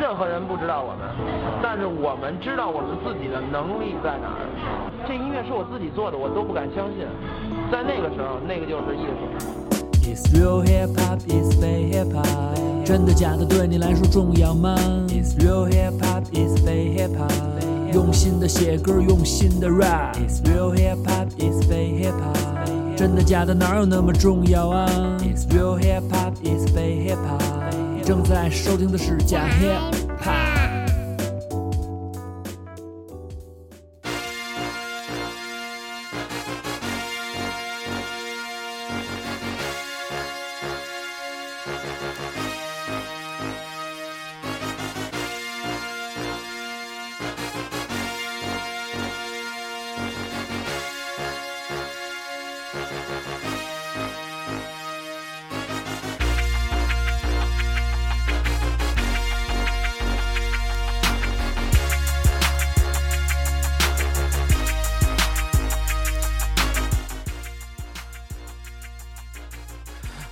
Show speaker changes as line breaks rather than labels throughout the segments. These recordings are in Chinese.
任何人不知道我们，但是我们知道我们自己的能力在哪儿。这音乐是我自己做的，我都不敢相信。在那个时候，那个就是艺术。
It's real hip hop, it's fake hip hop。真的假的对你来说重要吗？It's real hip hop, it's fake hip hop。用心的写歌，用心的 rap。It's real hip hop, it's fake hip hop。真的假的哪有那么重要啊？It's real hip hop, it's fake hip hop。正在收听的是假 hip hop。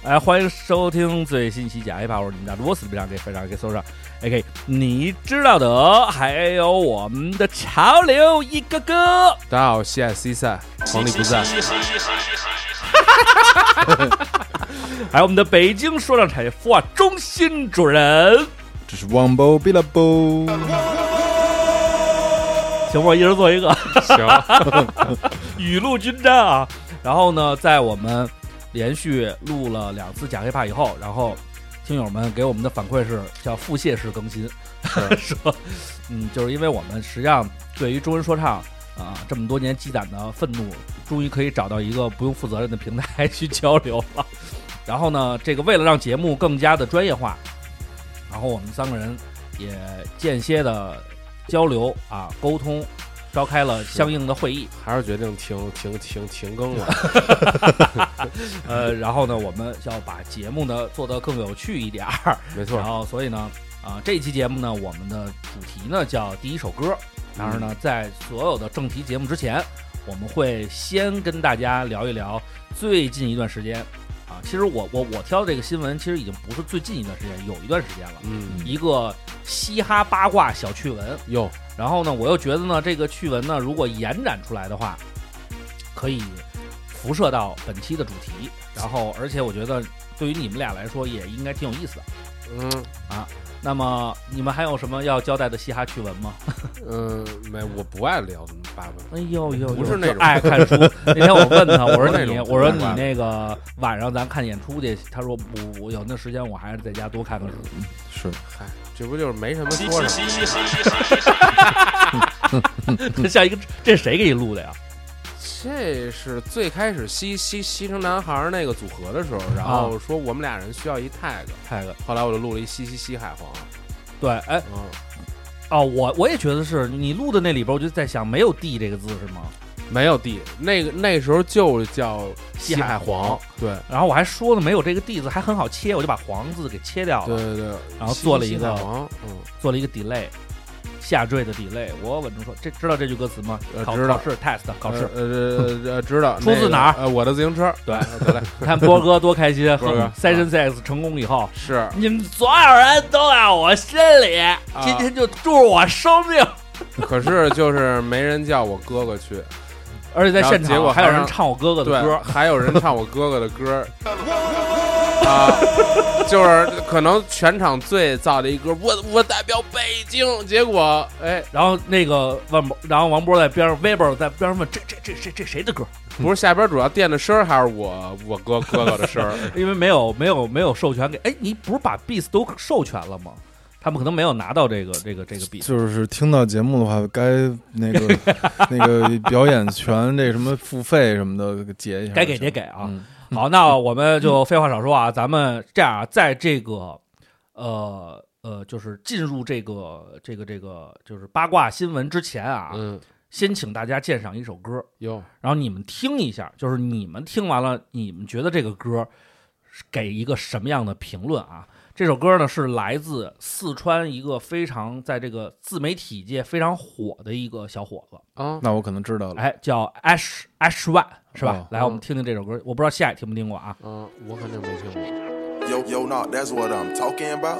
哎，欢迎收听最新一期假 A 趴，我是你们家主播死不长，给非常给搜上 AK，你知道的，还有我们的潮流一哥哥，
大家好，我是 C 赛，黄历不在。
还有我们的北京说唱产业孵化中心主任。
这是 Wombo b i l a b o
行，我一人做一个，
行，
雨露均沾啊。然后呢，在我们连续录了两次假 hiphop 以后，然后听友们给我们的反馈是叫腹泻式更新， 说，嗯，就是因为我们实际上对于中文说唱啊、这么多年积攒的愤怒，终于可以找到一个不用负责任的平台去交流了。然后呢，这个为了让节目更加的专业化，然后我们三个人也间歇的交流啊沟通，召开了相应的会议。
还是决定停停停停更了。
呃，然后呢，我们要把节目呢做得更有趣一点儿。
没
然
错，
后，所以呢，啊、这期节目呢，我们的主题呢叫第一首歌。但是呢，在所有的正题节目之前，我们会先跟大家聊一聊最近一段时间啊。其实我我我挑的这个新闻，其实已经不是最近一段时间，有一段时间了。
嗯，
一个嘻哈八卦小趣闻，
哟，
然后呢，我又觉得呢，这个趣闻呢，如果延展出来的话，可以辐射到本期的主题。然后，而且我觉得对于你们俩来说，也应该挺有意思的。啊
嗯
那么，你们还有什么要交代的嘻哈趣闻吗？
嗯，没，我不爱聊八卦。
哎呦呦，
不是那种
就 爱看书。那天我问他，我
不
说
是那
你，
种
我说你那个晚上咱看演出去，他说我我有那时间，我还是在家多看看书。
嗯是，嗨，这不就是没什么说什么？
像一个 这是谁给你录的呀？
这是最开始西西西城男孩那个组合的时候，然后说我们俩人需要一 tag，
泰哥，
后来我就录了一西西西海皇。
对，哎
嗯，
哦，我我也觉得是你录的那里边，我就在想，没有 “d” 这个字是吗？
没有地，那个那时候就叫
西
西
海
海皇。对
然后我还说呢，没有这个 “d” 字还很好切，我就把“黄”字给切掉
对
了，
对对，
然后做了一
西西
个
海皇。嗯。
做了一个 delay，下坠的 delay。我稳住说，这知道这句歌词吗？
呃
考
知道
考试 test 考试。
呃呃呃，知道
出自
那个
哪儿
呃，我的自行车，
对
呃得嘞，
看波哥多开心，
波哥
哼 session sex 成功以后，
是
你们所有人都在我心里，
啊
今天就祝我生命。
可是就是没人叫我哥哥去，
而且在现
然后结
场啊
果
还有
还
人
让
唱我哥哥的
对
歌，，
还有人唱我哥哥的歌儿，啊，就是可能全场最燥的一歌，我我代表北京，结果哎，
然后那个万博，然后王波在边上，Weber 在边上问这这这这这谁的歌？
不是下边主要垫的声儿，还是我 我哥哥哥的声儿，
因为没有没有没有授权给，哎，你不是把 beats 都授权了吗？他们可能没有拿到这个这个这个 beats。
就是听到节目的话，该 那个那个表演权这什么付费什么的给结一下，
该给得给啊
嗯
好，那我们就废话少说啊，咱们这样啊，在这个呃呃，就是进入这个这个这个就是八卦新闻之前啊，
嗯，
先请大家鉴赏一首歌，
哟，
然后你们听一下，就是你们听完了，你们觉得这个歌是给一个什么样的评论啊？这首歌呢是来自四川一个非常在这个自媒体界非常火的一个小伙子，
啊，
那我可能知道了。
哎，叫 Ash Ash One 是吧？
哦
来，我们听听这首歌，我不知道夏野听没听过啊？
嗯，我肯定没听过，
Yo, yo, nah, that's what I'm talking about.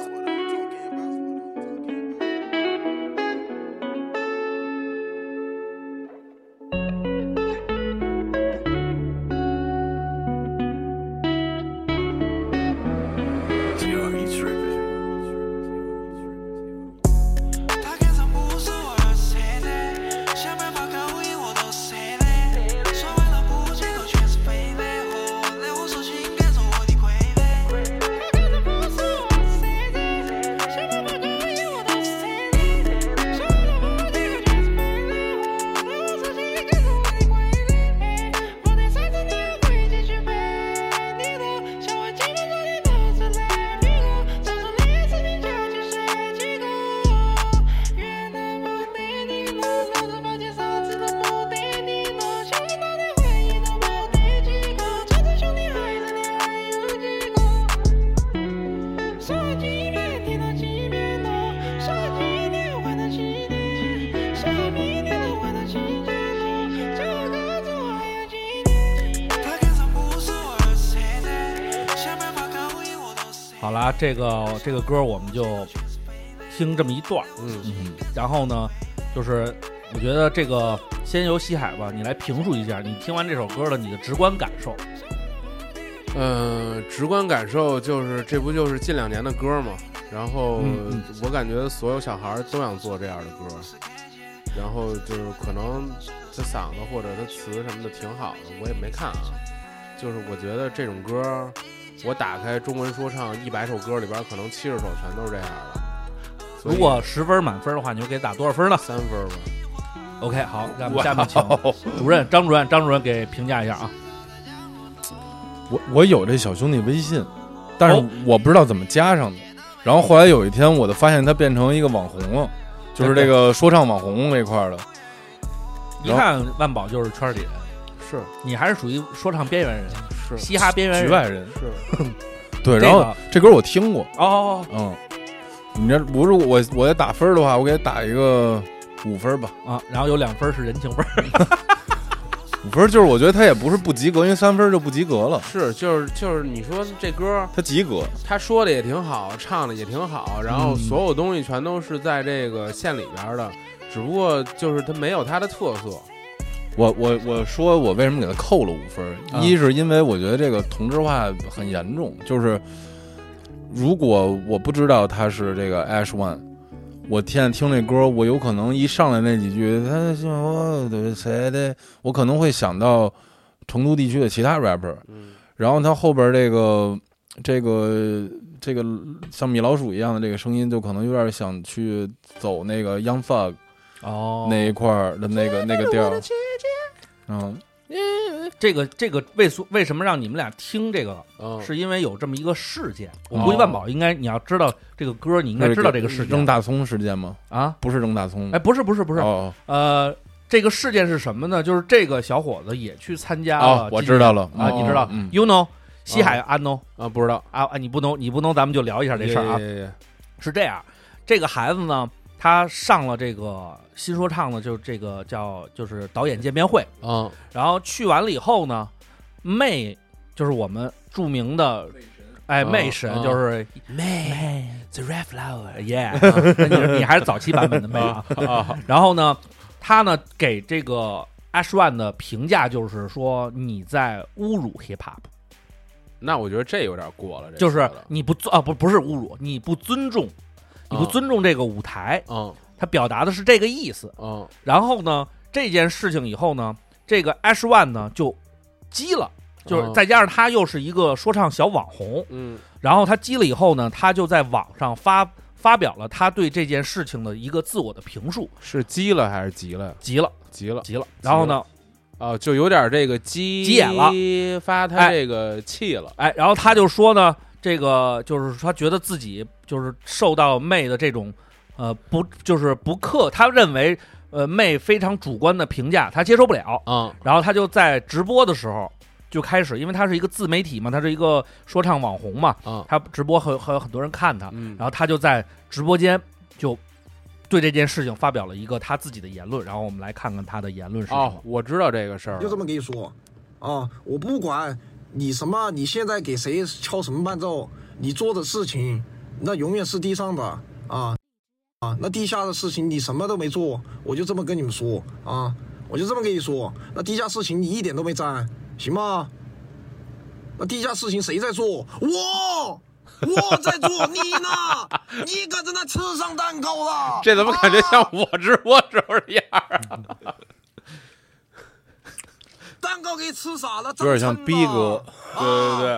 了啊，这个这个歌我们就听这么一段儿，
嗯，
嗯
然后呢，就是我觉得这个先由西海吧，你来评述一下你听完这首歌的你的直观感受。
呃，直观感受就是这不就是近两年的歌嘛，然后
嗯嗯
我感觉所有小孩儿都想做这样的歌，然后就是可能他嗓子或者他词什么的挺好的，我也没看啊，就是我觉得这种歌，我打开中文说唱一百首歌里边儿，可能七十首全都是这样的。所以
如果十分满分的话，你就给打多少分呢
三分儿吧，
？OK，好，那我们
哇
下面请主任张主任，张主任给评价一下啊。
我我有这小兄弟微信，但是
哦
我不知道怎么加上的。然后后来有一天，我就发现他变成一个网红了，就是这个说唱网红这块儿的。
一看万宝就是圈里人，
是
你还是属于说唱边缘人，
是
嘻哈边缘
局
人。
外人。
是，
对，
这个
然后这歌我听过，
哦，
嗯，你这不是我我要打分儿的话，我给打一个五分儿吧。
啊，然后有两分是人情味儿，
五分儿就是我觉得他也不是不及格，因为三分儿就不及格了，
是就是就是你说这歌儿，
他及格。
他说的也挺好，唱的也挺好，然
嗯
后所有东西全都是在这个线里边的，只不过就是他没有他的特色。
我我我说我为什么给他扣了五分儿？
啊
一是因为我觉得这个同质化很严重，就是如果我不知道他是这个 Ash One，我现在听这歌，我有可能一上来那几句，他是我的谁的，我可能会想到成都地区的其他 rapper，
嗯，
然后他后边这个这个这个像米老鼠一样的这个声音，就可能有点想去走那个 Young Thug
哦
那一块儿的那个、那个调儿，嗯。
这个这个为什为什么让你们俩听这个？
嗯
是因为有这么一个事件，我
哦
估计万宝应该你要知道这个歌，你应该知道这个事
扔
件
大葱事件吗？
啊。
不是扔大葱，
哎，，不是不是不
不
是，
哦
呃，这个事件是什么呢？就是这个小伙子也去参加了
哦
今，年，
我知道了
啊，你知道
嗯，哦
，you know，西海安 no
啊，不知道
啊啊，你不能你不能，咱们就聊一下这事儿啊。
啊，
是这样，这个孩子呢，他上了这个新说唱的，就这个叫就是导演见面会，
哦
嗯
然后去完了以后呢，妹就是我们著名的。哎，
哦
妹神
哦
就是
妹，The Red Flower。
耶，啊 你你还是早期版本的妹啊。 然后呢，他呢给这个 Ash One 的评价就是说你在侮辱 Hip Hop，
那我觉得这有点过了，这
就是
说的
你不尊啊不不是侮辱，你不尊重，你不
哦
尊重这个舞台。
嗯
他表达的是这个意思。
嗯
然后呢，这件事情以后呢，这个 Ash One 呢就激了，就是
哦
再加上他又是一个说唱小网红，
嗯
然后他激了以后呢，他就在网上发发表了他对这件事情的一个自我的评述，
是激了还是急了？
急了，
急了
急了。然后呢，
啊，就有点这个呃激
急眼了，
发他这个气了。
哎，然后他就说呢，这个就是他觉得自己就是受到妹的这种呃不就是不客，他认为呃妹非常主观的评价，他接受不了。
嗯
然后他就在直播的时候就开始，因为他是一个自媒体嘛，他是一个说唱网红嘛，
嗯
他直播很很有很多人看他，
嗯
然后他就在直播间就对这件事情发表了一个他自己的言论，然后我们来看看他的言论是什
哦
么。，
我知道这个事儿
就这么跟你说，啊，我不管你什么，你现在给谁敲什么伴奏，你做的事情，那永远是地上的啊啊，那地下的事情你什么都没做，我就这么跟你们说啊，我就这么跟你说，那地下事情你一点都没沾，行吗？那地下事情谁在做？我。我在做，你呢？你可在那吃上蛋糕了。
这怎么感觉
哦
像我直播时候的样儿啊？
嗯
蛋糕给吃傻了？
有点像
长
逼
撑了
哥，
哎
对对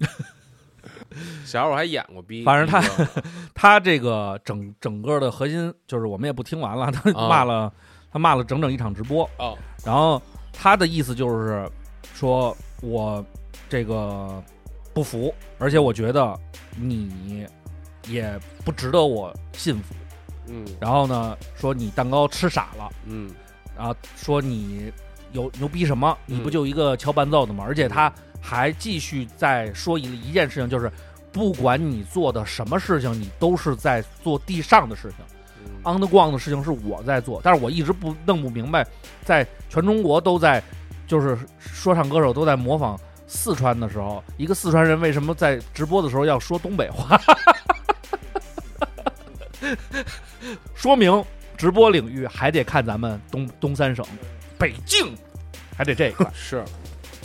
对。 小时候还演过逼，
反正他
逼 哥嗯
他这个整整个的核心就是我们也不听完了，他
啊
骂了、他骂了整整一场直播，
哦，
然后他的意思就是说我这个不服，而且我觉得你也不值得我信服。
嗯
然后呢，说你蛋糕吃傻了，
嗯
然后说你有牛逼什么？
嗯
你不就一个敲伴奏的吗？而且他还继续在说一一件事情，就是不管你做的什么事情，你都是在做地上的事情。
嗯
on the ground 的事情是我在做，但是我一直不弄不明白，在全中国都在，就是说唱歌手都在模仿四川的时候，一个四川人为什么在直播的时候要说东北话？ 说明直播领域还得看咱们东东三省，北京还得这一块。
是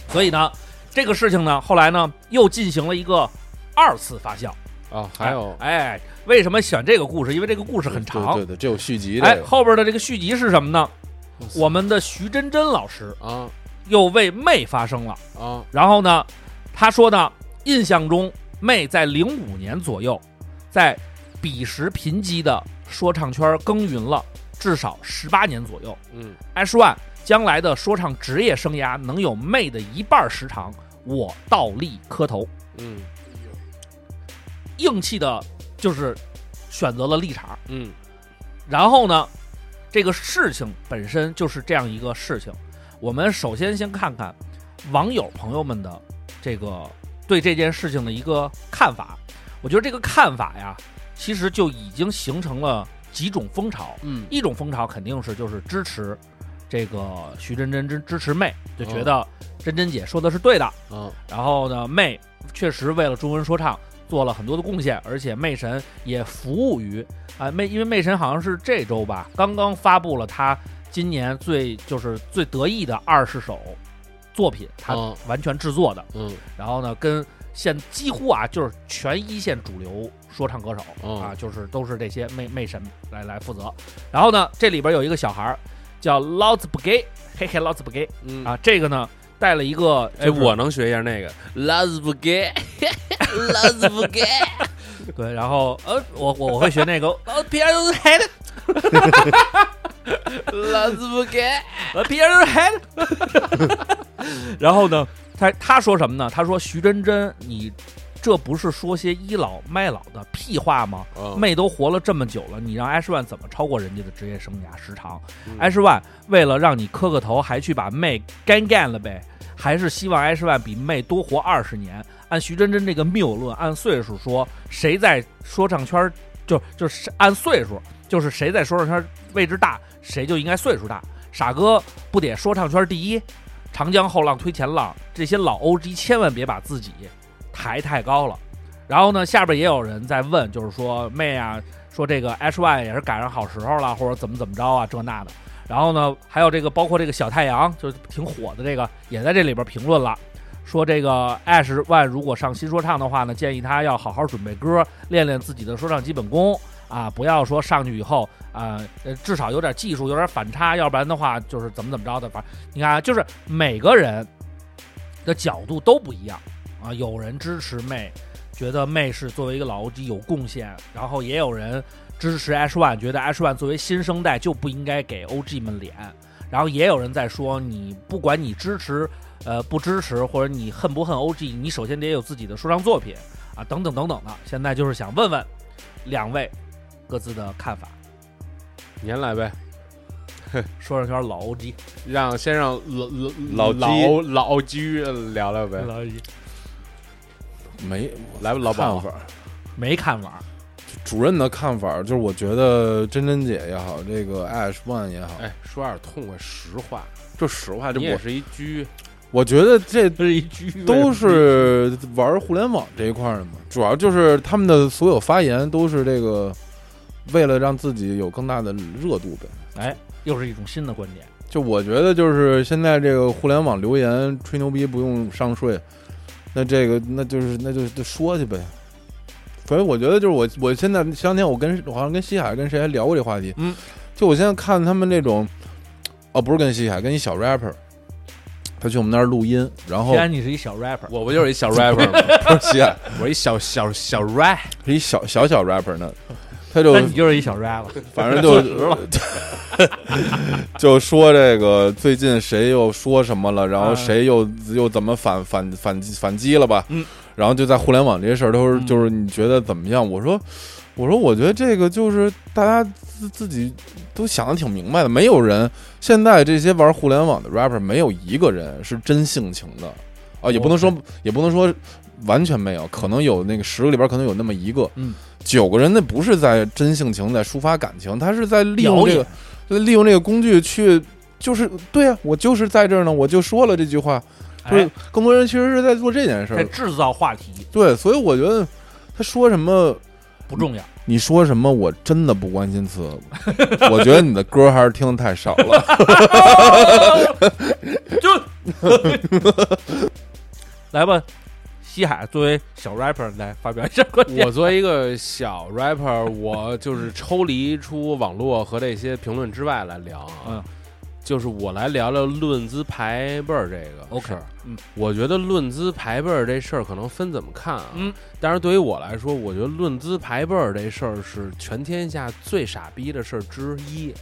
所以呢，这个事情呢，后来呢又进行了一个二次发酵。
啊，还有
哎，为什么选这个故事？因为这个故事很长。
对对对，这有续集
哎
这，个
后边的这个续集是什么呢？
哇塞
我们的徐真真老师
嗯啊
又为妹发声了。
啊
然后呢，他说呢，印象中妹在零五年左右，在彼时贫瘠的说唱圈耕耘了至少十八年左右。
嗯
Ash One 将来的说唱职业生涯能有妹的一半时长，我倒立磕头。
嗯
硬气的，就是选择了立场。
嗯
然后呢，这个事情本身就是这样一个事情。我们首先先看看网友朋友们的这个对这件事情的一个看法。我觉得这个看法呀，其实就已经形成了几种风潮。
嗯
一种风潮肯定是就是支持这个徐真真支支持妹，就
哦
觉得真真姐说的是对的。
啊
然后呢，妹确实为了中文说唱做了很多的贡献，而且妹神也服务于啊、妹，因为妹神好像是这周吧，刚刚发布了她今年最就是最得意的二十首作品，她
哦
完全制作的。
嗯
然后呢，跟现几乎啊就是全一线主流说唱歌手、
哦
啊，就是都是这些妹妹神来来负责。然后呢，这里边有一个小孩儿叫老子不给，嘿嘿，老子不给
嗯
啊，这个呢。带了一个，
哎，我能学一下那个 “love 不 gay”。Love 不 gay，
对，然后呃，我我我会学那个，呃，皮尔都是黑的，
老子不 gay，
呃，皮尔都是黑的。 然后呢，他他说什么呢？他说徐真真，你这不是说些倚老卖老的屁话吗？
哦
妹都活了这么久了，你让 Ash One 怎么超过人家的职业生涯时长
嗯
？Ash One 为了让你磕个头，还去把妹干干了呗？还是希望 Ash One 比妹多活二十年？按徐真真这个谬论，按岁数说，谁在说唱圈儿就就是按岁数，就是谁在说唱圈儿位置大，谁就应该岁数大。傻哥不得说唱圈儿第一，长江后浪推前浪，这些老 OG 千万别把自己抬太高了。然后呢，下边也有人在问，就是说妹啊，说这个 H Y 也是赶上好时候了，或者怎么怎么着啊，这那的。然后呢，还有这个包括这个小太阳，就是挺火的这个，也在这里边评论了，说这个 Ash One 如果上新说唱的话呢，建议他要好好准备歌，练练自己的说唱基本功啊，不要说上去以后啊、呃，至少有点技术，有点反差，要不然的话就是怎么怎么着的。反正你看啊，就是每个人的角度都不一样啊，有人支持妹，觉得妹是作为一个老 OG 有贡献，然后也有人支持 H One，觉得 H One 作为新生代就不应该给 OG 们脸，然后也有人在说你不管你支持呃不支持或者你恨不恨 OG，你首先得有自己的说唱作品啊，等等等等的。现在就是想问问两位各自的看法，
您来呗，
说唱圈老 OG，
让先让老
老
老老居聊聊呗，
老 OG
没
来吧，老
看
宝，
法。
没看完，
主任的看法就是，我觉得真真姐也好，这个 Ash One 也好，
哎，说点痛快实话，
就实话，这
你也
我
是一居，
我觉得 这
这是一句
都是玩互联网这一块儿的嘛，主要就是他们的所有发言都是这个，为了让自己有更大的热度呗。
哎，又是一种新的观点。
就我觉得，就是现在这个互联网留言吹牛逼不用上税，那这个那就是那就就说去呗。反正我觉得就是我我现在前两天我跟我好像跟西海跟谁还聊过这话题，
嗯，
就我现在看他们那种，哦不是跟西海，跟一小 rapper，他去我们那儿录音，然后
既然你是一小 rapper，
我不就是一小 rapper 吗？
不是西海，
我一小小小 rap，
是一小小小 rapper 呢，他就
那你就是一小 rapper。
反 正就 就说这个最近谁又说什么了，然后
啊
谁又又怎么反反反击反击了吧？
嗯，
然后就在互联网这些事儿，都是就是你觉得怎么样？我说我说我觉得这个就是大家自自己都想的挺明白的，没有人现在这些玩互联网的 rapper 没有一个人是真性情的
哦
啊，也不能说也不能说完全没有，可能有那个十个里边可能有那么一个，
嗯，
九个人那不是在真性情，在抒发感情，他是在利用
表
这
演
个，就利用这个工具去，就是对啊，我就是在这儿呢，我就说了这句话，就是更多人其实是在做这件事
哎 在
儿。
制造话题
对，所以我觉得他说什么，
不重要。
你说什么，我真的不关心词。我觉得你的歌还是听的太少了。
就来吧，西海作为小 rapper 来发表一下观 点。
我作为一个小 rapper，我 就是抽离出网络和这些评论之外来聊啊，
嗯
就是我来聊聊论资排辈儿这个
OK，
事儿。
嗯，
我觉得论资排辈儿这事儿可能分怎么看啊，
嗯，
但是对于我来说，我觉得论资排辈儿这事儿是全天下最傻逼的事儿之一。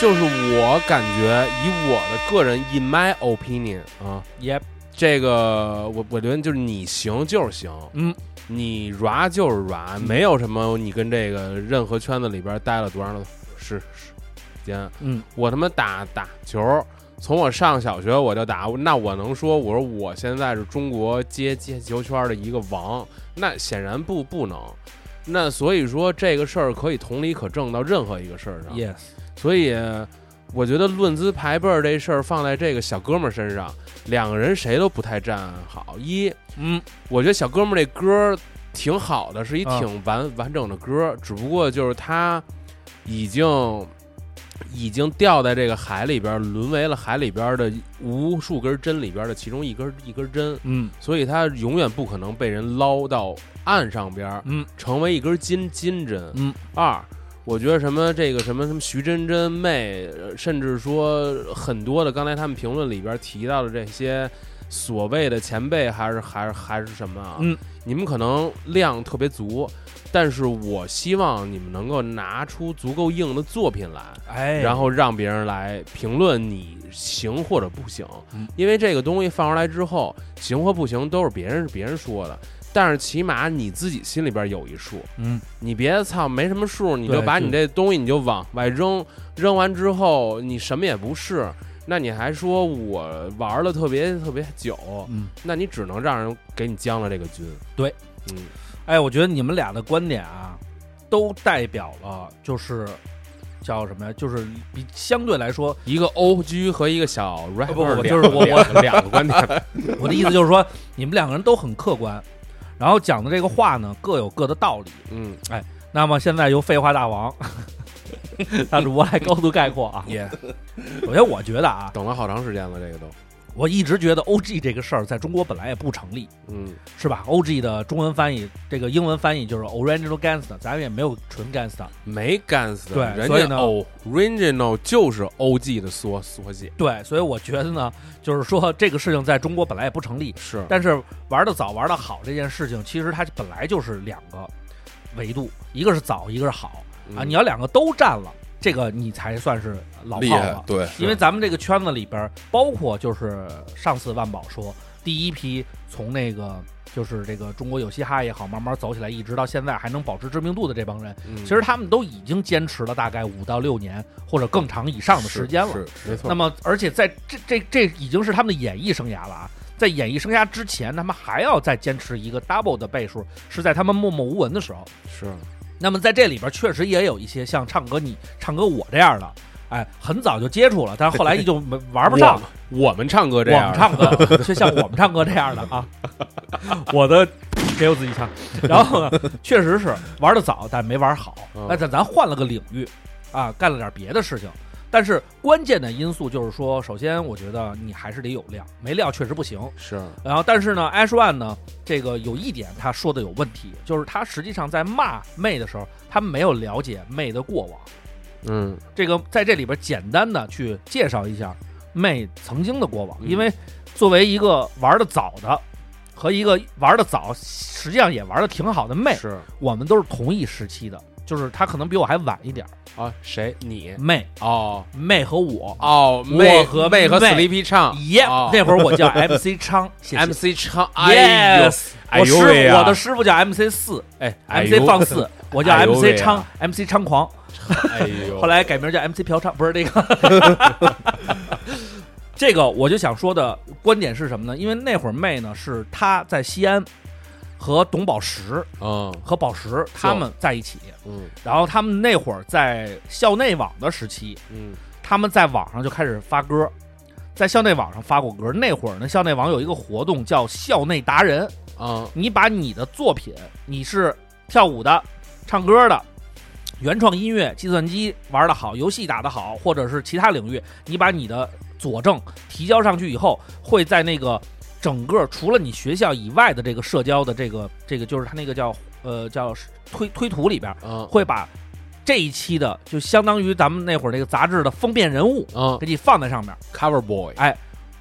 就是我感觉，以我的个人 in my opinion 啊，
也
这个我我觉得就是你行就是行，
嗯，
你 ra 就是 ra，没有什么你跟这个任何圈子里边待了多长的时时间。
嗯，
我他妈打打球，从我上小学我就打，那我能说我说我现在是中国街街球圈的一个王？那显然不不能。那所以说这个事儿可以同理可证到任何一个事儿上。
yes，
所以我觉得论资排辈儿这事儿放在这个小哥们儿身上，两个人谁都不太站好。一，
嗯，
我觉得小哥们儿这歌儿挺好的，是一
啊
挺完、完整的歌儿，只不过就是他已经已经掉在这个海里边儿，沦为了海里边儿的无数根针里边儿的其中一根一根针，
嗯
所以他永远不可能被人捞到岸上边儿，
嗯
成为一根金金针。
嗯，
二，我觉得什么这个什么什么徐真真妹，呃甚至说很多的刚才他们评论里边提到的这些所谓的前辈，还是还是还是什么啊？
嗯，
你们可能量特别足，但是我希望你们能够拿出足够硬的作品来。
哎，
然后让别人来评论你行或者不行
嗯，
因为这个东西放出来之后，行或不行都是别人别人说的，但是起码你自己心里边有一数，
嗯，
你别操没什么数，你
对
就把你
对
这东西你就往外扔，扔完之后你什么也不是，那你还说我玩了特别特别久，
嗯，
那你只能让人给你将了这个军。
对，
嗯，
哎，我觉得你们俩的观点啊，都代表了就是叫什么呀？就是比相对来说，呃
一个 O G 和一个小 rapper，
不
两
不就是我
两个两个观点，
我的意思就是说，你们两个人都很客观，然后讲的这个话呢，各有各的道理。哎
嗯，
那么现在由废话大王， 大主播来高度 概括啊。
也
首先，我觉得啊，
等了好长时间了，这个都。
我一直觉得 O G 这个事儿在中国本来也不成立，
嗯
是吧？O G 的中文翻译，这个英文翻译就是 original gangster，咱们也没有纯 gangster。，
没干死，
对
人
所以
家
呢
original 就是 OG 的缩缩写，
对，所以我觉得呢，就是说这个事情在中国本来也不成立，
是
但是玩的早玩的好这件事情，其实它本来就是两个维度，一个是早，一个是好啊。
嗯
你要两个都占了，这个你才算是老
厉
炮
害
了，。
对，
因为咱们这个圈子里边儿，包括就是上次万宝说，第一批从那个就是这个中国有嘻哈也好，慢慢走起来，一直到现在还能保持知名度的这帮人，
嗯
其实他们都已经坚持了大概五到六年或者更长以上的时间了。
是
没错，
那么，而且在这这这已经是他们的演艺生涯了啊！在演艺生涯之前，他们还要再坚持一个 double 的倍数，是在他们默默无闻的时候。
是
那么在这里边确实也有一些像唱歌你、唱歌我这样的，哎，很早就接触了，但是后来就没玩不上。
我们唱歌这
我
样
们，唱歌就像我们唱歌这样的啊，我的给我自己唱。然后呢， 确实是玩的早，但没玩好
嗯。
那咱咱换了个领域啊，干了点别的事情。但是关键的因素就是说，首先我觉得你还是得有料，没料确实不行。
是
然后，但是呢，Ash One 呢，这个有一点他说的有问题，就是他实际上在骂妹的时候，他没有了解妹的过往。
嗯
这个在这里边简单的去介绍一下妹曾经的过往，
嗯
因为作为一个玩的早的和一个玩的早，实际上也玩的挺好的妹，
是
我们都是同一时期的，就是她可能比我还晚一点儿。
啊，谁你
妹
哦
妹和我，
哦，妹
和
妹和
妹
Sleepy 唱
耶、
哦
那会儿我叫 MC 昌，谢谢。
MC 唱，哎呦
Yes，、
哎
我师
呦
傅、
喂呀
我的师傅叫 MC 四、
哎
m c 放
肆，
肆，我叫
哎呦
MC
喂
昌、
呀
m c 猖狂，
哎呦，
后来改名叫 MC 嫖娼，不是这个。 这个我就想说的观点是什么呢？因为那会儿妹呢是她在西安和董宝石
嗯
和宝石他们在一起，
嗯
然后他们那会儿在校内网的时期，
嗯
他们在网上就开始发歌，在校内网上发过歌。那会儿呢，校内网有一个活动叫校内达人，
啊，
你把你的作品，你是跳舞的、唱歌的、原创音乐、计算机玩的好、游戏打得好，或者是其他领域，你把你的佐证提交上去以后，会在那个整个除了你学校以外的这个社交的这个这个就是它那个叫呃叫推推图里边，
啊，
会把这一期的就相当于咱们那会儿那个杂志的封面人物
啊
给你放在上面。哎
，Cover Boy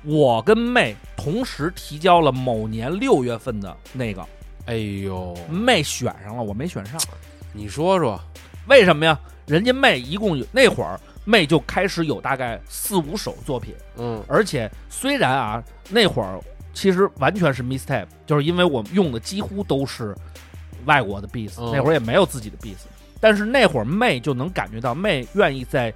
我跟妹同时提交了某年六月份的那个，
哎呦，
妹选上了，我没选上，
你说说，
为什么呀？人家妹一共有那会儿妹就开始有大概四五首作品，
嗯
而且虽然啊那会儿其实完全是 mistake，就是因为我们用的几乎都是外国的 beats，、
嗯
那会儿也没有自己的 beats，但是那会儿妹就能感觉到妹愿意在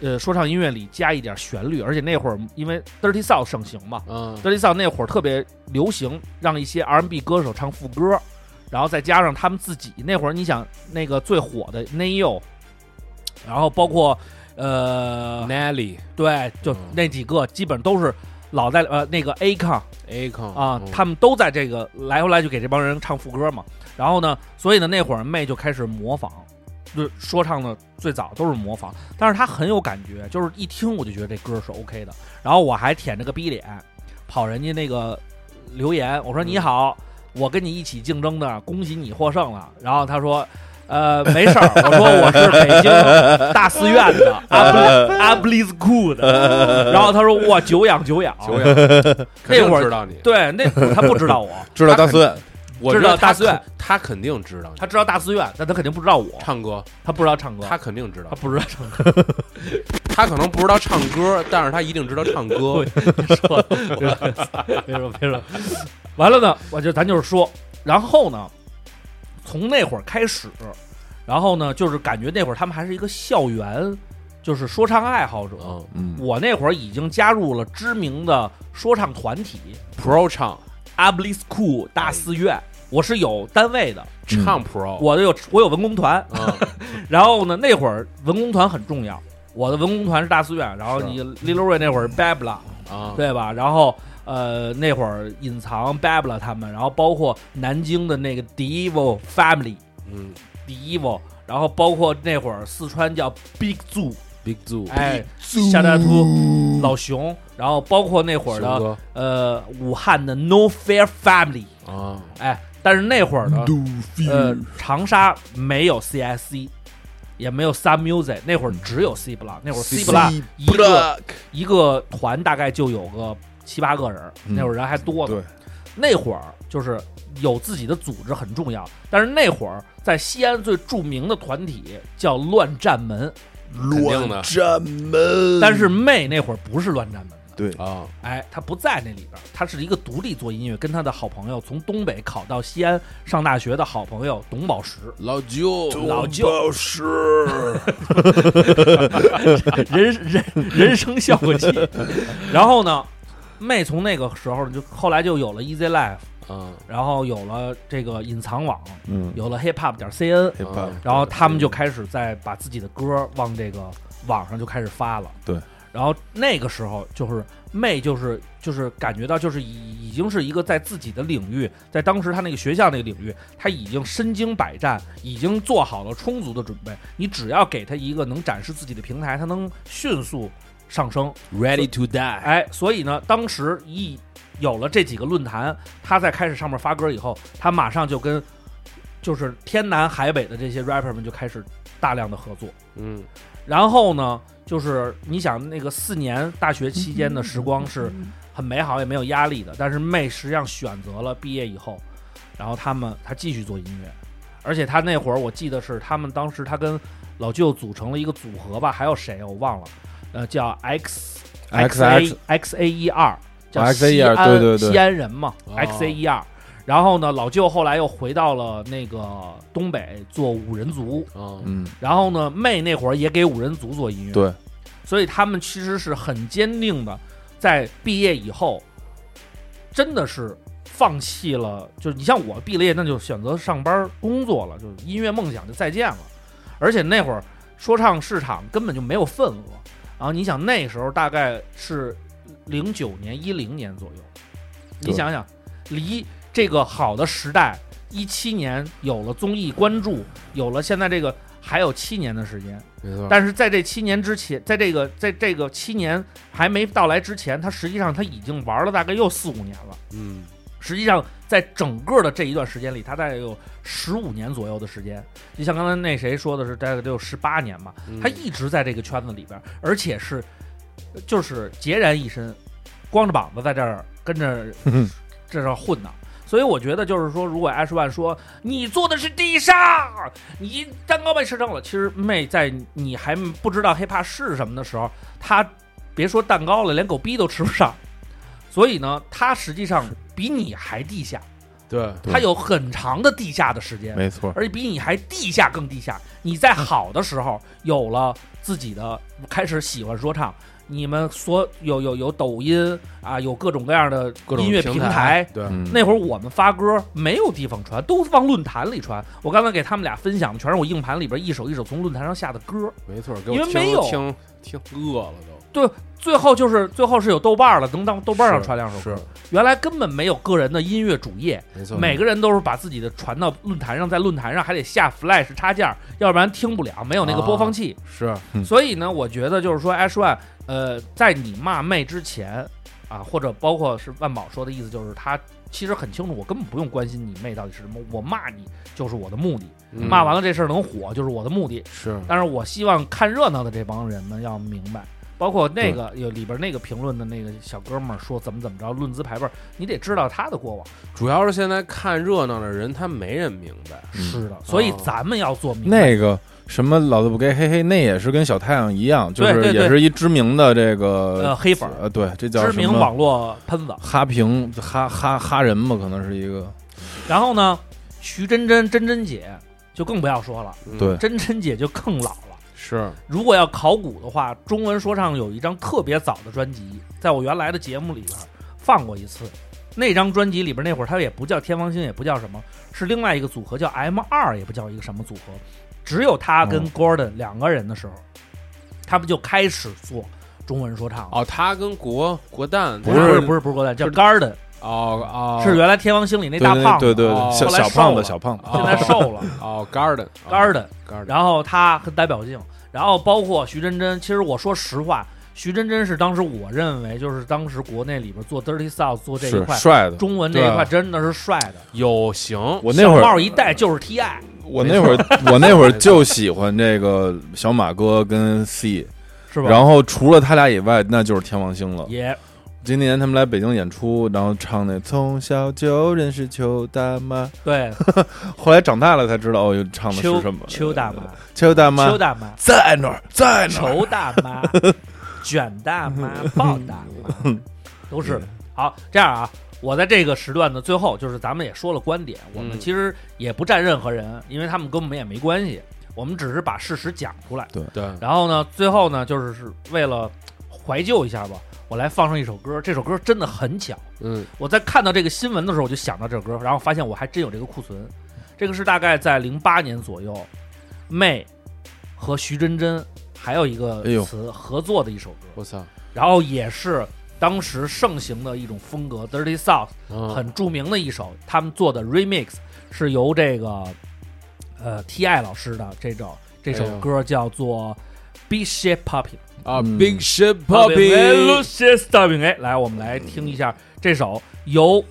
呃说唱音乐里加一点旋律，而且那会儿因为 Dirty South 盛行嘛，
嗯
Dirty South 那会儿特别流行，让一些 R&B 歌手唱副歌，然后再加上他们自己那会儿，你想那个最火的 Neo，然后包括呃，
，Nelly
对，就
嗯
那几个基本都是老在呃那个 Acon
Acon
啊，他们都在这个来回来去给这帮人唱副歌嘛。然后呢，所以呢那会儿妹就开始模仿，就说唱的最早都是模仿，但是她很有感觉，就是一听我就觉得这歌是 OK 的。然后我还舔着个逼脸，跑人家那个留言，我说你好，我跟你一起竞争的，恭喜你获胜了。然后他说。呃，没事儿， 我说我是北京大寺院的 a b l i s Cool 的，然后他说哇，久仰久仰，
久仰，哎肯定
那会儿
知道你，
对，那会儿他不 知道我，
知道大孙
我觉得
知道
他
大四
肯他肯定知道你，
他知道大寺院，但他肯定不知道我，
唱歌，
他不知道唱歌，
他肯定知道
他，不知道唱歌。
他可能不知道唱歌，但是他一定知道唱 歌。
别说了，别说了 别说了，别说了。完了呢，我就咱就是说，然后呢，从那会儿开始，然后呢，就是感觉那会儿他们还是一个校园，就是说唱爱好者。
嗯
嗯，
我那会儿已经加入了知名的说唱团体
，Pro 唱
a b l i s Cool 大寺院，我是有单位的，
唱 Pro，
我有我有文工团，
嗯
然后呢，那会儿文工团很重要，我的文工团是大寺院，然后你 Lil Roy 那会儿 Babla
啊，
对吧？然后呃那会儿隐藏 Babla 他们，然后包括南京的那个 d e v o Family
嗯
d e v o 然后包括那会儿四川叫 Big Zoo，
，Big Zoo，
哎，夏大秃、老熊，然后包括那会儿
熊
的
哥
呃武汉的 No Fair Family，
啊，
哎，但是那会儿呢，呃，长沙没有 CSC，也没有 Sun Music，那会儿只有 C Block，那会儿 C Block 一个一个团大概就有个七八个人儿，
嗯
那会儿人还多呢。
对，
那会儿就是有自己的组织很重要，但是那会儿在西安最著名的团体叫乱战门，
肯定的
战门
但是妹那会儿不是乱战门的。
对
啊，
哎，他不在那里边儿，他是一个独立做音乐，跟他的好朋友从东北考到西安上大学的好朋友董宝石，
老舅，
老舅，
是
人人人生效果器。然后呢，妹从那个时候就后来就有了 Easy Life，
嗯，
然后有了这个隐藏网，
嗯
有了 Hip Hop 点 CN，
，hip hop，
然后他们就开始在把自己的歌往这个网上就开始发了。
对，
然后那个时候就是妹，就是就是感觉到就是已已经是一个在自己的领域，在当时她那个学校那个领域，她已经身经百战，已经做好了充足的准备。你只要给她一个能展示自己的平台，她能迅速上升。
Ready to Die，
哎，所以呢，当时一有了这几个论坛，他在开始上面发歌以后，他马上就跟就是天南海北的这些 rapper 们就开始大量的合作。
嗯，
然后呢，就是你想那个四年大学期间的时光是很美好，也没有压力的。但是妹实际上选择了毕业以后，然后他们他继续做音乐，而且他那会儿我记得是他们当时他跟老舅组成了一个组合吧，还有谁我忘了，呃，叫 X
X 哦
A X A 一二，叫
X A
西
12
安
对对对
西安人嘛
哦
，X A E 一二。然后呢，老舅后来又回到了那个东北做五人族，
啊，
嗯，
然后呢，妹那会儿也给五人组做音乐，
对，
所以他们其实是很坚定的，在毕业以后，真的是放弃了，就是你像我毕了业，那就选择上班工作了，就是音乐梦想就再见了。而且那会啊儿说唱市场根本就没有份额，然后你想那时候大概是零九年、一零年左右。你
对
想想，离这个好的时代，一七年有了综艺关注，有了现在这个，还有七年的时间。
没错。
但是在这七年之前，在这个在这个七年还没到来之前，他实际上他已经玩了大概又四五年了。
嗯，
实际上，在整个的这一段时间里，他大概有十五年左右的时间，就像刚才那谁说的是，大概得有十八年嘛，
嗯
他一直在这个圈子里边，而且是就是孑然一身，光着膀子在这儿跟着这这混呢。所以我觉得就是说，如果 Ash One 说你做的是地上，你蛋糕被吃剩了，其实妹在你还不知道 hiphop 是什么的时候，他别说蛋糕了，连狗逼都吃不上。所以呢，他实际上比你还地下，
对，
对
他有很长的地下的时间。
没错，
而且比你还地下更地下。你在好的时候有了自己的，开始喜欢说唱，你们所有有有抖音啊，有各种各样的
各种
音乐
平
平
台对
嗯，
那会儿我们发歌没有地方传，都往论坛里传。我刚才给他们俩分享的全是我硬盘里边一首一首从论坛上下的歌。
没错，给我
因为
听
没有
听听饿了都。
对，最后就是最后是有豆瓣了，能当豆瓣上传两首歌
是。
原来根本没有个人的音乐主页，
没错，
每个人都是把自己的传到论坛上，在论坛上还得下 Flash 插件，要不然听不了，没有那
啊
个播放器。
是
嗯
所以呢，我觉得就是说，Ash One，呃，在你骂妹之前啊，或者包括是万宝说的意思，就是他其实很清楚，我根本不用关心你妹到底是什么，我骂你就是我的目的，
嗯
骂完了这事儿能火就是我的目的。
是
但是我希望看热闹的这帮人们要明白，包括那个
嗯
有里边那个评论的那个小哥们儿说怎么怎么着，论资排辈儿，你得知道他的过往。
主要是现在看热闹的人，他没人明白。嗯
是的，所以咱们要做明白。
那个什么老子不给嘿嘿，那也是跟小太阳一样，就
对
是
对对
也是一知名的这
呃，
个
黑粉儿，
呃，对，这叫
知
什
名
么？
网络喷子。
哈评哈哈哈人嘛，可能是一个
然后呢，徐真真真真姐就更不要说了，
嗯
对
真真姐就更老了。
是
如果要考古的话，中文说唱有一张特别早的专辑，在我原来的节目里边放过一次。那张专辑里边那会儿，它也不叫天王星，也不叫什么，是另外一个组合叫 M 二，也不叫一个什么组合，只有他跟
嗯
Gordon 两个人的时候，他们就开始做中文说唱了。
哦，他跟国国蛋
不
不
是
是不是不是 Gordon，叫 Garden，
哦哦
是原来天王星里那
对
大胖
对
子，
对对
哦
对，小
后来
小胖
瘦
子
了
小胖子，
哦
现在瘦 了。
哦 Garden
Garden，
Garden，
然后他很代表性，然后包括徐真真。其实我说实话，徐真真是当时我认为就是当时国内里边做 Dirty South 做这一
是
块
帅的。
中文这一块
对
真的是帅的。
有型，
我那会
小帽
儿
一戴就是 TI，
我那会 儿我那会儿就喜欢这个小马哥跟 C，
是吧？
然后除了他俩以外，那就是天王星了。
也
今年他们来北京演出，然后唱那《从小就认识邱大妈
对》，
后来长大了才知道哦，又唱的是
邱
什么？
邱大妈，
邱大妈，
邱大妈，
在哪儿，在哪儿？
仇大 妈，卷大妈，抱大
嗯
妈，都是好。这样啊，我在这个时段的最后，就是咱们也说了观点，我们
嗯
其实也不站任何人，因为他们跟我们也没关系，我们只是把事实讲出来。
对，
然后呢，最后呢，就是是为了怀旧一下吧，我来放上一首歌。这首歌真的很巧，
嗯
我在看到这个新闻的时候，我就想到这首歌，然后发现我还真有这个库存。这个是大概在零八年左右，妹和徐真真还有一个
哎呦
词合作的一首歌，
我操，
然后也是当时盛行的一种风格，Dirty South
嗯
很著名的一首，他们做的 remix 是由这个呃 T.I 老师的这首这首
哎呦
歌叫做 B Shape Popping。
啊
嗯
，Big Shit
Popping
Poppy，
Lucius d o i n g 哎，来，我们来听一下这首由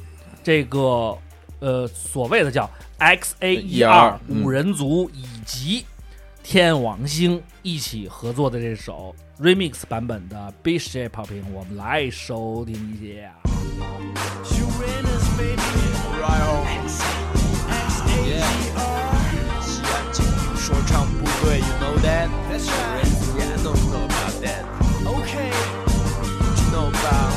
这个呃所谓的叫 X A E R
嗯
五人组以及天王星一起合作的这首 remix 版本的 B Shape Popping，我们来收听一下。
说唱部队，you know that? That's right. Yeah, I don't know about that. Okay. What you know about?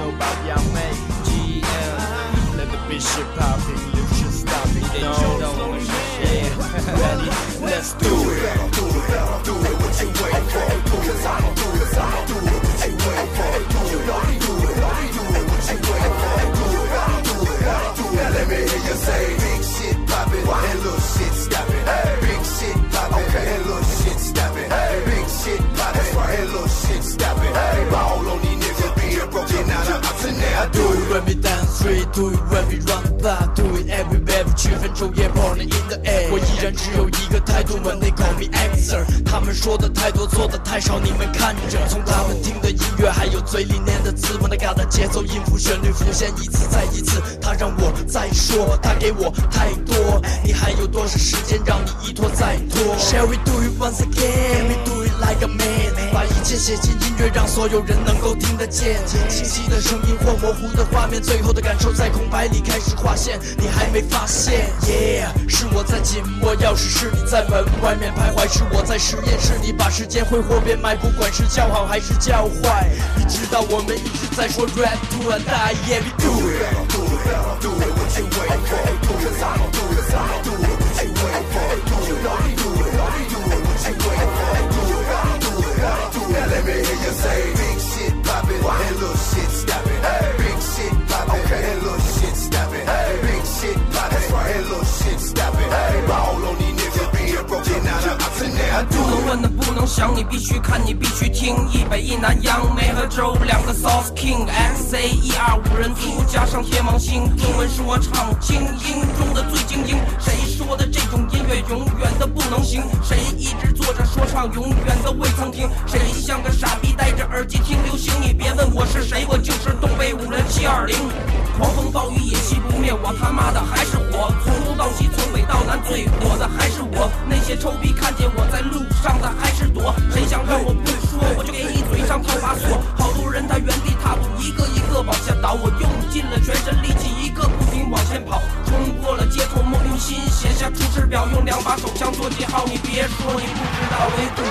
Know about Yang Mei, GM. Let the beat shit popping, live shit stopping. No, no, yeah. Ready? Let's do it. Do it every round back, do it every wave，区分昼夜 morning in the air。我依然只有一个态度，when they call me answer。他们说的太多，做的太少，你们看着。从他们听的音乐，还有嘴里念的词，我那嘎达节奏音符旋律浮现一次再一次。他让我再说，他给我太多，你还有多少时间让你一拖再拖？Shall we do it once again? We do it like a man。把一切写进音乐，让所有人能够听得见。清晰的声音或模糊的画面，最后的感受在空白里开始划线，你还没发现？Yeah，是我在紧握钥匙，是你在门外面徘徊，是我在实验室里把时间挥霍变卖，不管是叫好还是叫坏，你知道我们一直在说 rap to a die，yeah we do it。
不能问的不能想，你必须看，你必须听。一北一南杨梅和州两个 South King X A 一二五人组加上天王星，英文是我唱精英中的最精英。谁说的这种音乐永远的不能行？谁一直做着说唱，永远的未曾停？谁像个傻逼戴着耳机听流行？你别问我是谁，我就是东北五人七二零。狂风暴雨也熄不灭，我他妈的还是我。从东到西，从北到南，最火的还是我。那些臭逼看见我在路上的还是躲，谁想让我不说，我就给你嘴上套把锁。好多人他原地踏步，一个一个往下倒，我用尽了全身力气，一个不停往前跑，冲破了街头，梦游心写下出师表，用两把手枪做记号。你别说你不知道，唯独。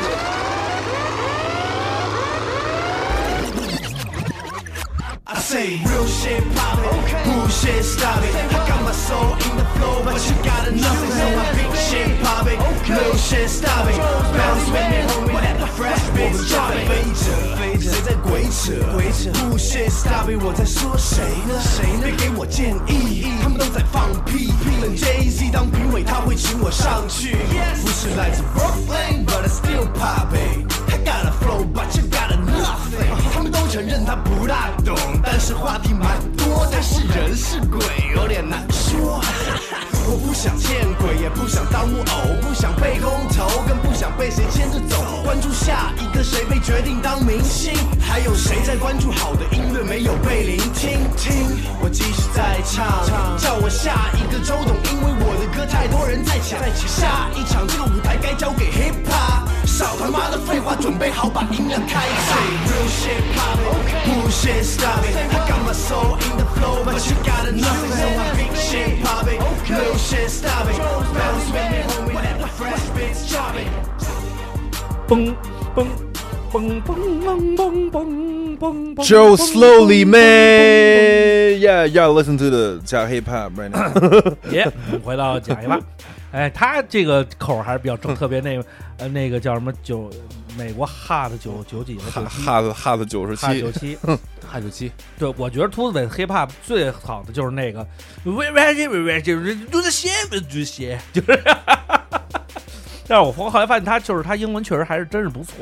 I say real shit pop it, bullshit stop it. I got my soul in the flow, but you gotta know it. So my big shit pop it, real shit stop it. Bounce with me, homie, let the fresh bitch drop it. 飞着飞着，谁在鬼扯？鬼扯，bullshit stop it，我在说谁呢？谁呢？别给我建议，他们都在放屁。等 Jay Z 当评委，他会请我上去。不是来自 Brooklyn, but I still pop it. I got a flow, but you got nothing. 他们都承认他不大懂，但是话题蛮多。他是人是鬼，有点难说。我不想见鬼，也不想当木偶，不想被公投，更不想被谁牵着走。关注下一个谁被决定当明星，还有谁在关注好的音乐没有被聆听？听，我继续在唱，叫我下一个周董，因为我的歌太多人在抢。下一场这个舞台该交给 hip hop，少他妈的废话，准备好把音量开大。Real shit pop it, bullshit stop it. I got my soul in the flow, but you gotta know it. So my big shit pop it, real shit stop it. Bounce with me, homie, let the fresh bitch drop it.
嘣嘣嘣嘣嘣嘣嘣嘣
Joe slowly man, yeah, yeah. Listen to the 加 hip hop right now.
耶，我们回到讲一吧。 哎，他这个口儿还是比较正，特别那个呃那个叫什么九，美国 hard 九九几
哈哈子哈子九十
hard
七嗯
九， 七。
哈九七，
对，我觉得秃子北 hiphop 最好的就是那个 we we we we do the shit do the shit，就是。 但是我后来发现他就是他英文确实还是真是不错。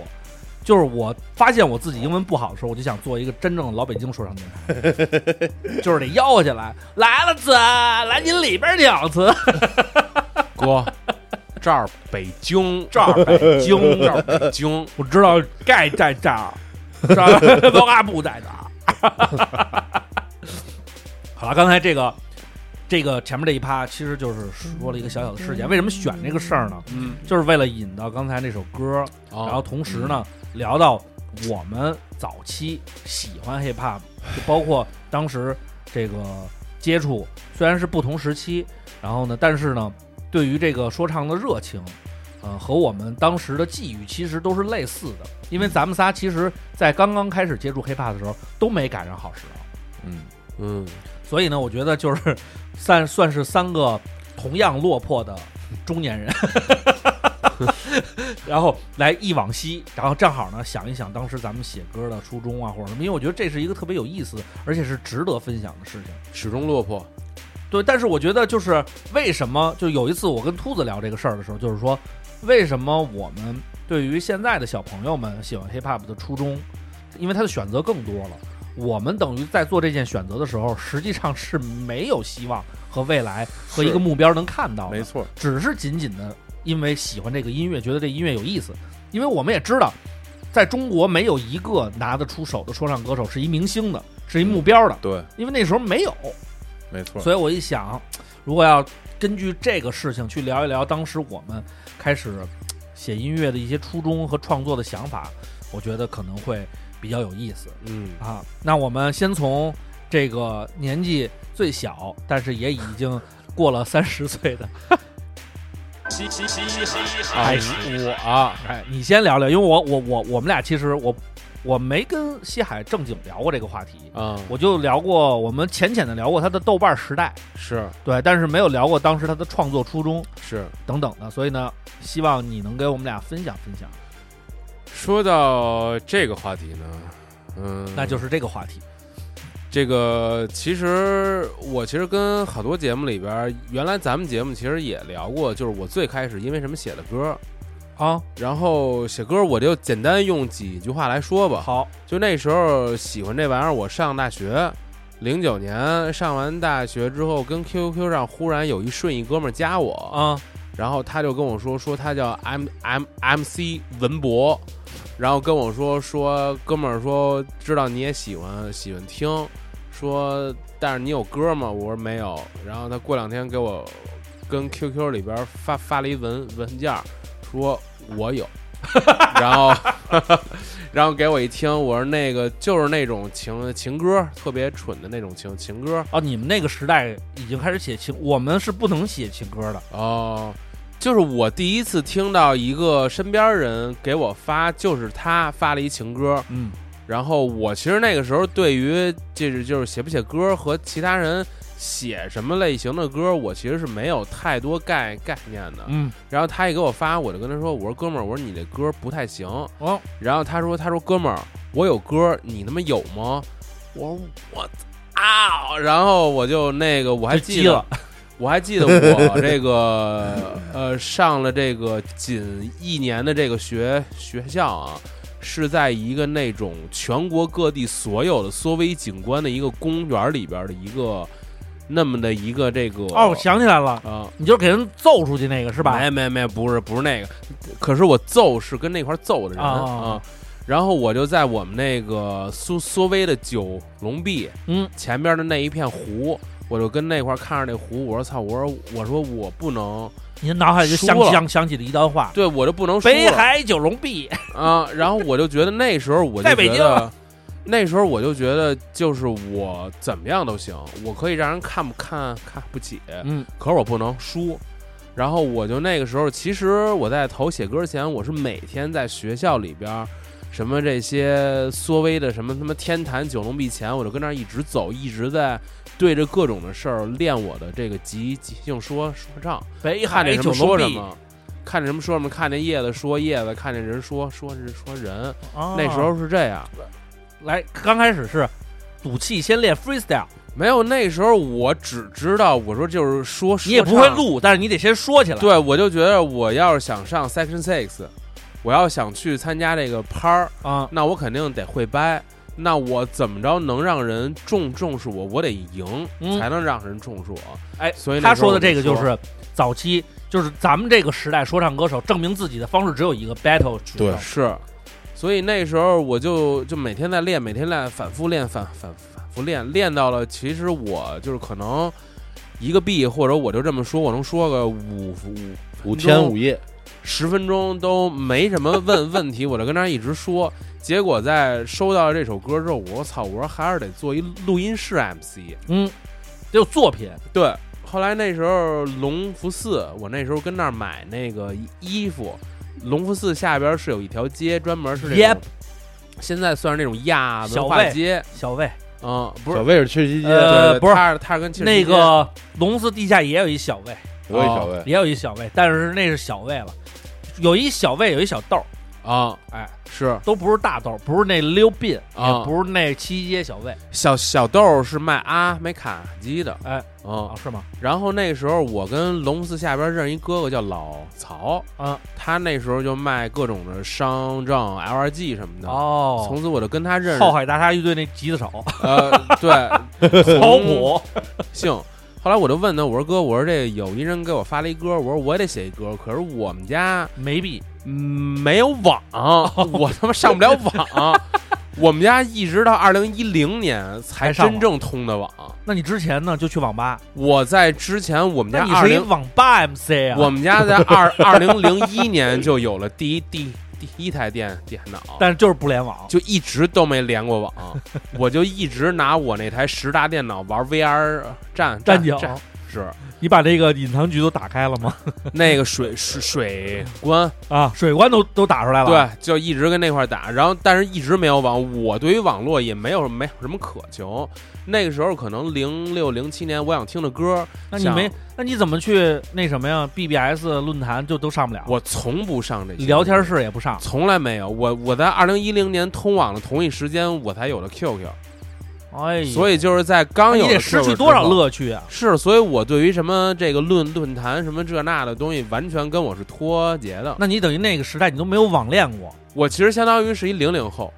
就是我发现我自己英文不好的时候，我就想做一个真正的老北京说唱电 台，就是得吆喝起来，来了子，来您里边饺子，
哥，这儿北京，
这儿北京，这
这
儿
儿北京，
我知道盖在这儿，知 道文化部在这儿。好了，刚才这个这个前面这一趴，其实就是说了一个小小的事件。为什么选这个事儿呢？
嗯，
就是为了引到刚才那首歌，
哦
然后同时呢，聊到我们早期喜欢 hip hop，就包括当时这个接触，虽然是不同时期，然后呢，但是呢，对于这个说唱的热情，呃，和我们当时的际遇其实都是类似的。因为咱们仨其实，在刚刚开始接触 hiphop 的时候，都没赶上好时候，
嗯，
嗯，
所以呢，我觉得就是 算算是三个同样落魄的中年人。 然后来忆往昔，然后正好呢想一想当时咱们写歌的初衷啊，或者什么，因为我觉得这是一个特别有意思，而且是值得分享的事情。
始终落魄，
对，但是我觉得就是为什么，就有一次我跟秃子聊这个事儿的时候，就是说为什么我们对于现在的小朋友们喜欢 hip hop 的初衷，因为他的选择更多了。我们等于在做这件选择的时候，实际上是没有希望和未来和一个目标能看到的
没，错，
只是仅仅的因为喜欢这个音乐，觉得这音乐有意思。因为我们也知道，在中国没有一个拿得出手的说唱歌手是一明星的，是一目标的，
嗯对，
因为那时候没有。
没错，
所以我一想，如果要根据这个事情去聊一聊当时我们开始嘖写音乐的一些初衷和创作的想法，我觉得可能会比较有意思
嗯，
啊。那我们先从这个年纪最小，但是也已经过了三十岁的开始，
嗯
我啊，哎，你先聊聊，因为我我我我们俩其实我我没跟西海正经聊过这个话题。
啊，
我就聊过，我们浅浅的聊过他的豆瓣时代，
是
对，但是没有聊过当时他的创作初衷
是。
等等的，所以呢，希望你能给我们俩分享分享，
说到这个话题呢，嗯，
那就是这个话题。
这个，其实我其实跟好多节目里边儿，原来咱们节目其实也聊过，就是我最开始因为什么写的歌，
啊，
然后写歌我就简单用几句话来说吧。
好，
就那时候喜欢这玩意儿，我上大学，零九年上完大学之后，跟 QQ 上忽然有一顺义哥们儿加我，
啊，
然后他就跟我说说他叫 M M M C 文博，然后跟我说说哥们儿说知道你也喜欢喜欢听，说但是你有歌吗？我说没有。然后他过两天给我跟 QQ 里边发发了一文文件儿，说我有， 然后 然后给我一听，我说那个就是那种情情歌，特别蠢的那种情情歌，
哦，你们那个时代已经开始写情，我们是不能写情歌的。
哦，就是我第一次听到一个身边人给我发，就是他发了一情歌，
嗯，
然后我其实那个时候对于这是就是写不写歌和其他人写什么类型的歌，我其实是没有太多概概念的。
嗯，
然后他一给我发，我就跟他说，我说哥们儿，我说你这歌不太行。
哦，
然后他说他说哥们儿，我有歌，你他妈有吗？我说我啊，然后我就那个我还
就
记
急
得
了。
我还记得我 呃这个呃上了这个仅一年的这个学学校啊，是在一个那种全国各地所有的缩微景观的一个公园里边的一个那么的一个这个
哦，我想起来了，
啊
你就是给人揍出去那个是
是
吧？
没没没，不是不是那个，可是我揍是跟那块儿揍的人
哦
啊。然后我就在我们那个苏苏威的九龙壁，
嗯，
前边的那一片湖，我就跟那块儿看着那湖，我说操，我说我说我不能，
你的脑海里就想
输了
想想起了一段话：
对我就不能输
北
了
海九龙 壁。
啊。然后我就觉得那时候我就
在北
觉
京
得，那时候我就觉得就是我怎么样都行，我可以让人看不看看不起，
嗯，
可是我不能输。然后我就那个时候，其实我在投写歌前，我是每天在学校里边儿，什么这些缩微的什么他妈天坛、九龙壁前，我就跟那儿一直走，一直在对着各种的事儿练我的这个即即兴说说唱，
北
看
海
见什
九
么说
龙
什
壁。
么，嗯看见什么说什么，看见叶子说叶子，看见人说说人说人，
啊
那时候是这样。
来，刚开始是赌气先练 freestyle，
没有，那时候我只知道，我说就是说，
你也
说
不会
唱
录，但是你得先说起来。
对，我就觉得我要是想上 Section Six，我要想去参加这个拍儿，
啊，
那我肯定得会掰。那我怎么着能让人重重视我？我得赢，
嗯
才能让人重视我。
哎，
所以那
他
时候
说的
我
这个就
说
是早期，就是咱们这个时代说唱歌手证明自己的方式只有一个 battle 决斗
对
是，所以那时候我就就每天在练，每天练，反复练，反反反复练，练到了其实我就是可能一个 B，或者我就这么说，我能说个五五
五天
五。
五夜，
十分钟都没什么问 问题，我就跟那儿一直说。结果在收到这首歌之后，我操，我说还是得做一录音室 MC。
嗯，得有作品
对，后来那时候隆福寺，我那时候跟那儿买那个衣服，隆福寺下边是有一条街，专门是那
Yep
种，现在算是那种亚
小
文化
魏
街，
小魏，
嗯，不
小
是。
卫是缺西街，
呃
对对
不是
他是他是跟汽车
那
之间
个龙寺地下也有一小魏，
哦
我也小卫，
也有一小魏，但是那是小魏了，有一小魏，有一小豆儿，
啊，
哎，
是
都不是大豆，不是那溜鬓，
啊
也不是那七街小魏，
小小豆是卖阿美卡基的，
哎，
嗯
啊，，是吗？
然后那时候我跟龙寺下边认识一哥哥叫老曹，
啊，
他那时候就卖各种的商证、LRG 什么的。
哦，
从此我就跟他认识，
浩海大鲨鱼队那吉他手
呃， 对，
曹普，
姓。后来我就问他，我说哥，我说这有一人给我发了一歌，我说我也得写一歌，可是我们家
没币，
嗯没有 网，我他妈上不了网。 我们家一直到二零一零年才
才上
真
网
正通的网。
那你之前呢就去网吧？
我在之前，我们
那
家
你
二
是一
零
网吧 MC 啊？
我们家在二二零零一年就有了第一第第一台电电脑，
但是就是不联网，
就一直都没连 过网，我就一直拿我那台十大电脑玩 VR 战
战警。
战是
你把这个隐藏局都打开了吗？
那个水水水关，
啊，水关都都打出来了。，
对，就一直跟那块儿打，然后但是一直没有网，我对于网络也没有没有什么渴求。那个时候可能零六零七年，我想听的歌，
那你
想
没，那你怎么去那什么呀？BBS 论坛就都上不了，
我从不上这些
聊天
东西
室也不上。
从来没有，我我在二零一零年通网的同一时间，我才有了 QQ，
哎呀，
所
以
以就是在刚有
你
了
得失
QQ
去多少
之后？
乐趣啊？
是，所以我对于什么这个论论坛什么这那的东西，完全跟我是脱节的。
那你等于那个时代你都没有网恋过，
我其实相当于是一零零后，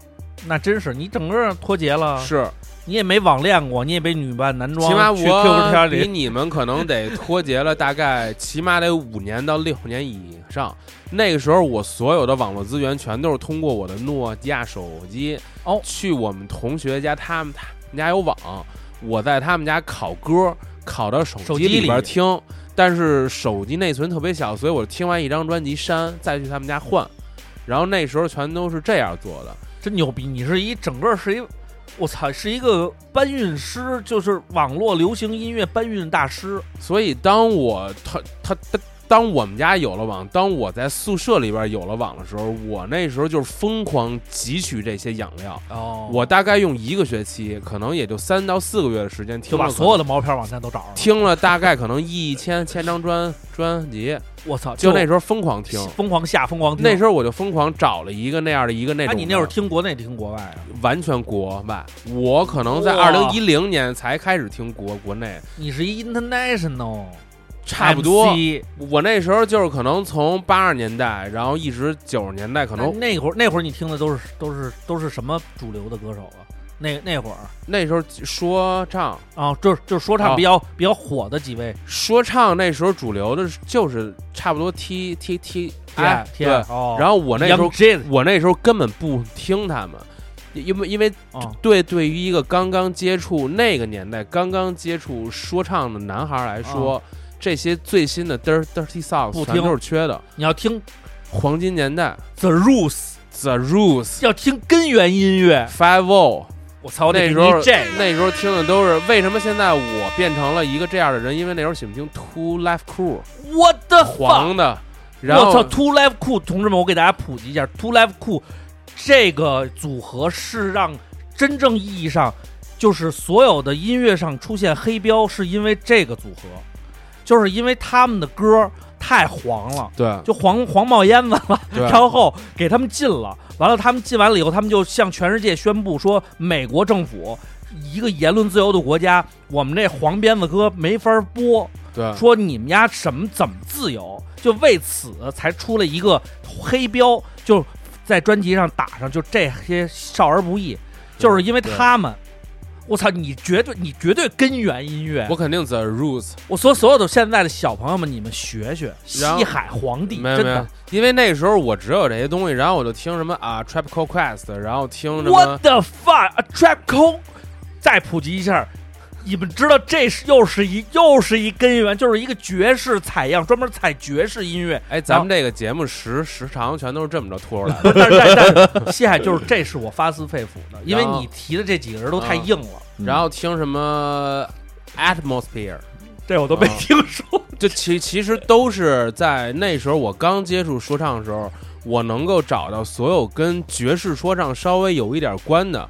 那真是你整个脱节了，
是，
你也没网恋过，你也没女扮男装，
起码
去 QQ
我
圈
比
里
你们可能得脱节了，大概起码得五年到六年以上。那个时候，我所有的网络资源全都是通过我的诺基亚手机
哦
去我们同学家，他们他们家有网，我在他们家考歌，考到手
手
机
机
里边
里
听，但是手机内存特别小，所以我听完一张专辑删，再去他们家换。然后那时候全都是这样做的，
真牛逼！你是一整个是一，我操，是一个搬运师，就是网络流行音乐搬运大师。
所以当我他他他当我们家有了网，当我在宿舍里边有了网的时候，我那时候就是疯狂汲取这些养料。
哦
我大概用一个学期，可能也就三到四个月的时间，
就
听
把
了
所有
的
的毛片网站都找上了。
听了大概可能一千千张专专辑，
我操，
就那时候疯狂听。
疯狂下，疯狂听。
那时候我就疯狂找了一个那样的一个那
那
种的，
你那会儿听国内听国外啊？
完全国外，我可能在二
哇
零一零年才开始听国国内，
你是一 international，
差不多
MC
我那时候就是可能从八十年代，然后一直九十年代，可
那
能
那会儿那会儿你听的都是都是都是什么主流的歌手啊？那那会儿
那时候说唱，
啊，就是就是说
啊
唱比较、比较火的几位
说唱那时候主流的就是差不多 T T T I 对，
天哦，
然后我那时候
Young Jay
我那时候根本不听他们，因为因为
啊，
对对于一个刚刚接触那个年代刚刚接触说唱的男孩来说，这些最新的 Dirty Dirty Songs
啊不
全都
听
是缺的，
你要听
黄金年代
The Roots，
The Roots
要听根源音乐。
Five O。
我操，我得
那
听
时候
一这个
那时候听的都是为什么现在我变成了一个这样的人？因为那时候喜欢听 Two Life Crew
我的
黄的，然
我操
后
，Two Life Cool，同志们，我给大家普及一下，Two Life Cool 这个组合是让真正意义上，就是所有的音乐上出现黑标，是因为这个组合，就是因为他们的歌太黄了。
对
就黄黄冒烟子了，
啊 对啊
然后给他们禁了。完了，他们禁完了以后，他们就向全世界宣布说，美国政府一个言论自由的国家，我们这黄鞭子歌没法播。
对啊
说你们家什么怎么自由，就为此才出了一个黑标，就在专辑上打上，就这些少儿不宜，就是因为他们。我操！你绝对，你绝对根源音乐。
我肯定 The Roots
我说所有的现在的小朋友们，你们学学西
然后
海皇帝，
没有
真
没有
的，，
因为那时候我只有这些东西，然后我就听什么啊 Tropical Quest，然后听什
What
么
the fuck? A trap call？再普及一下，你们知道这是又是一又是一根源，就是一个爵士采样，专门采爵士音乐。
哎，咱们这个节目时时长全都是这么着拖出来的，
但是但是但是，西海就是这是我发自肺腑的，因为
然后啊
你提的这几个人都太硬了，
然后听什么呃 Atmosphere，
这我都
没
听说。
这啊其其实都是在那时候我刚接触说唱的时候，我能够找到所有跟爵士说唱稍微有一点关的。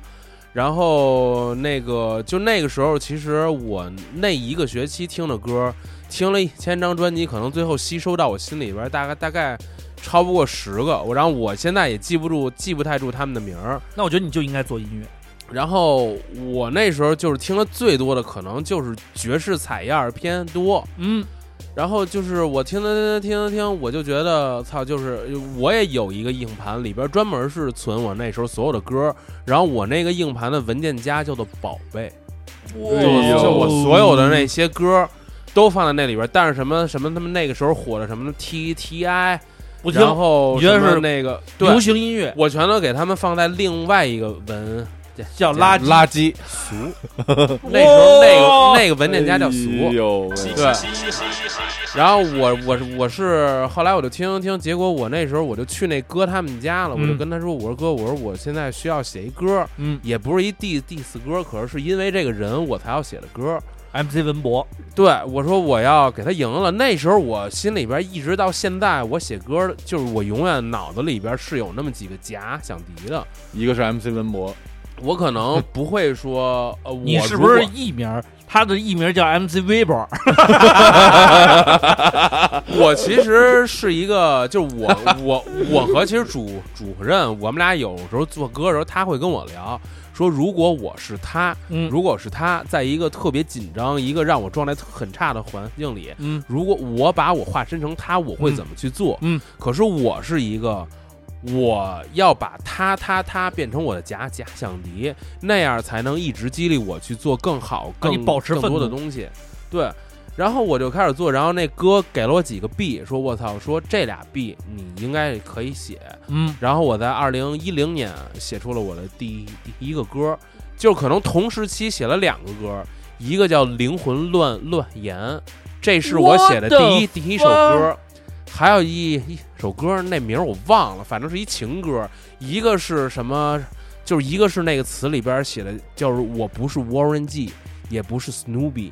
然后那个就那个时候，其实我那一个学期听的歌，听了一千张专辑，可能最后吸收到我心里边大概大概超不过十个。我然后我现在也记不住，记不太住他们的名儿。
那我觉得你就应该做音乐，
然后我那时候就是听的最多的，可能就是爵士采样儿偏多。
嗯，
然后就是我听听听听听，我就觉得操，就是我也有一个硬盘，里边专门是存我那时候所有的歌。然后我那个硬盘的文件夹叫做宝贝，
哎呦
就我所有的那些歌都放在那里边。但是什么什么他们那个时候火的什么 T T I，
不听
然后
你觉得
什么
是
那个对
流，行音乐
我全都给他们放在另外一个文。
叫垃圾，
垃圾，
那时候那
哇
个那个文件夹叫俗，
哎呦喂
对。然后我我是我是后来我就听听，结果我那时候我就去那哥他们家了，我就
嗯
跟他说，我说哥，我说我现在需要写一歌，
嗯
也不是一 diss diss 歌，可是是因为这个人我才要写的歌。
，MC 文博，
对，我说我要给他赢了。那时候我心里边一直到现在，我写歌就是我永远脑子里边是有那么几个夹想敌的。
一个是 MC 文博，
我可能不会说，呃，我
你是
如
不是
果
艺名儿？他的艺名叫 MC Weibo，
我其实是一个，就是我我我和其实主主任，我们俩有时候做歌的时候，他会跟我聊说，如果我是他，
嗯
如果是他，在一个特别紧张、一个让我状态很差的环境里，
嗯，
如果我把我化身成他，我会怎么去做？
嗯，
可是我是一个。我要把他他他变成我的假假想敌，那样才能一直激励我去做更好、
啊让你
更
保持
更
愤
多的
怒
东西。对，然后我就开始做，然后那哥给了我几个 B，说我操，说这俩 B 你应该可以写。
嗯，
然后我在二零一零年写出了我的第一第一个歌，就可能同时期写了两个歌，一个叫《灵魂乱乱言》，这是我写的第一第一首歌，还有一一首歌那名儿我忘了，反正是一情歌，一个是什么？就是一个是那个词里边写的，就是我不是 Warren G，也不是 Snoopy，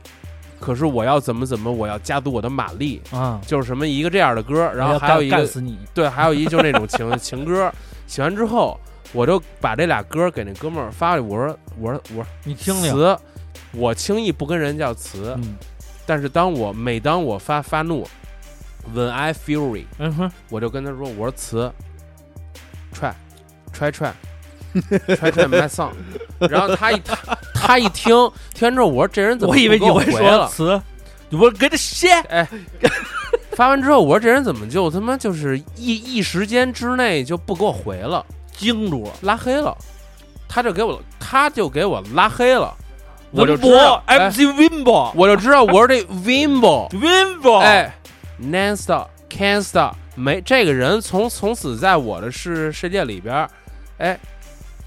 可是我要怎么怎么，我要加足我的马力，
啊，
就是什么一个这样的歌，然后
要
还有
干
一
干
个
死你，
对，还有一就是那种情 情歌，写完之后，我就把这俩歌给那哥们儿发了，我说我说我说
你听听，
词，我轻易不跟人叫词，
嗯
但是当我每当我发发怒，When I fury，
嗯哼，
我就跟他说我说词，try try try try try my song，然后他一他 他一听，听完之后我说这人怎么
我以为
不
你
给
会
回
说
了，哎
词，你不是跟着写，
发完之后我说这人怎么就他妈就是一一时间之内就不给我回了。
惊住了。
拉黑了，他就给我，他就给我拉黑了，我就
文
知道
博，
哎
MC Wimbo
我就知道我是这 Wimbo，
Wimbo，
哎，Nan Stop Can Stop，没这个人从从此在我的世世界里边儿，哎，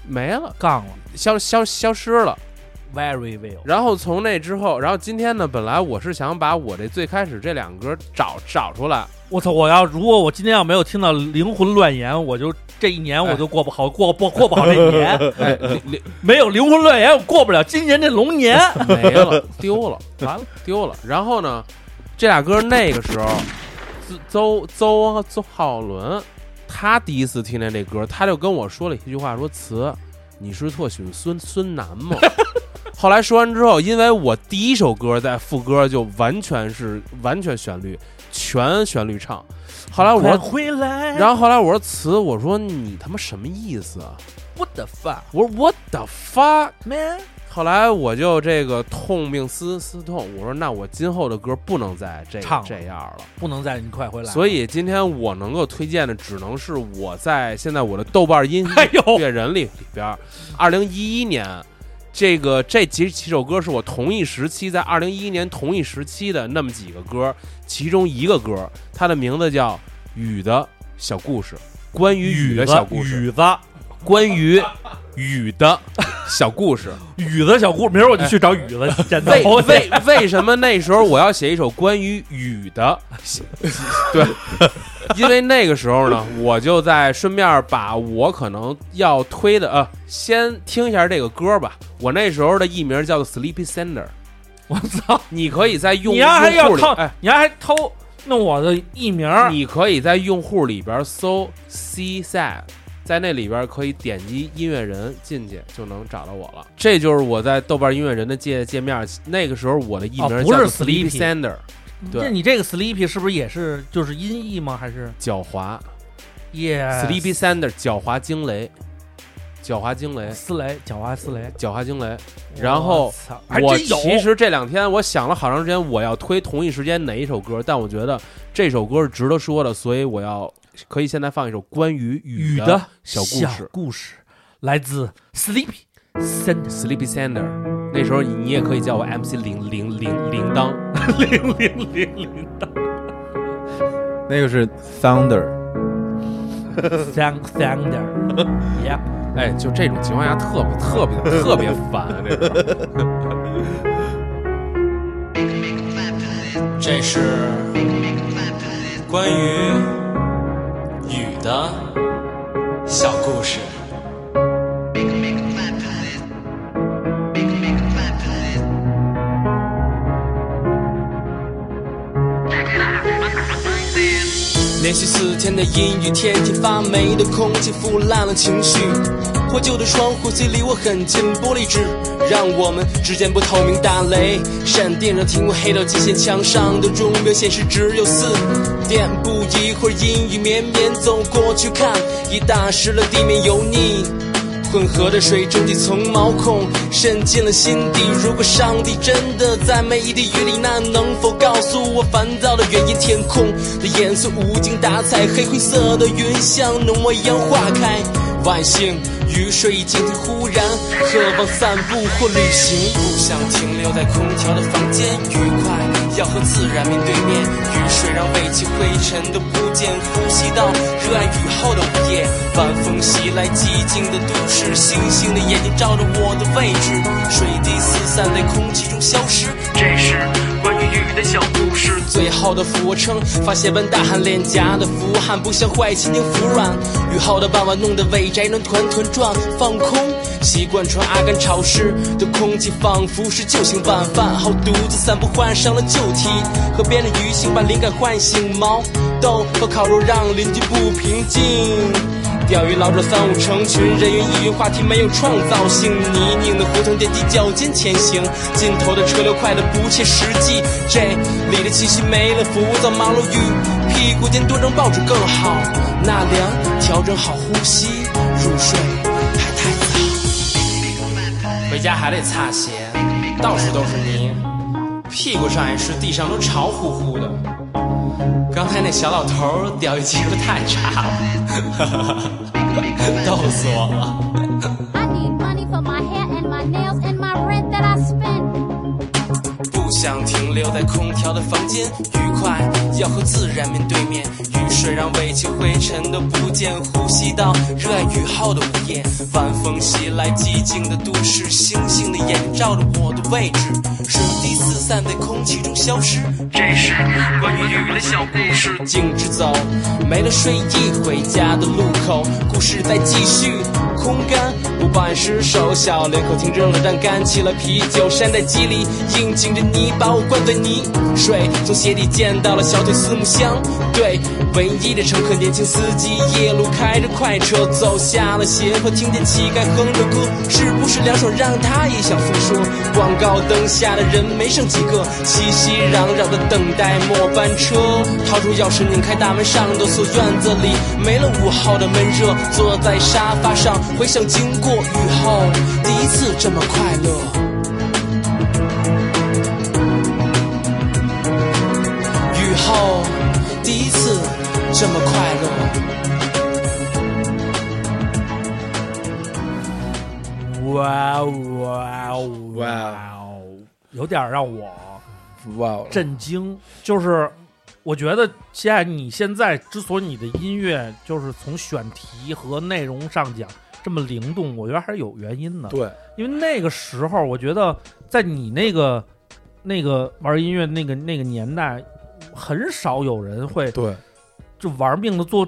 没了，
杠了
消消消失了。
，Very well，
然后从那之后，然后今天呢，本来我是想把我这最开始这两歌找找出来，
我操！我要如果我今天要没有听到《灵魂乱言》，我就这一年我就过不好，过不过不好这一年。
哎，零零
没有《灵魂乱言》，我过不了今年这龙年。
没了，丢了，完了，丢了。然后呢，这俩歌那个时候，邹邹邹邹浩伦，他第一次听见这歌，他就跟我说了一句话，说词，你是特喜欢孙孙楠 吗？后来说完之后，因为我第一首歌在副歌就完全是完全旋律，全旋律唱。后来我
快
说，
回来，
然后后来我说词，我说你他妈什么意思啊？
我的 fuck
我说 What the fuck？
man，
后来我就这个痛并思思痛，我说那我今后的歌不能再这
唱了
这样了。
不能再你快回来了。
所以今天我能够推荐的，只能是我在现在我的豆瓣音
哎呦
乐人里里边，二零一一年这个这几几首歌是我同一时期在二零一一年同一时期的那么几个歌，其中一个歌，它的名字叫《雨的小故事》，关于雨的小故事，
雨子，
关于雨的小故事。
雨子小故，明儿我就去找雨子 剪刀
为
去。
为为什么那时候我要写一首关于雨的？对， 因为那个时候呢，我就在顺便把我可能要推的呃，先听一下这个歌吧。我那时候的艺名叫做 Sleepy Sander，
我操！
你可以在用
你丫还
用户
要
里
偷
哎，，
你丫还偷弄我的艺名儿，
你可以在用户里边搜 C Side。在那里边可以点击音乐人进去就能找到我了，这就是我在豆瓣音乐人的界界面。那个时候我的艺名
哦不
叫
是
做 Sleepy
Sleepy
Sander，对
那你这个 sleepy 是不是也是就是音译吗？还是
狡猾，
耶
Sleepy Sander 狡猾惊雷，狡猾惊雷，
斯雷，狡猾斯雷。
狡猾惊雷。然后
我操还
我
真有。
其实这两天我想了好长时间，我要推同一时间哪一首歌，但我觉得这首歌是值得说的，所以我要可以现在放一首关于雨
雨
的
的
小故
故
事。
来自 Sleepy Sand
Sleepy Sander，那时候你也可以叫我 MC 零零零铃铛。
零零零零
那个是 Thunder，
Sound Thunder。Yep，
哎，就这种情况下特别特别特别烦、啊，这个
这是关于雨
嗯
的小故事。连续四天的阴雨天，天发霉的空气腐烂了情绪。破旧的窗户虽离我很近，玻璃纸让我们之间不透明。打雷，闪电让天空黑到极限，墙上的钟表显示只有四点。不一会儿，阴雨绵绵，走过去看，已打湿了地面油腻。混合的水蒸气从毛孔渗进了心底。如果上帝真的在每一滴雨里，那能否告诉我烦躁的原因？天空的颜色无精打采，黑灰色的云像浓墨一样化开。万幸，雨水已经停，忽然渴望散步或旅行，不想停留在空调的房间，愉快要和自然面对面。雨水让尾气灰尘都不见，呼吸到热爱雨后的午夜。晚风袭来，寂静的都市，星星的眼睛照着我的位置，水滴四散在空气中消失。这是关于雨的小故事。最后的俯卧撑，发泄般大汗，脸颊的浮汗不像坏心情服软。雨后的傍晚，弄得尾宅男团团转，放空。习惯穿阿甘潮湿的空气，仿佛是旧型晚饭后独自散步，换上了旧 T。河边的鱼腥把灵感唤醒，毛豆和烤肉让邻居不平静。钓鱼捞着三五成群，人云亦云，话题没有创造性。泥泞的胡同踮起脚尖前行，尽头的车流快得不切实际。这里的气息没了浮躁，忙碌与屁股间多张报纸更好。纳凉，调整好呼吸，入睡还太早，回家还得擦鞋，到处都是泥，屁股上也是，地上都潮乎乎的。刚才那小老头儿钓鱼技术太差 了，逗死我了！
I need money for my hair and my nails and my rent that I spend.
不想停留在空调的房间，愉快要和自然面对面。雨水让尾气灰尘都不见，呼吸到热爱雨后的午夜。晚风袭来，寂静的都市，星星的眼睛照着我的位置，水滴四散在空气中消失。这是关于雨的小故事，径直走，没了睡意，回家的路口，故事在继续。空干，不抱憾失手，小两口停扔了站杆，起了啤酒，山在肌里硬挺着泥，把我灌醉泥水，从鞋底溅到了小腿四目相对，唯一的乘客年轻司机，夜路开着快车走下了斜坡，听见乞丐哼着歌，是不是两手让他也想诉说？广告灯下的人没剩几个，熙熙攘攘的等待末班车，掏出钥匙拧开大门上的锁，院子里没了午后的闷热，坐在沙发上回想经过雨后第一次这么快乐。雨后第一次这么快乐。
哇哦哇哇哦！有点让我
哇、哦，
震惊，就是我觉得现在你现在之所以你的音乐就是从选题和内容上讲这么灵动，我觉得还是有原因的。
对，
因为那个时候，我觉得在你那个那个玩音乐那个那个年代，很少有人会
对
就玩命的做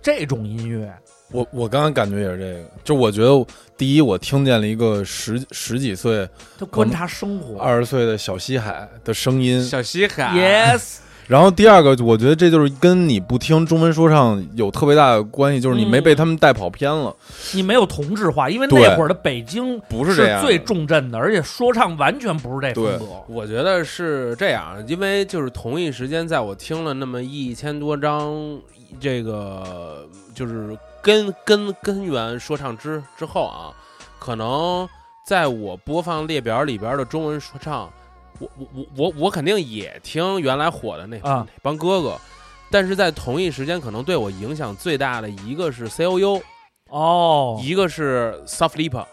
这种音乐。
我我刚刚感觉也是这个，就我觉得第一，我听见了一个十十几岁、
他观察生活
二十岁的小西海的声音，
小西海
啊
，yes，
然后第二个，我觉得这就是跟你不听中文说唱有特别大的关系，就是你没
嗯
被他们带跑偏了。
你没有同质化，因为
对
那会儿的北京
不
是
是这样的
最重镇的，而且说唱完全不是这风格。
我觉得是这样，因为就是同一时间，在我听了那么一千多张这个就是根根根源说唱之之后啊，可能在我播放列表里边的中文说唱，我我我我我肯定也听原来火的那、
啊
那帮哥哥，但是在同一时间，可能对我影响最大的一个是 C O U，、
哦
一个是 Soft l i p a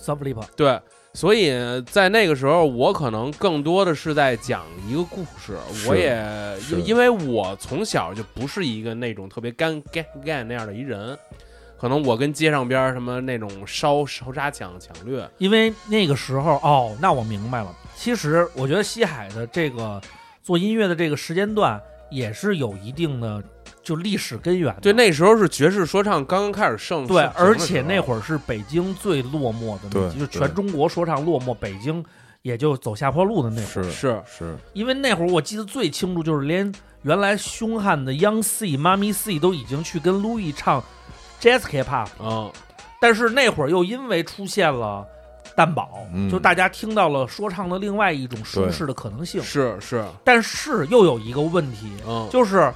，Sublip，
对，所以在那个时候，我可能更多的是在讲一个故事。
是
我也
是
因因为我从小就不是一个那种特别干干干那样的一人，可能我跟街上边儿什么那种烧烧杀抢抢掠，
因为那个时候哦，那我明白了。其实我觉得西海的这个做音乐的这个时间段也是有一定的就历史根源的。
对，那时候是爵士说唱刚刚开始盛
对，而且那
儿
会儿是北京最落寞的那
对
期，就全
对
中国说唱落寞，北京也就走下坡路的那会儿。
是
是
是，
因为那会儿我记得最清楚，就是连原来凶悍的 Young C、Mommy C 都已经去跟 Louis 唱 Jazz K-pop，
嗯，
但是那会儿又因为出现了蛋堡，
嗯
就大家听到了说唱的另外一种舒适的可能性。
是是，
但是又有一个问题，
嗯，
就是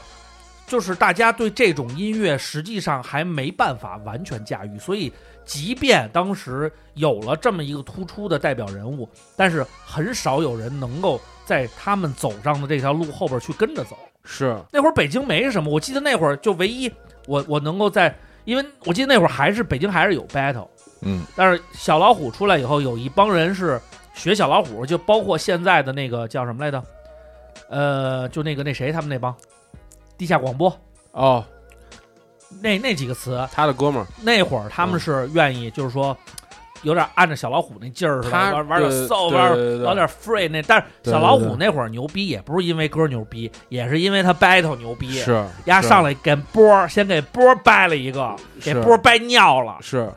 就是大家对这种音乐实际上还没办法完全驾驭，所以即便当时有了这么一个突出的代表人物，但是很少有人能够在他们走上的这条路后边去跟着走。
是
那会儿北京没什么，我记得那会儿就唯一我我能够在，因为我记得那会儿还是北京还是有 battle，
嗯，
但是小老虎出来以后，有一帮人是学小老虎，就包括现在的那个叫什么来着？呃，就那个那谁他们那帮地下广播
哦，
那那几个词，
他的哥们儿，
那会儿他们是愿意就是说。有点按着小老虎那劲儿似的，
他
玩玩点
对
soul，
对
玩
对对对
玩点 free 那，但是
对
小老
对
虎
对
那会儿牛逼，也不是因为歌牛逼，也是因为他 battle 牛逼，
是
丫
是
上来给波儿先给波儿掰了一个，给
是
波儿掰尿了。
是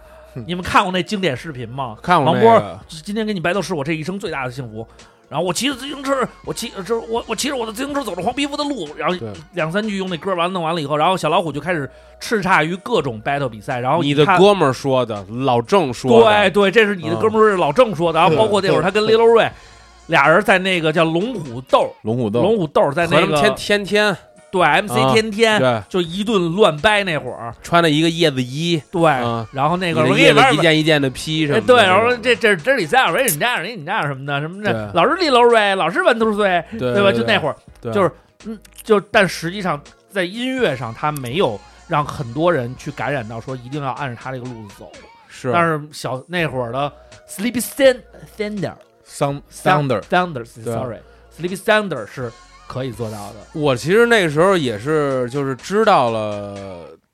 你们看过那经典视频吗？
看过那
王波
个
儿，今天跟你白头是我这一生最大的幸福。然后我骑着自行车，我骑这我我骑着我的自行车走着黄皮肤的路，然后
对
两三句用那歌完了弄完了以后，然后小老虎就开始叱咤于各种 battle 比赛，然后
你的
哦看
哥们儿说的，老郑说的，嗯
对对，这是你的哥们儿老郑说的，然后包括那会儿他跟 Lil Ray 俩人在那个叫龙虎斗，
龙虎斗，
龙虎斗在
和
那
他们天
个
天天
对 MC
啊
天天
对
就一顿乱掰那会儿，
穿了一个叶子衣，
对，
啊
然后那个
你
我
的
给
叶
你
子
玩
一
玩。
件一件的批什
哎，
么的？
对，然后说这这这里三人，哎你这样，人你这样什么的，什么的，
对
老是立楼瑞，老是文头碎，
对对
吧？就那会儿，
儿
就是嗯，就但实际上在音乐上，他没有让很多人去感染到说一定要按着他这个路子走。
是，
但是小那会儿的 Sleepy Sand Thunder
Sun Thunder，
对
Thunder，sorry，Sleepy Thunder 是可以做到的。
我其实那个时候也是，就是知道了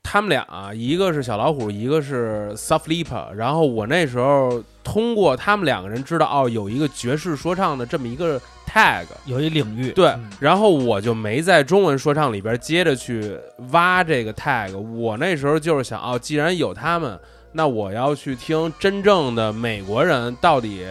他们俩、一个是小老虎，一个是 s a f l i p a 然后我那时候通过他们两个人知道哦，有一个爵士说唱的这么一个 tag。
有一领域，
对
嗯，
然后我就没在中文说唱里边接着去挖这个 tag。我那时候就是想，哦，既然有他们，那我要去听真正的美国人到底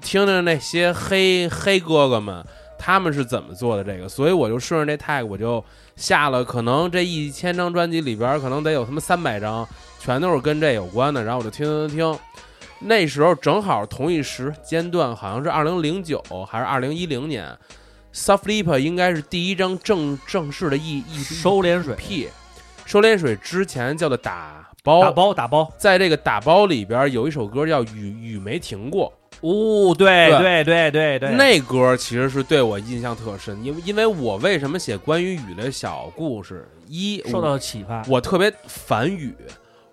听着那些黑黑哥哥们他们是怎么做的这个，所以我就顺着这 tag 我就下了，可能这一千张专辑里边可能得有他妈三百张，全都是跟这有关的，然后我就听听听听。那时候正好同一时间段，好像是二零零九还是二零一零年 s u f l i p 应该是第一张正正式的 E E
收敛水，
P 收敛水之前叫做打包，
打包打包，
在这个打包里边有一首歌叫《雨雨没停过》，
哦，对
对
对对对对，
那歌其实是对我印象特深，因为因为我为什么写关于雨的小故事？一
受到了启发，
我我特别烦雨，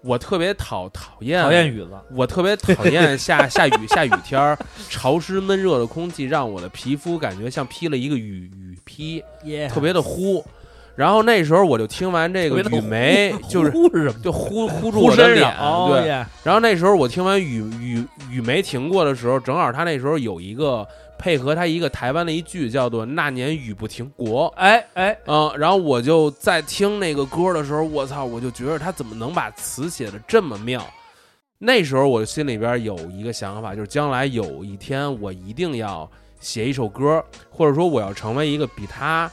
我特别讨讨厌
讨厌，雨了。
我特别讨厌 下下雨下雨天儿，潮湿闷热的空气让我的皮肤感觉像披了一个雨雨披，
耶
特别的呼。然后那时候我就听完这个
特别的
雨梅，就是
呼是什么？
就呼呼住
呼
我的
身
脸
上，，哦
对，
耶
然后那时候我听完雨雨雨没停过的时候，正好他那时候有一个配合他一个台湾的一剧叫做《那年雨不停国》。
哎哎，
嗯，然后我就在听那个歌的时候，我操，我就觉得他怎么能把词写的这么妙？那时候我心里边有一个想法，就是将来有一天我一定要写一首歌，或者说我要成为一个比他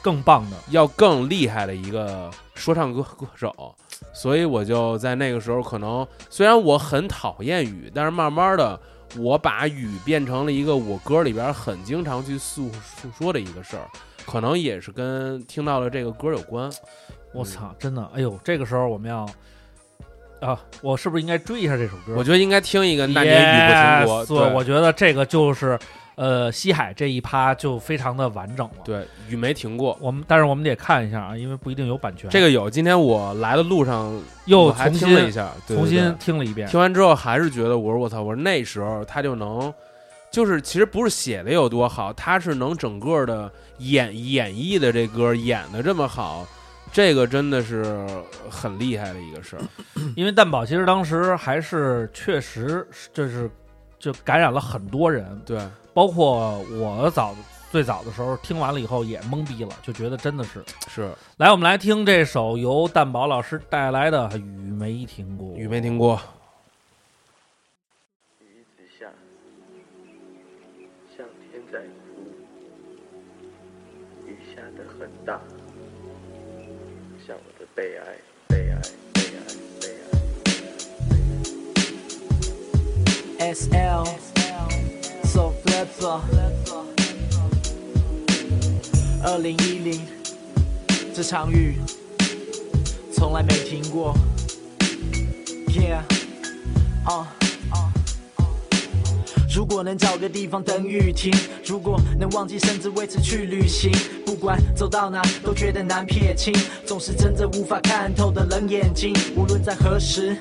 更棒的，
要更厉害的一个说唱歌歌手，所以我就在那个时候，可能虽然我很讨厌雨，但是慢慢的，我把雨变成了一个我歌里边很经常去诉诉说的一个事儿，可能也是跟听到了这个歌有关。嗯
我操，真的，哎呦，这个时候我们要啊，我是不是应该追一下这首歌？
我觉得应该听一个那年雨不停
Yes，
过，
我觉得这个就是呃西海这一趴就非常的完整了。
对对雨没停过。
我们但是我们得看一下啊，因为不一定有版权。
这个有，今天我来的路上
又
我还
重
听了
新
一下，对
重
对对
新听了一遍，
听完之后还是觉得，我说我操，我说那时候他就能，就是其实不是写的有多好，他是能整个的演演绎的这歌演的这么好，这个真的是很厉害的一个 事儿。
因为蛋宝其实当时还是确实是就是就感染了很多人，
对，
包括我早最早的时候听完了以后也懵逼了，就觉得真的是。
是
来，我们来听这首由蛋宝老师带来的《雨没停过》。
雨没停过，
雨一直下，像天在哭。雨下得很大，像我的悲哀，悲哀，悲哀，悲哀。
SL So Flipper 二零一零，这场雨从来没停过。Yeah，啊、啊如果能找个地方等雨停，如果能忘记甚至为此去旅行，不管走到哪都觉得难撇清，总是睁着无法看透的冷眼睛。无论在何时，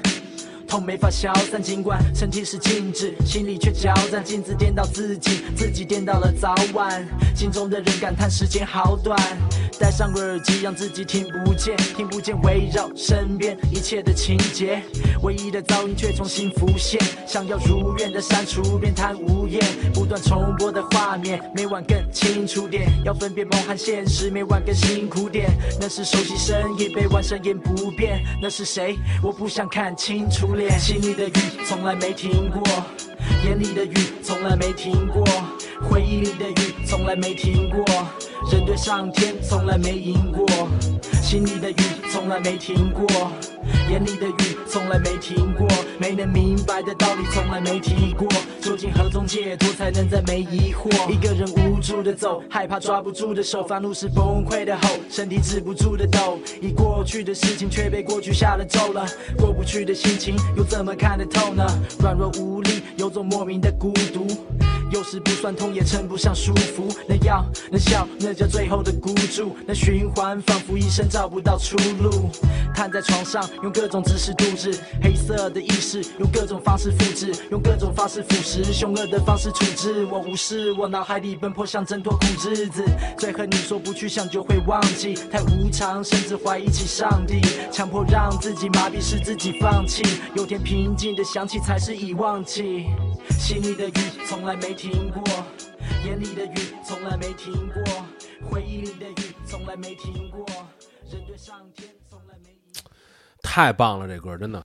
痛没法消散，尽管身体是静止，心里却交战，镜子颠倒自己，自己颠倒了早晚。心中的人感叹时间好短，戴上耳机让自己听不见，听不见围绕身边一切的情节，唯一的噪音却重新浮现，想要如愿的删除便贪无厌，不断重播的画面，每晚更清楚点，要分辨梦和现实，每晚更辛苦点。那是熟悉声音，每晚声音不变，那是谁？我不想看清楚脸，心里的雨从来没停过，眼里的雨从来没停过，回忆里的雨从来没停过，人对上天从来没赢过，心里的雨从来没停过，眼里的雨从来没停过，没能明白的道理从来没提过，究竟何种解脱才能再没疑惑？一个人无助的走，害怕抓不住的手，发怒是崩溃的吼，身体止不住的抖，已过去的事情却被过去下了咒了，过不去的心情又怎么看得透呢？软弱无力，有种莫名的孤独。有时不算痛，也称不上舒服。能要能笑，那叫最后的孤注。那循环，仿佛一生找不到出路。瘫在床上，用各种姿势度日，黑色的意识，用各种方式复制，用各种方式腐蚀，凶恶的方式处置。我无视，我脑海里奔波，想挣脱苦日子。最恨你说不去想就会忘记，太无常，甚至怀疑起上帝，强迫让自己麻痹，使自己放弃。有天平静的想起，才是已忘记。心里的雨从来没停过，眼里的雨从来没停过，回忆里的雨从来没停过，人对上天从来没。
太棒了，这歌真的。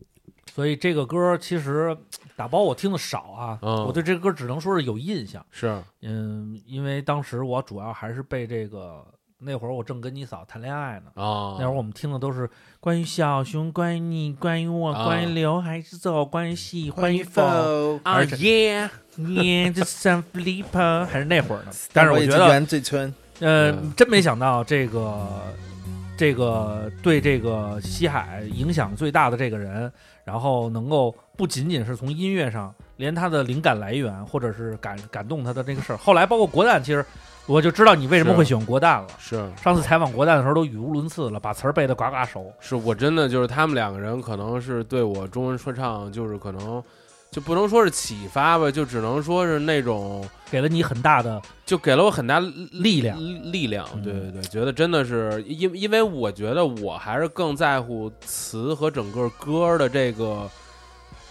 所以这个歌其实嗯打包我听的少啊，
嗯
我对这个歌只能说是有印象。
是
嗯，因为当时我主要还是被这个那会儿我正跟你嫂谈恋爱呢，
啊，
那会儿我们听的都是关于小熊、关于你、关于我、
啊
哦关于留还是走、关于喜、关于否。
啊
而且
耶，
耶，这 San Felipe 还是那会儿呢，但是我觉得，
最圈
呃
嗯，
真没想到这个这个对这个西海影响最大的这个人，然后能够不仅仅是从音乐上，连他的灵感来源或者是感感动他的这个事儿，后来包括国蛋，其实我就知道你为什么
是
会喜欢国蛋了。
是
上次采访国蛋的时候都语无伦次了，把词儿背得呱呱熟。
是我真的就是他们两个人，可能是对我中文说唱，就是可能就不能说是启发吧，就只能说是那种。
给了你很大的，
就给了我很大
力量
力量。
嗯
对对对，觉得真的是因因为我觉得我还是更在乎词和整个歌的这个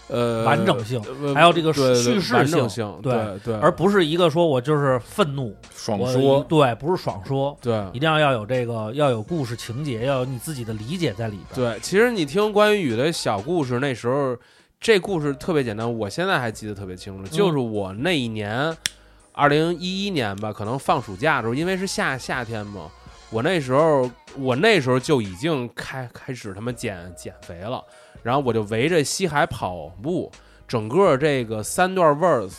呃
完整性
呃
还有这个
对对对
叙事
完整
性
性，
对
对对，
而不是一个说我就是愤怒，
爽
我
说，
对，不是爽说，
对
一定要要有这个，要有故事情节，要有你自己的理解在里边。，
对。其实你听关于雨的小故事，那时候这故事特别简单，我现在还记得特别清楚，
嗯
就是我那一年。二零一一年吧，可能放暑假的时候，因为是夏夏天嘛，我那时候我那时候就已经开开始他妈减减肥了，然后我就围着西海跑步，整个这个三段 verse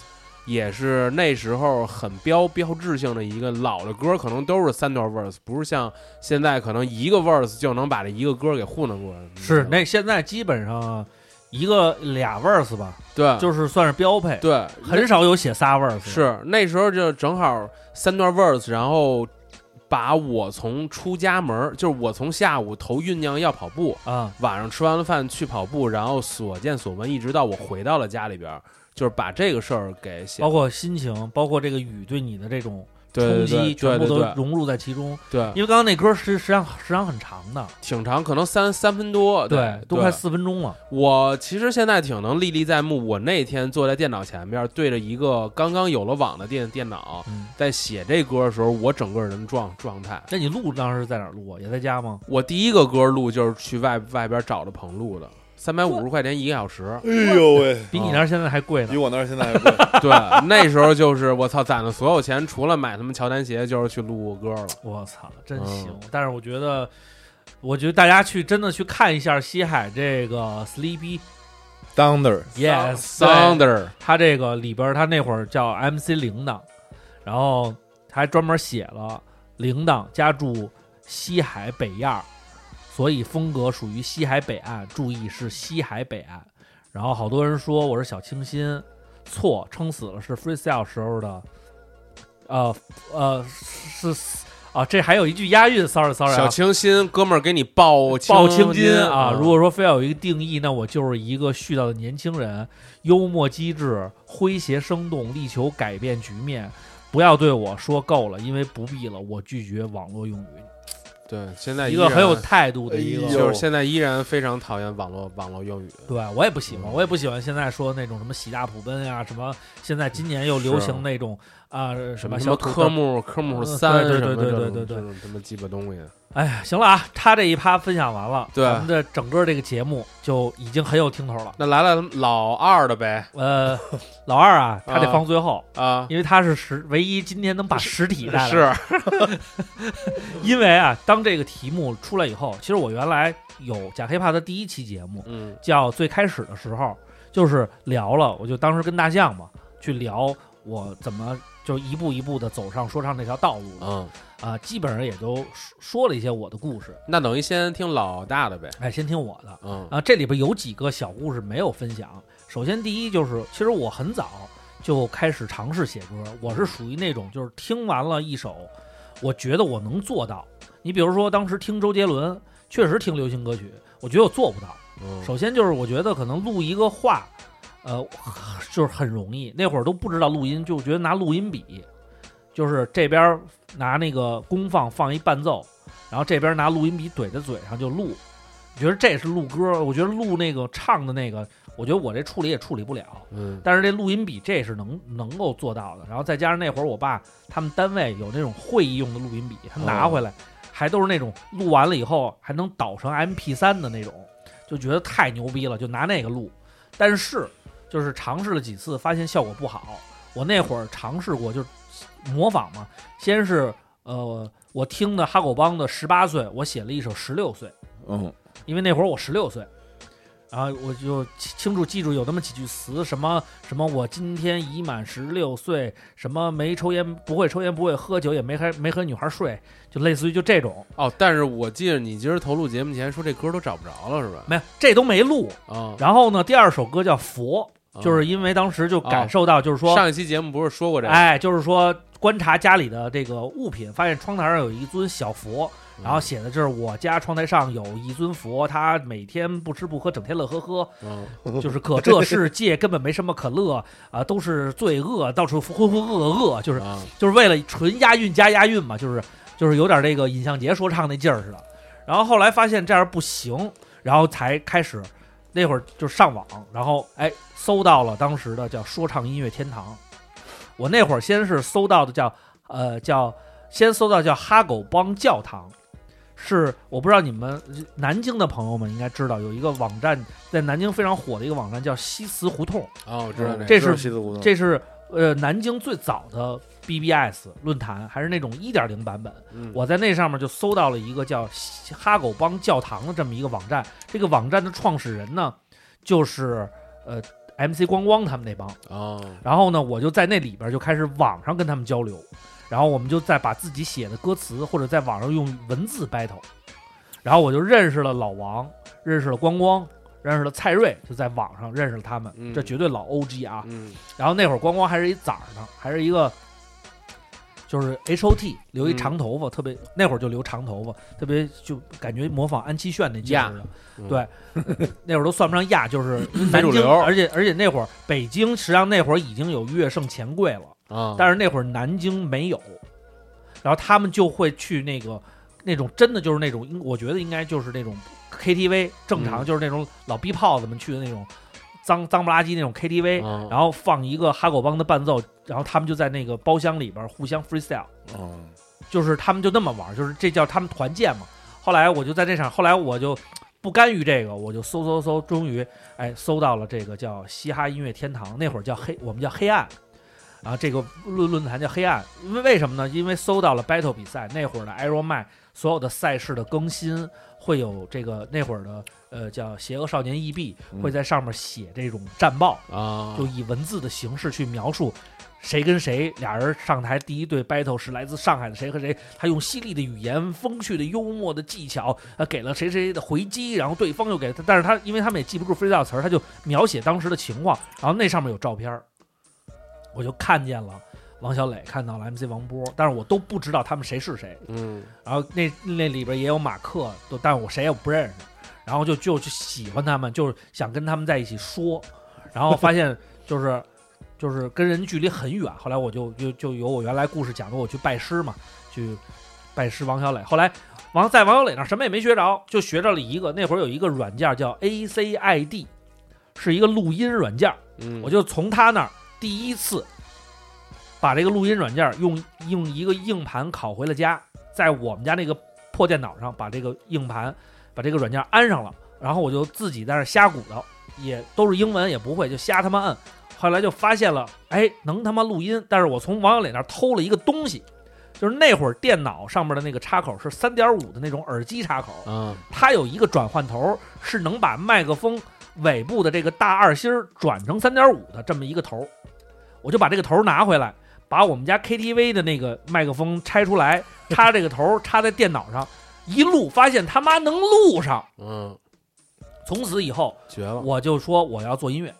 也是那时候很标标志性的一个老的歌，可能都是三段 verse，不是像现在可能一个 verse 就能把这一个歌给糊弄过来。
是那现在基本上一个俩 verse 吧，
对
就是算是标配，
对，
很少有写仨 verse，
是那时候就正好三段 verse，然后把我从出家门儿，就是我从下午头酝酿要跑步
啊，
晚上吃完了饭去跑步，然后所见所闻，一直到我回到了家里边儿，就是把这个事儿给写
包括心情，包括这个雨对你的这种
对
冲
对
击，
对
全部
对
都
对
融入在其中。
对
因为刚刚那歌实实际上实际上很长的，
挺长，可能三三分多，
对
对，
都快四分钟了。
我其实现在挺能历历在目，我那天坐在电脑前面，对着一个刚刚有了网的电电脑，
嗯
在写这歌的时候，我整个人状状态。
那你录当时在哪儿录啊？也在家吗？
我第一个歌录就是去外外边找的棚录的，三百五十块钱一个小时。
哎呦喂
比你那儿现在还贵呢
比我那儿现在还贵。
对，那时候就是我操，攒的所有钱，除了买他们乔丹鞋，就是去录歌了。
我操，
嗯
真行！但是我觉得，我觉得大家去真的去看一下西海这个 Sleepy
Thunder
Yes
Thunder
对他这个里边儿他那会儿叫 MC 铃铛，然后他还专门写了铃铛家住西海北亚儿，所以风格属于西海北岸，注意是西海北岸。然后好多人说我是小清新，错，撑死了是 freestyle 时候的，呃呃是是啊，这还有一句押韵，sorry sorry，、啊、
小清新哥们儿给你报
抱青
青
筋啊！
嗯
如果说非要有一个定义，那我就是一个絮叨的年轻人，幽默机智，诙谐生动，力求改变局面。不要对我说够了，因为不必了，我拒绝网络用语。
对，现在
一
依
个
然哎
很有态度的一个，
就是现在依然非常讨厌网络网络用语。
对我也不喜
嗯
欢，我也不喜欢现在说那种什么喜大普奔呀、什么现在今年又流行那种啊、
什
么
什
小
么
土
科
豆
目科目
嗯
三
对
什
对
么
对
这
对
种
对
这
对。
种什么鸡巴东西。
哎呀，行了啊，他这一趴分享完了，
对
咱们的整个这个节目就已经很有听头了。
那来了老二的呗，
呃，老二 啊，他得放最后
啊，
因为他是实唯一今天能把实体带来。
是，
因为啊，当这个题目出来以后，其实我原来有假黑怕的第一期节目，
嗯，
叫最开始的时候，就是聊了，我就当时跟大象嘛去聊我怎么就一步一步的走上说唱这条道路的，
嗯
啊，基本上也都说说了一些我的故事。
那等于先听老大的呗。
哎，先听我的，
嗯
啊，这里边有几个小故事没有分享。首先，第一就是，其实我很早就开始尝试写歌，我是属于那种就是听完了一首，我觉得我能做到。你比如说，当时听周杰伦，确实听流行歌曲，我觉得我做不到。
嗯
首先就是我觉得可能录一个话，呃，就是很容易。那会儿都不知道录音，就觉得拿录音笔，就是这边儿拿那个功放放一伴奏，然后这边儿拿录音笔怼在嘴上就录。我觉得这是录歌，我觉得录那个唱的那个，我觉得我这处理也处理不了。
嗯
但是这录音笔这是能能够做到的。然后再加上那会儿我爸他们单位有那种会议用的录音笔，他拿回来、还都是那种录完了以后还能导成 MP 3的那种，就觉得太牛逼了，就拿那个录。但是就是尝试了几次，发现效果不好。我那会儿尝试过，就是模仿嘛，先是呃，我听的哈狗帮的《十八岁》，我写了一首《十六岁》，
嗯，
因为那会儿我十六岁，然后我就清清楚记住有那么几句词，什么什么我今天已满十六岁，什么没抽烟不会抽烟不会喝酒也没和没和女孩睡，就类似于就这种，
哦，但是我记得你今儿头录节目前说这歌都找不着了是吧？
没有这都没录。
啊，
然后呢，第二首歌叫《佛》，
啊
就是因为当时就
哦
感受到，就是说、
上一期节目不是说过这个？
哎，就是说观察家里的这个物品，发现窗台上有一尊小佛，
嗯
然后写的就是我家窗台上有一尊佛，他每天不吃不喝，整天乐呵呵，
嗯
就是可这世界根本没什么可乐啊，都是罪恶，到处浑浑噩噩，就是、就是为了纯押韵加押韵嘛，就是就是有点这个尹相杰说唱那劲儿似的。然后后来发现这样不行，然后才开始那会儿就上网，然后哎搜到了当时的叫说唱音乐天堂。我那会儿先是搜到的叫呃叫先搜到叫哈狗帮教堂，是我不知道你们南京的朋友们应该知道有一个网站在南京非常火的一个网站叫西祠胡同。
哦我知道那个
这
知道
是
西祠胡同
这是呃南京最早的 BBS 论坛，还是那种一点零版本。
嗯
我在那上面就搜到了一个叫哈狗帮教堂的这么一个网站。这个网站的创始人呢，就是呃 MC 光光他们那帮。
哦，
然后呢，我就在那里边就开始网上跟他们交流，然后我们就再把自己写的歌词或者在网上用文字 battle，然后我就认识了老王，认识了光光，认识了蔡瑞，就在网上认识了他们，这绝对老 OG 啊。
嗯
然后那会儿光光还是一崽儿呢，还是一个就是 H O T 留一长头发，特别那会儿就留长头发，特别就感觉模仿安七炫那劲儿似的。对， 那会儿都算不上亚，就是
嗯
南
非主
京，
流
而且而且那会儿北京实际上那会儿已经有乐圣钱柜了，
啊
但是那会儿南京没有，然后他们就会去那个那种真的就是那种，应我觉得应该就是那种 KTV，正常
嗯
就是那种老逼炮子们去的那种脏脏不拉几那种 KTV，、
哦
然后放一个哈狗帮的伴奏，然后他们就在那个包厢里边互相 freestyle，
嗯，
就是他们就那么玩，就是这叫他们团建嘛。后来我就在这场，后来我就不甘于这个，我就搜搜搜，终于哎搜到了这个叫嘻哈音乐天堂，那会儿叫黑，我们叫黑暗。啊，这个论论坛叫黑暗，因为为什么呢？因为搜到了 battle 比赛，那会儿的 Iron Man 所有的赛事的更新会有这个那会儿的呃叫邪恶少年 EB
嗯
会在上面写这种战报
啊
就以文字的形式去描述谁跟谁俩人上台第一对 battle 是来自上海的谁和谁，他用犀利的语言、风趣的幽默的技巧，呃，给了谁谁的回击，然后对方又给他，但是他因为他们也记不住 freestyle 词儿，他就描写当时的情况，然后那上面有照片儿，我就看见了王小磊，看到了 MC 王波，但是我都不知道他们谁是谁，
嗯，
然后那那里边也有马克，都但我谁也不认识，然后就就就喜欢他们，就是想跟他们在一起说，然后发现就是就是跟人距离很远。后来我就就就有我原来故事讲的，我去拜师嘛，去拜师王小磊。后来王在王小磊那儿什么也没学着，就学着了一个那会儿有一个软件叫 ACID，是一个录音软件，
嗯
我就从他那儿第一次把这个录音软件用用一个硬盘拷回了家，在我们家那个破电脑上把这个硬盘把这个软件安上了，然后我就自己在那儿瞎鼓捣，也都是英文也不会，就瞎他妈摁。后来就发现了，哎，能他妈录音，但是我从王小磊那儿偷了一个东西，就是那会儿电脑上面的那个插口是三点五的那种耳机插口，
啊
它有一个转换头，是能把麦克风尾部的这个大二芯儿转成三点五的这么一个头。我就把这个头拿回来，把我们家 KTV 的那个麦克风拆 出来，插这个头，插在电脑上，一录发现他妈能录上。
嗯，
从此以后，
绝了，
我就说我要做音乐，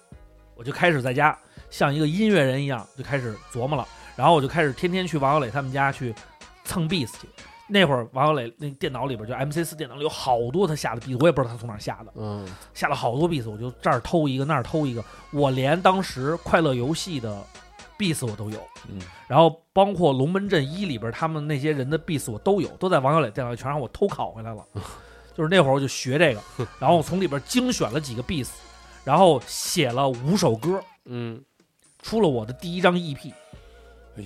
我就开始在家像一个音乐人一样就开始琢磨了，然后我就开始天天去王小磊他们家去蹭 beats 去。那会儿王小磊那电脑里边就 MC 四电脑里有好多他下的 beats，我也不知道他从哪儿下的，
嗯，
下了好多 beats，我就这儿偷一个那儿偷一个，我连当时快乐游戏的 beats 我都有，
嗯，
然后包括《龙门阵一》里边他们那些人的 beats 我都有，都在王小磊电脑里全让我偷拷回 来了。就是那会儿我就学这个，然后我从里边精选了几个 beats，然后写了五首歌，
嗯，
出了我的第一张 EP。
哎呦，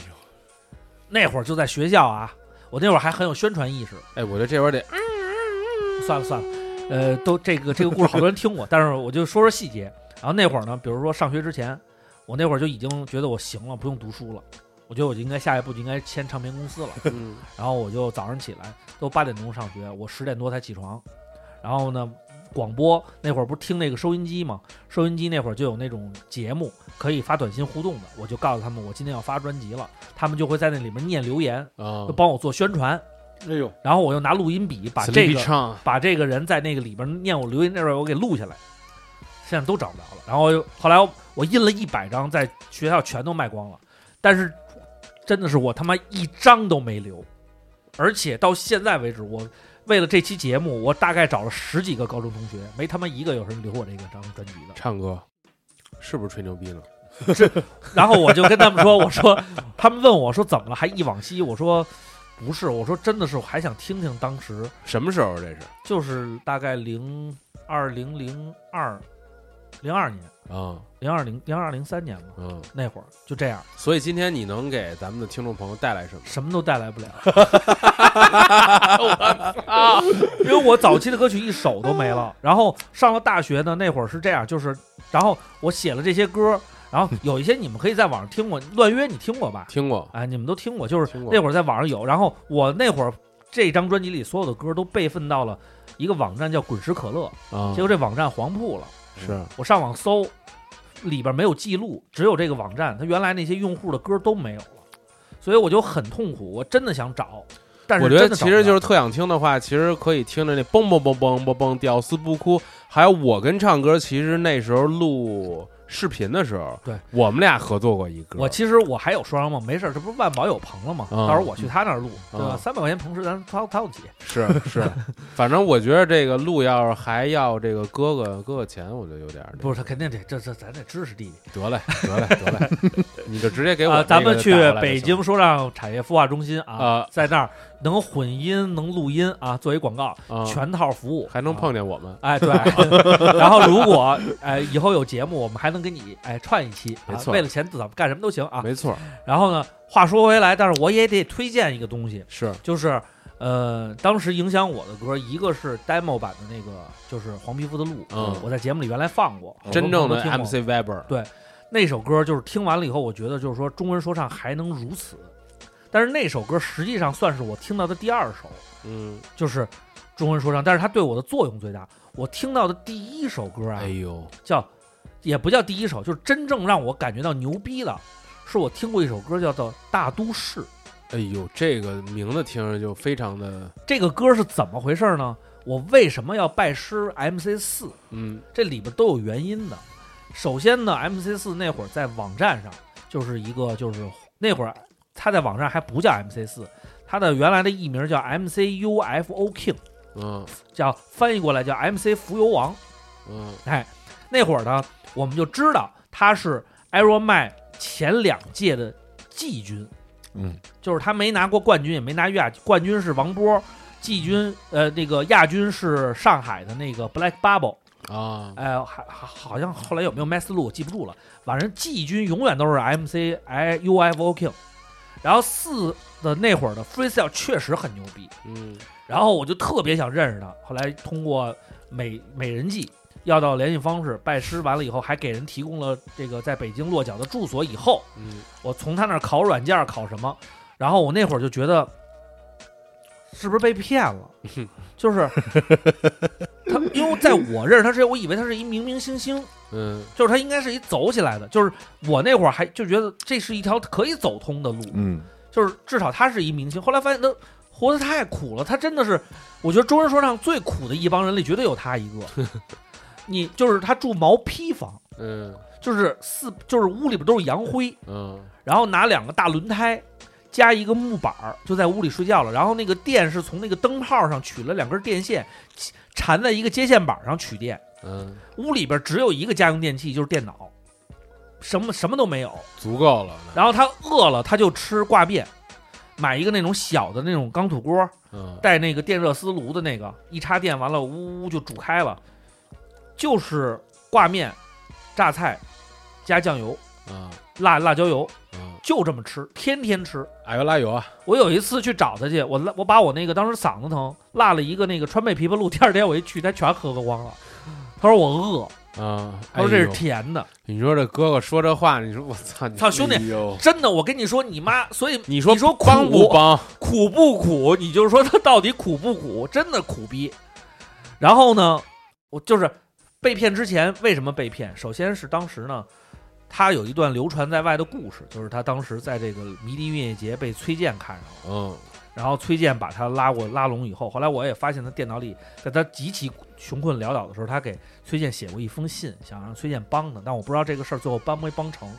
那会儿就在学校啊，我那会儿还很有宣传意识。
哎，我觉得这边得
算了算了，呃，都这个这个故事好多人听过，但是我就说说细节。然后那会儿呢，比如说上学之前，我那会儿就已经觉得我行了，不用读书了，我觉得我就应该下一步就应该签唱片公司了。
嗯
然后我就早上起来都八点钟上学，我十点多才起床。然后呢，广播那会儿不是听那个收音机嘛，收音机那会儿就有那种节目可以发短信互动的，我就告诉他们我今天要发专辑了，他们就会在那里面念留言，
啊
就，帮我做宣传。
哎呦，
然后我又拿录音笔把
此
这
地
个
必唱
把这个人在那个里边念我留言那段我给录下来，现在都找不着了。然后又后来我我印了一百张，在学校全都卖光了，但是真的是我他妈一张都没留，而且到现在为止，我为了这期节目，我大概找了十几个高中同学，没他妈一个有人留我这个张专辑的。
唱歌，是不是吹牛逼呢？
然后我就跟他们说：“我说，他们问我说怎么了，还忆往昔？我说不是，我说真的是，我还想听听当时
什么时候啊这是？
就是大概零二零零二零二年，
啊，
零二零零二零三年嘛，
嗯，
那会儿就这样，
所以今天你能给咱们的听众朋友带来什么？
什么都带来 不了。 因为我早期的歌曲一首都没了。然后上了大学呢，那会儿是这样，就是然后我写了这些歌，然后有一些你们可以在网上听过，乱约你听过吧？
听过
啊，你们都听过，就是
过
那会儿在网上有。然后我那会儿这张专辑里所有的歌都备份到了一个网站叫滚石可乐，
啊
结果这网站黄铺了。
是
我上网搜，里边没有记录，只有这个网站，它原来那些用户的歌都没有了，所以我就很痛苦。我真的想找，但是
我觉得
真的找
其
不
实
到
就是特想听的话，其实可以听着那嘣嘣嘣嘣嘣嘣，屌丝不哭。还有我跟唱歌，其实那时候录视频的时候，
对
我们俩合作过一歌。
我其实我还有说商梦，没事儿，这不是万宝有棚了吗？
嗯
到时候我去他那儿录，对吧？
嗯
三百块钱棚是咱掏掏得起。
是 是，反正我觉得这个录要是还要这个哥哥哥哥钱，我就有点儿
不是，他肯定得这这咱得支持弟弟。
得嘞得嘞得 嘞，你就直接给我那
啊
个
咱们去
打过来就
北
行
京说唱产业孵化中心啊
啊，
在那儿能混音能录音啊，作为广告
啊，
全套服务，
还能碰见我们
哎， 对。然后如果哎以后有节目，我们还能跟你哎串一期，啊
没错
为了钱，怎么干什么都行啊，
没错。
然后呢，话说回来，但是我也得推荐一个东西，
是
就是呃，当时影响我的歌，一个是 demo 版的那个，就是黄皮肤的路，
嗯
我在节目里原来放过，好多
真正的
朋友都听过
MC Weber
对，那首歌就是听完了以后，我觉得就是说中文说唱还能如此，但是那首歌实际上算是我听到的第二首，
嗯，
就是中文说唱，但是它对我的作用最大。我听到的第一首歌啊，
哎呦，
叫也不叫第一首，就是真正让我感觉到牛逼的，是我听过一首歌叫做《大都市》。
哎呦，这个名字听着就非常的
这个歌是怎么回事呢？我为什么要拜师 MC 四？
嗯，
这里边都有原因的。首先呢，MC 四那会儿在网站上就是一个，就是那会儿他在网上还不叫 MC 四，他的原来的艺名叫 MCUFO King，
嗯
叫翻译过来叫 MC 浮游王。
嗯
哎，那会儿呢，我们就知道他是 Iron Man 前两届的季军，
嗯，
就是他没拿过冠军，也没拿亚冠军是王波，季军呃那个亚军是上海的那个 Black Bubble，
啊，
哎、还好好像后来有没有 Mass 路我记不住了，反正季军永远都是 MC I UFO King，然后四的那会儿的 Freestyle 确实很牛逼，
嗯
然后我就特别想认识他，后来通过美美人计要到联系方式，拜师完了以后，还给人提供了这个在北京落脚的住所。以后
嗯
我从他那儿考软件儿考什么，然后我那会儿就觉得是不是被骗了，就是他，因为在我认识他之前，我以为他是一明明星星，
嗯
就是他应该是一走起来的，就是我那会儿还就觉得这是一条可以走通的路，
嗯，
就是至少他是一明星。后来发现他活得太苦了，他真的是，我觉得中文说唱最苦的一帮人里，绝对有他一个。你就是他住毛坯房，
嗯
就是四就是屋里边都是洋灰，
嗯
然后拿两个大轮胎加一个木板儿，就在屋里睡觉了。然后那个电是从那个灯泡上取了两根电线，缠在一个接线板上取电。
嗯，
屋里边只有一个家用电器，就是电脑，什么什么都没有。
足够了，
然后他饿了，他就吃挂面，买一个那种小的那种钢土锅，
嗯
带那个电热丝炉的那个，一插电完了，呜呜就煮开了，就是挂面、榨菜加酱油、
啊
辣辣椒油，
啊，
就这么吃，天天吃。
哎呦拉油啊，
我有一次去找他去，我拉我把我那个当时嗓子疼，落了一个那个川贝枇杷露，第二天我一去，他全喝光了。他说我饿，
啊，
他说这是
哎呦
甜的，
你说这哥哥说这话，你说我操你，
操兄弟
哎呦
真的，我跟你说，你妈，所以
你说
你说苦
帮不帮？
苦不苦？你就说他到底苦不苦？真的苦逼。然后呢，我就是被骗之前为什么被骗？首先是当时呢，他有一段流传在外的故事，就是他当时在这个迷笛音乐节被崔健看上了，
嗯
然后崔健把他拉过拉拢以后，后来我也发现他电脑里，在他极其穷困潦倒的时候，他给崔健写过一封信，想让崔健帮他，但我不知道这个事儿最后帮没帮成，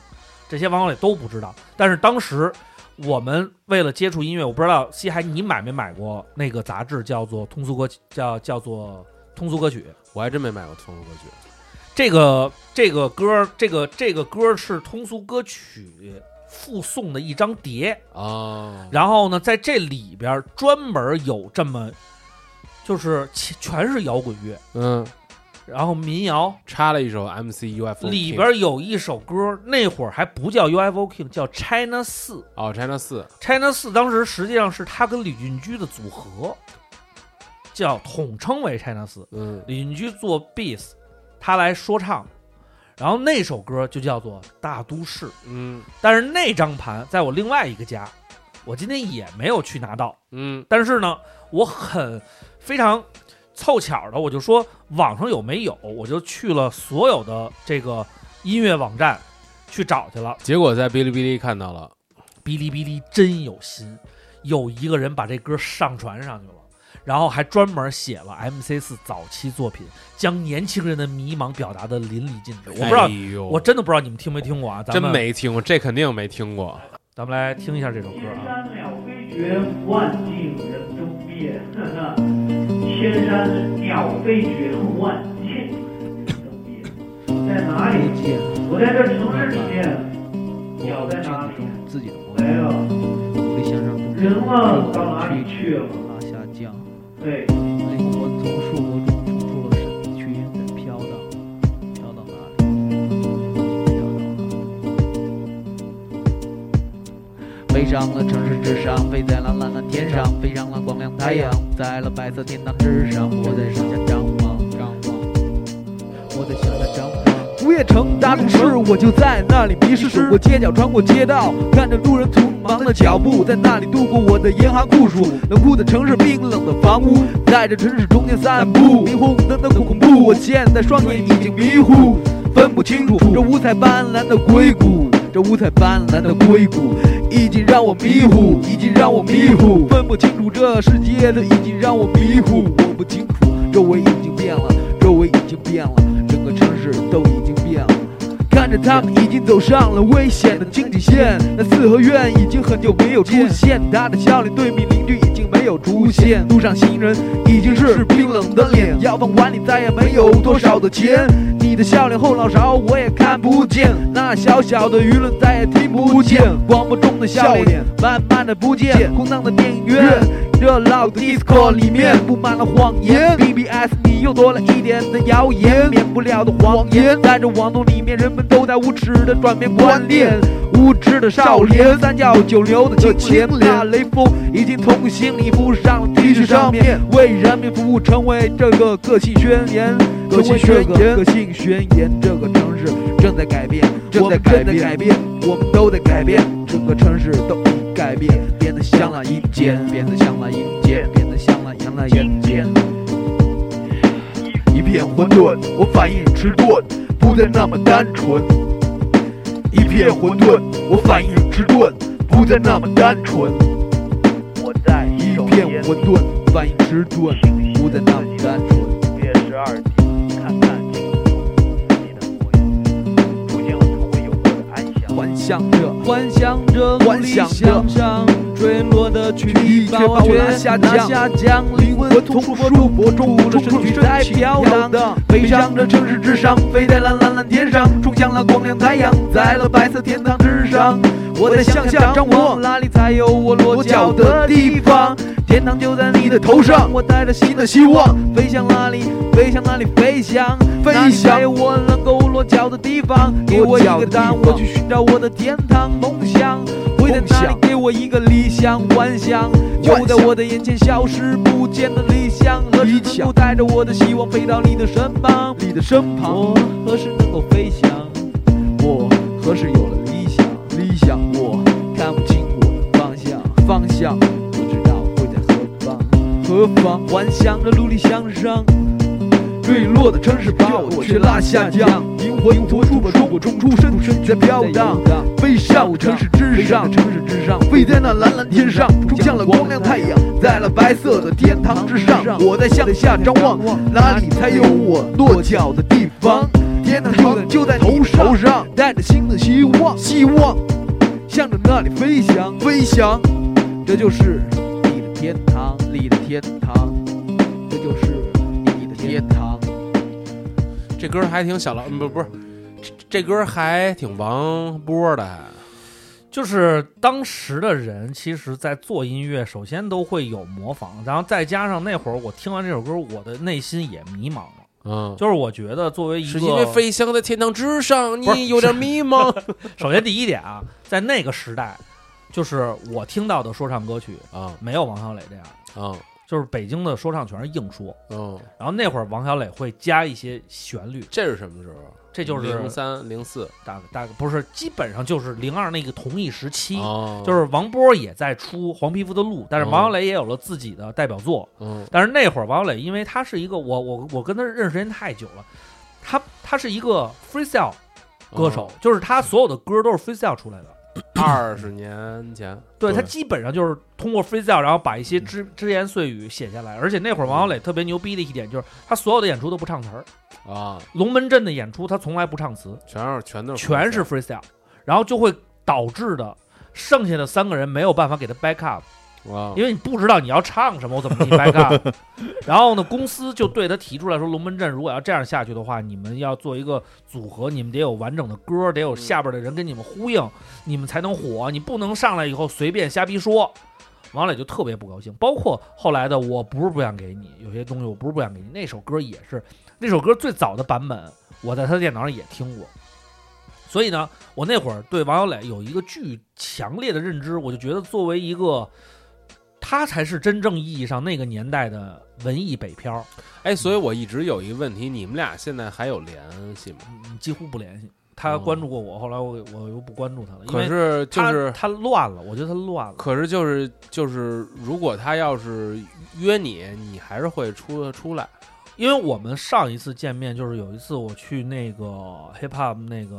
这些网友也都不知道。但是当时我们为了接触音乐，我不知道西海你买没买过那个杂志，叫做通俗歌曲，叫叫做通俗歌曲。
我还真没买过通俗歌曲，
这个这个歌，这个这个歌是通俗歌曲附送的一张碟，
哦，
然后呢，在这里边专门有这么，就是全全是摇滚乐，
嗯，
然后民谣
插了一首 MC UFO
里
King
边有一首歌，那会儿还不叫 UFO King，叫 China 四。
哦 China 四
China 四当时实际上是他跟李俊驹的组合，叫统称为 China 四。
嗯
李俊驹做 bass，他来说唱，然后那首歌就叫做《大都市》，嗯，但是那张盘在我另外一个家，我今天也没有去拿到，
嗯，
但是呢，我很非常凑巧的，我就说网上有没有，我就去了所有的这个音乐网站去找去了，
结果在哔哩哔哩看到了，
哔哩哔哩真有心，有一个人把这歌上传上去了，然后还专门写了 MC 四早期作品，将年轻人的迷茫表达的淋漓尽致。我不知道，
哎呦
我真的不知道你们听没听过啊？咱
真
们，
没听过，这肯定没听过。
咱们来听一下这首歌啊。
绝万径人踪灭，千山鸟飞绝，万径人踪灭。在哪里见？我在这城市里面。鸟在哪里？
自己的模
没了。
努力向上，不
人啊，到哪里去了？
往下降。
对，
灵魂从树木中冲出了身躯，在飘荡，飘到哪里？飞上了城市之上，飞在蓝蓝的天上，飞上了光亮太阳，在了白色天堂之上，我在向下张望，张望，我在向下张望。午夜城大都市，我就在那里迷失。走过街角，穿过街道，看着路人匆忙的脚步，在那里度过我的严寒酷暑。冷酷的城市，冰冷的房屋，在这城市中间散步，霓虹灯的恐怖，我现在双眼已经迷糊，分不清楚这五彩斑斓的硅谷，这五彩斑斓的硅谷。已经让我迷糊，已经让我迷糊，分不清楚这世界的已经让我迷糊，我不清楚，周围已经变了，周围已经变了，整个城市都已经变了。看着他们已经走上了危险的经济线，那四合院已经很久没有出现，他的笑脸对面邻居已经没有出现，路上行人已经是冰冷的脸，要饭碗里再也没有多少的钱，你的笑脸后脑勺我也看不见，那小小的舆论再也听不见，广播中的笑脸慢慢的不见，空荡的电影院，热闹的 disco 里面布满了谎言，BBS 你又多了一点的谣言，免不了的谎言，在这网络里面人们都在无耻的转变观念。无知的少年，三教九流的金钱，大雷锋已经从心里浮上了 T 恤上面，为人民服务，成为这个个性宣言，
个性宣言
成为这个个性宣言，这个城市正在改变，正在改变，改变，我们都在改变，整个城市都已改变，变得像那阴间，变得像那阴间，变得像那像那阴间。一片混沌，我反应迟钝，不再那么单纯。一片混沌，我反应迟钝，不再那么单纯。我在一片混沌，反应迟钝，不再那么单纯。午夜十二点，看看幻想着，幻想着，幻想着，坠落的躯体把我拉下降，灵魂从束缚中出了身躯在飘荡，飞上这城市之上，飞在蓝蓝蓝天上，冲向了光亮太阳，在了白色天堂之上。我在向下张望，哪里才有我落脚的地方？天堂就在你的头上，我带着新的希望，飞向哪里？飞向哪里？飞翔，
飞
哪里
翔
才有我能够落脚的地方？给我一个答案，我去寻找我的天堂梦想。会在哪里给我一个理想幻想？就在我的眼前消失不见的理想，何时能够带着我的希望飞到你的身旁？你的身旁，我何时能够飞翔？我何时有了理想？理想，我看不清我的方向，方向不知道会在何方，何方？幻想着努力向上。坠落的城市把我却拉下降，灵魂从出出我中出身身在飘荡，飞上我城市之上，城市之上，飞在那蓝蓝天上，冲向了光亮太阳，在了白色的天堂之上，我在向下张望，哪里才有我落脚的地方？天堂就在头上，带着新的希望，希望向着那里飞翔，飞翔，这就是你的天堂，你的天堂，这就是你的天堂。
这歌还挺小了，嗯不不是，这这歌还挺王波的，
就是当时的人，其实，在做音乐，首先都会有模仿，然后再加上那会儿我听完这首歌，我的内心也迷茫了。
嗯，
就是我觉得作为一个，
是因为飞翔在天堂之上，
不是
你有点迷茫。
首先第一点啊，在那个时代，就是我听到的说唱歌曲
啊，
没有王小磊这样的
啊，
就是北京的说唱全是硬说，嗯，然后那会儿王小磊会加一些旋律，
这是什么时候？啊
这就是
零三零四，
大大不是，基本上就是零二那个同一时期，
哦啊
就是王波也在出《黄皮肤的路》，但是王小磊也有了自己的代表作，
嗯，
但是那会儿王小磊，因为他是一个我我我跟他认识时间太久了，他他是一个 freestyle 歌
啊
手，就是他所有的歌都是 freestyle 出来的，
二十年 前，
对他基本上就是通过 freestyle，然后把一些
嗯
只只言碎语写下来。而且那会儿王小磊特别牛逼的一点就是，他所有的演出都不唱词儿，
啊，
龙门阵的演出他从来不唱词，
全是全都是
全是 freestyle，然后就会导致的剩下的三个人没有办法给他 back up，
啊，
因为你不知道你要唱什么，我怎么给你 back up。然后呢，公司就对他提出来说，龙门阵如果要这样下去的话，你们要做一个组合，你们得有完整的歌，得有下边的人跟你们呼应，你们才能火。你不能上来以后随便瞎逼说。王磊就特别不高兴，包括后来的我不是不想给你，有些东西我不是不想给你。那首歌也是，那首歌最早的版本，我在他的电脑上也听过。所以呢，我那会儿对王小磊有一个巨强烈的认知，我就觉得作为一个，他才是真正意义上那个年代的文艺北漂。
哎，所以我一直有一个问题，你们俩现在还有联系吗？
几乎不联系。他关注过我，后来我我又不关注他了。因
可
为
是就
他
是
他乱了，我觉得他乱了。
可是就是就是，如果他要是约你，你还是会出出来。
因为我们上一次见面就是有一次我去那个 hip hop 那个，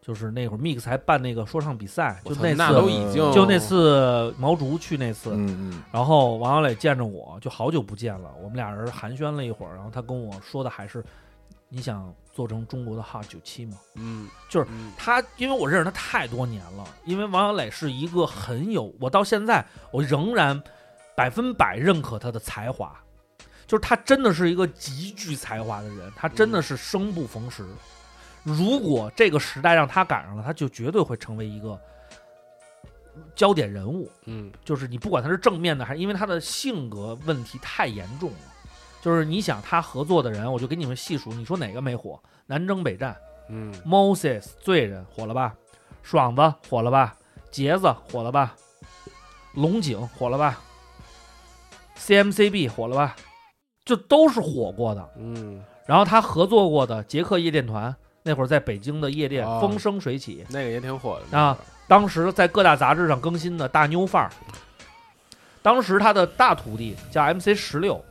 就是那会儿 mix 还办那个说唱比赛，
我
就
操
那次
那都已经
就那次毛竹去那次，
嗯嗯，
然后王小磊见着我就好久不见了，我们俩人寒暄了一会儿，然后他跟我说的还是你想做成中国的 hot 九七吗？
嗯，
就是他，因为我认识他太多年了，因为王小磊是一个很有，我到现在我仍然百分百认可他的才华，就是他真的是一个极具才华的人，他真的是生不逢时。如果这个时代让他赶上了，他就绝对会成为一个焦点人物。
嗯，
就是你不管他是正面的，还是因为他的性格问题太严重了。就是你想他合作的人，我就给你们细数，你说哪个没火？南征北战，
嗯
，Moses 罪人火了吧？爽子火了吧？杰子火了吧？龙井火了吧？CMCB 火了吧？就都是火过的。
嗯，
然后他合作过的捷克夜店团，那会儿在北京的夜店
哦
风生水起，
那个也挺火的
啊，当时在各大杂志上更新的大妞范儿。当时他的大徒弟叫 MC 十六，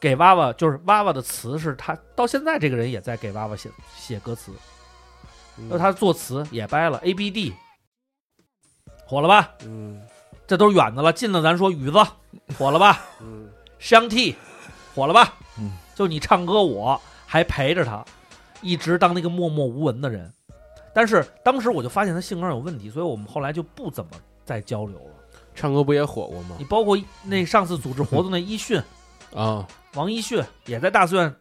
给娃娃就是娃娃的词是他到现在这个人也在给娃娃写写歌词，
嗯
那、他作词也掰了 ABD，火了吧？
嗯，
这都是远的了，近的咱说雨子火了吧？
嗯，
香 T 火了吧？
嗯，
就你唱歌我还陪着他，一直当那个默默无闻的人。但是当时我就发现他性格上有问题，所以我们后来就不怎么再交流了。
唱歌不也火过吗嗯
你？包括那上次组织活动的一迅，
啊，
王一迅也在大院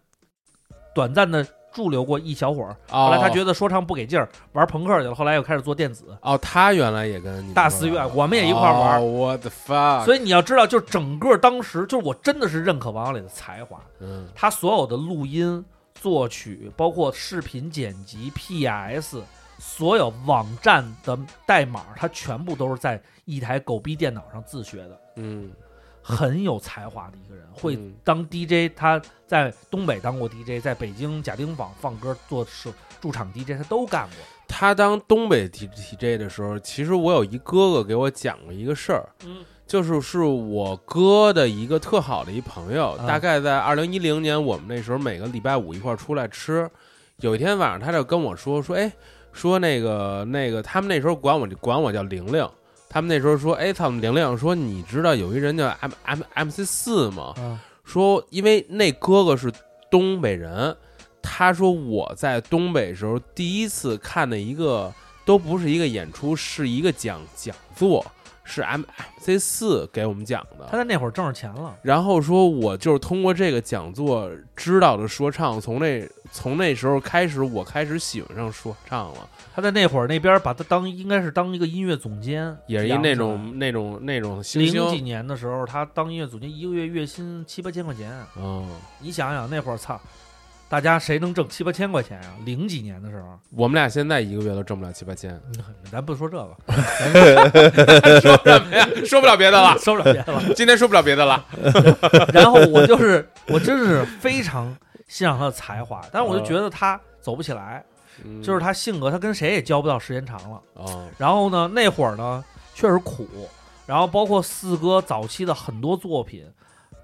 短暂的驻留过一小会儿，
哦
后来他觉得说唱不给劲儿，玩朋克去了，后来又开始做电子。
哦，他原来也跟你
大四院，我们也一块儿玩儿。
哦我的 fuck！
所以你要知道，就是整个当时，就是我真的是认可王小磊的才华，
嗯，
他所有的录音、作曲，包括视频剪辑、PS，所有网站的代码，他全部都是在一台狗逼电脑上自学的，
嗯，
很有才华的一个人，会当 DJ，他在东北当过 DJ，在北京贾丁坊放歌做是
啊
驻场 DJ，他都干过。
他当东北 T T J 的时候，其实我有一哥哥给我讲过一个事儿，
嗯，
就是是我哥的一个特好的一朋友，
啊
大概在二零一零年，我们那时候每个礼拜五一块儿出来吃。有一天晚上，他就跟我说说，哎，说那个那个，他们那时候管我管我叫玲玲，他们那时候说，哎，他们玲玲说，你知道有一人叫 M M M C 四吗？
啊
说因为那哥哥是东北人，他说我在东北时候第一次看的一个都不是一个演出，是一个讲讲座，是 M C 四给我们讲的。
他在那会儿挣着钱了，
然后说，我就是通过这个讲座知道的说唱，从那从那时候开始，我开始喜欢上说唱了，
他在那会儿那边把他当应该是当一个音乐总监，
也是一那种那种那种星星
零几年的时候，他当音乐总监，一个月月薪七八千块钱。
哦，
你想想那会儿，操，大家谁能挣七八千块钱啊？零几年的 时候，
我们俩现在一个月都挣不了七八千，，
嗯咱不说这个
说不了别的 说不了别的了
说不了别的了。
今天说不了别的了
然后我就是，我真是非常欣赏他的才华，但是我就觉得他走不起来，
嗯
就是他性格，他跟谁也交不到时间长了。
哦
然后呢，那会儿呢确实苦，然后包括四哥早期的很多作品。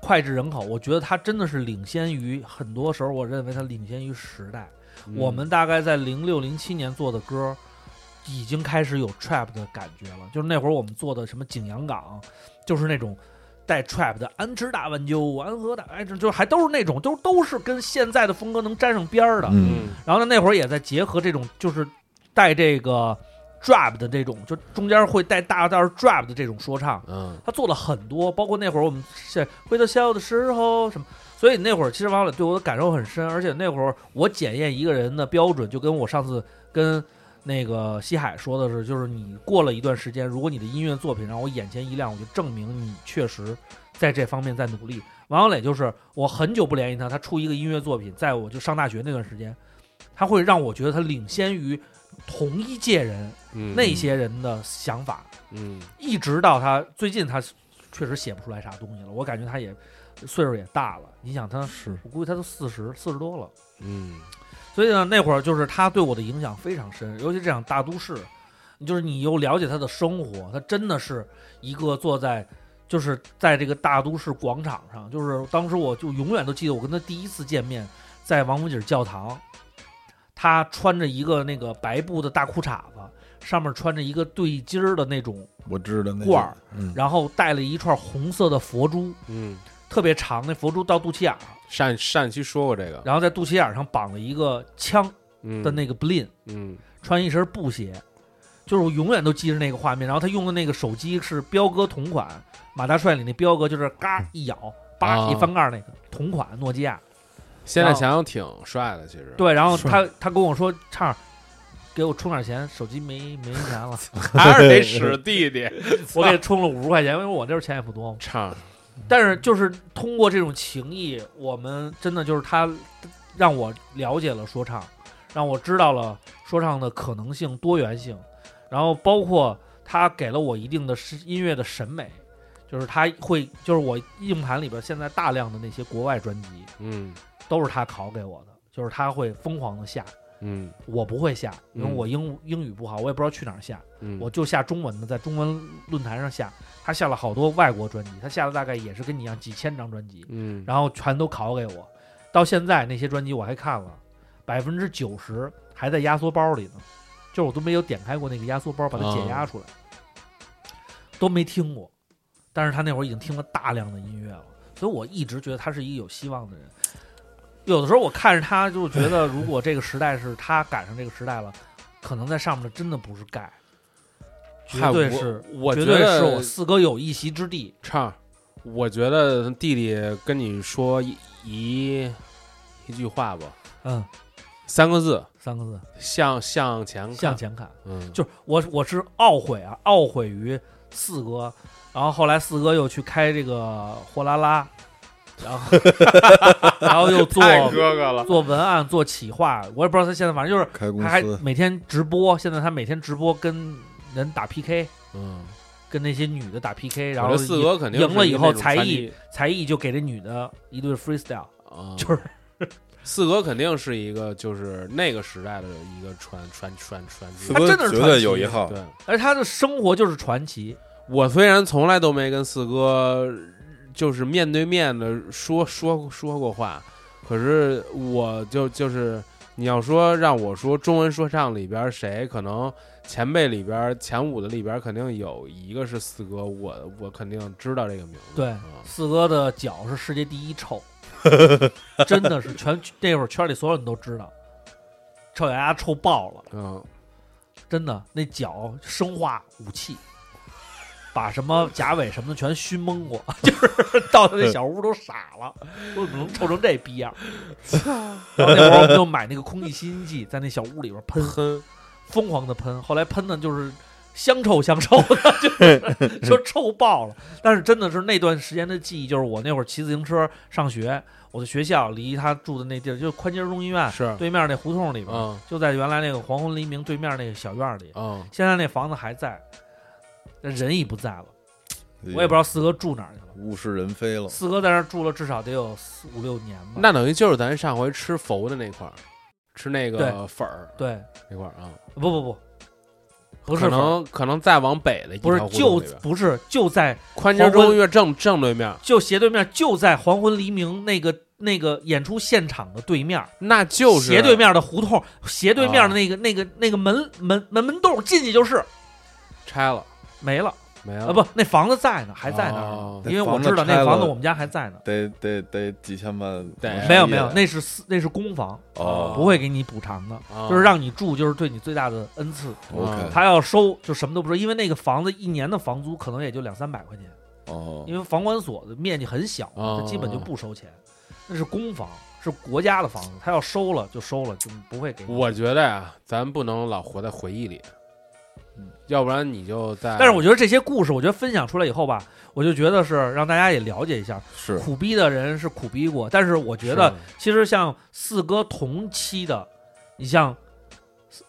脍炙人口，我觉得他真的是领先于很多时候，我认为他领先于时代。
嗯
我们大概在零六零七年做的歌，已经开始有 trap 的感觉了。就是那会儿我们做的什么景阳冈，就是那种带 trap 的安池大万鸠、安河大，哎，这就还都是那种，都都是跟现在的风格能沾上边儿的。
嗯，
然后呢，那会儿也在结合这种，就是带这个 drop 的这种，就中间会带大段 drop 的这种说唱。
嗯，
他做了很多，包括那会儿我们是回到校的时候什么。所以那会儿其实王老对我的感受很深，而且那会儿我检验一个人的标准，就跟我上次跟那个西海说的是，就是你过了一段时间，如果你的音乐作品让我眼前一亮，我就证明你确实在这方面在努力。王小磊就是我很久不联系他，他出一个音乐作品，在我就上大学那段时间，他会让我觉得他领先于同一届人、
嗯
那些人的想法。
嗯
一直到他最近，他确实写不出来啥东西了。我感觉他也岁数也大了，你想他，
是
我估计他都四十四十多了。
嗯
所以呢，那会儿就是他对我的影响非常深，尤其这场大都市，就是你又了解他的生活，他真的是一个坐在，就是在这个大都市广场上，就是当时我就永远都记得我跟他第一次见面，在王府井教堂，他穿着一个那个白布的大裤衩子，上面穿着一个对襟儿的那种
我知道那
罐儿，
嗯
然后戴了一串红色的佛珠，
嗯，
特别长，那佛珠到肚脐眼儿，
上上期说过这个，
然后在肚脐眼儿上绑了一个枪
嗯
的那个 blin，
嗯
穿一身布鞋，就是我永远都记着那个画面。然后他用的那个手机是彪哥同款，马大帅里那彪哥就是嘎一咬，
啊
叭一翻盖儿那个同款诺基亚。
现在
然后
想想挺帅的，其实
对，然后
是
他他跟我说畅儿。给我充点钱，手机没没钱了，
还是得使弟弟
我给充了五十块钱，因为我这钱也不多嘛。
唱，
但是就是通过这种情谊，我们真的就是他让我了解了说唱，让我知道了说唱的可能性、多元性，然后包括他给了我一定的是音乐的审美，就是他会，就是我硬盘里边现在大量的那些国外专辑，
嗯
都是他拷给我的，就是他会疯狂的下，
嗯
我不会下，因为
嗯
我英英语不好，我也不知道去哪儿下，
嗯
我就下中文的，在中文论坛上下。他下了好多外国专辑，他下了大概也是跟你一样几千张专辑，
嗯
然后全都拷给我。到现在那些专辑我还看了，百分之九十还在压缩包里呢，就是我都没有点开过那个压缩包把它解压出来，都没听过。但是他那会儿已经听了大量的音乐了，所以我一直觉得他是一个有希望的人。有的时候我看着他，就觉得如果这个时代是他赶上这个时代了，可能在上面的真的不是盖，绝
嗨
对
我
是，
我
绝
觉
对
得
是我四哥有一席之地。
唱，我觉得弟弟跟你说一一一句话吧，
嗯，
三个字，
三个字，
向向前看
向前看，
嗯，
就是我我是懊悔啊，懊悔于四哥，然后后来四哥又去开这个货拉拉，然后然后又 做
太哥哥了
做文案做企划，我也不知道他现在反正就是
开公司
他还每天直播，现在他每天直播跟人打 PK，
嗯。
跟那些女的打 PK，然
我
后
觉得四哥肯定是
赢了以
那
后，
种
才
才
艺
艺
才艺就给这女的一对 freestyle，就是
哦
四哥肯定是一个，就是那个时代的一个传传传传奇，
四哥他真的是绝对传奇有一号
对，
而他的生活就是传奇。
我虽然从来都没跟四哥就是面对面的说说说过话，可是我就就是你要说让我说中文说唱里边谁，可能前辈里边前五的里边肯定有一个是四哥，我我肯定知道这个名字。
对，
嗯
四哥的脚是世界第一臭，真的是全那会儿圈里所有人都知道，臭脚丫臭爆了，
嗯，
真的那脚生化武器，把什么贾伟什么的全熏蒙过， 就是到他那小屋都傻了，我怎么能臭成这逼样？然后那会儿我们就买那个空气清新剂，在那小屋里边喷，
喷
疯狂的喷。后来喷的就是香臭香臭的，就是说臭爆了。但是真的是那段时间的记忆，就是我那会儿骑自行车上学，我的学校离他住的那地儿就是宽街儿中医院
是
对面那胡同里边，
嗯
就在原来那个黄昏黎明对面那个小院儿里。
嗯
现在那房子还在，但人已不在了。
哎
我也不知道四哥住哪儿去了，
物是人非了。
四哥在那儿住了至少得有四五六年吧。
那等于就是咱上回吃佛的那块儿，吃那
对
个粉儿，
对
那块儿啊，
不不不，不是
可能可能再往北的一
不是
条胡
就
同里边
不是就在
宽街
黄昏
中医院正正对面，
就斜对面，就在黄昏黎明那个那个演出现场的对面，
那就是啊
斜对面的胡同，斜对面的那个、那个那个门门门门洞进去就是
拆了
没了。
没
啊
了
不，那房子在呢，还在那儿呢、
哦
因为我知道那房子我们家还在呢。
得得得几千万，
没有没有，那是私那是公房，
哦
不会给你补偿的、
哦
就是让你住，就是对你最大的恩赐。
OK
他要收就什么都不收，因为那个房子一年的房租可能也就两三百块钱，
哦，
因为房管所的面积很小，
哦
他基本就不收钱。那是公房，是国家的房子，他要收了就收了，就不会给你。
我觉得呀、咱不能老活在回忆里，要不然你就在。
嗯但是我觉得这些故事，我觉得分享出来以后吧，我就觉得是让大家也了解一下，
是
苦逼的人是苦逼过，但是我觉得
是
其实像四哥同期的，你像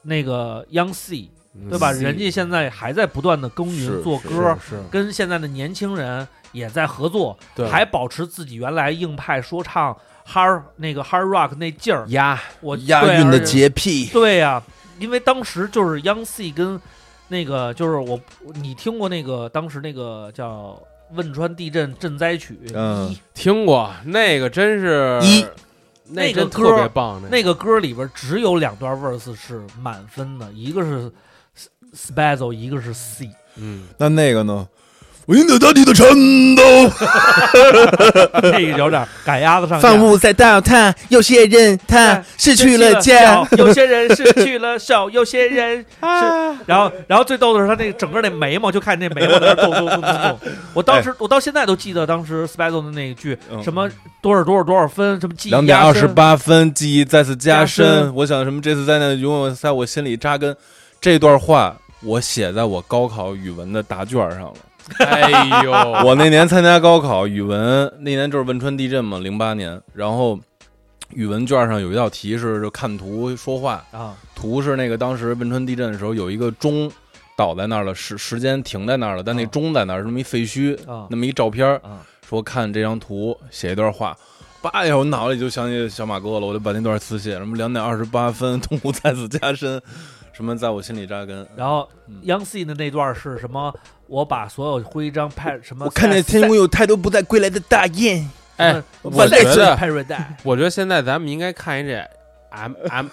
那个 Young C。
嗯
对吧？
C
人家现在还在不断的耕耘
是
做
是
歌
是，
跟现在的年轻人也在合作，
对
还保持自己原来硬派说唱 hard 那个 hard rock 那劲儿，
呀，
我
押
对
韵的
而且
洁癖
对呀、因为当时就是 Young C 跟那个就是我，你听过那个当时那个叫汶川地震赈灾曲，
嗯，听过那个真是那
那个
真
歌
特别棒，那
那个歌里边只有两段 verse 是满分的，一个是 Spazzo，一个是 C。
嗯，
那那个呢？我赢得大地的颤抖，
那个有点赶鸭子上架
放牧在倒塌，有些人他失去了家
笑，哎有些人失去了手，有些人
啊
是，然后然后最逗的是他那整个那眉毛，就看那眉毛在那动动动动动。我当
哎
时我到现在都记得当时 Spazzo 的那一句
嗯
什么多少多少多少分，什么记忆
两点
压
二十
身
八分，记忆再次加
加
深。
深
我想什么？这次灾难永远在我心里扎根。这段话我写在我高考语文的答卷上了。
哎呦
我那年参加高考语文，那年就是汶川地震嘛，零八年。然后语文卷上有一道题是就看图说话
啊，
图是那个当时汶川地震的时候有一个钟倒在那儿了，时时间停在那儿了，但那钟在那儿，这么一废墟
啊，
那么一照片儿
啊，
说看这张图写一段话。叭一下，我脑里就想起小马哥了，我就把那段词写什么两点二十八分，痛苦再次加深，什么在我心里扎根。
然后
嗯
Young C 的那段是什么？我把所有徽章派什么？
我看见 天空有太多不再归来的大雁。
哎，
我
我
来
觉
自
得
Paradise
我觉得现在咱们应该看一这 M M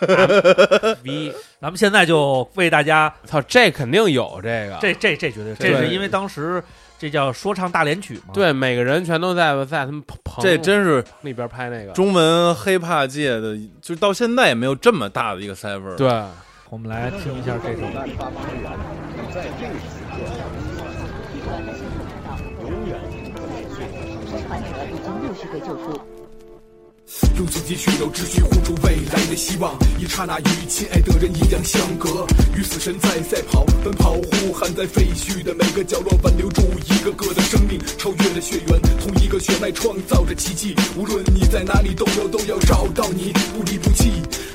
V，
咱们现在就为大家，
操，这肯定有这个，
这这这绝对，这是因为当时这叫说唱大连曲嘛。
对每个人全都在在他们棚棚
这真是
里边拍
哎
那个
中文黑怕界的，就到现在也没有这么大的一个 cyber。
对，
我们来听一下这首。
六十个救出。
用自己寻找秩序，护住未来的希望。一刹那与亲爱的人一样相隔，与死神在赛跑，奔跑呼喊在废墟的每个角落，挽留住一个个的生命，超越了血缘，同一个血脉创造着奇迹。无论你在哪里，都要都要找到你，不离不弃。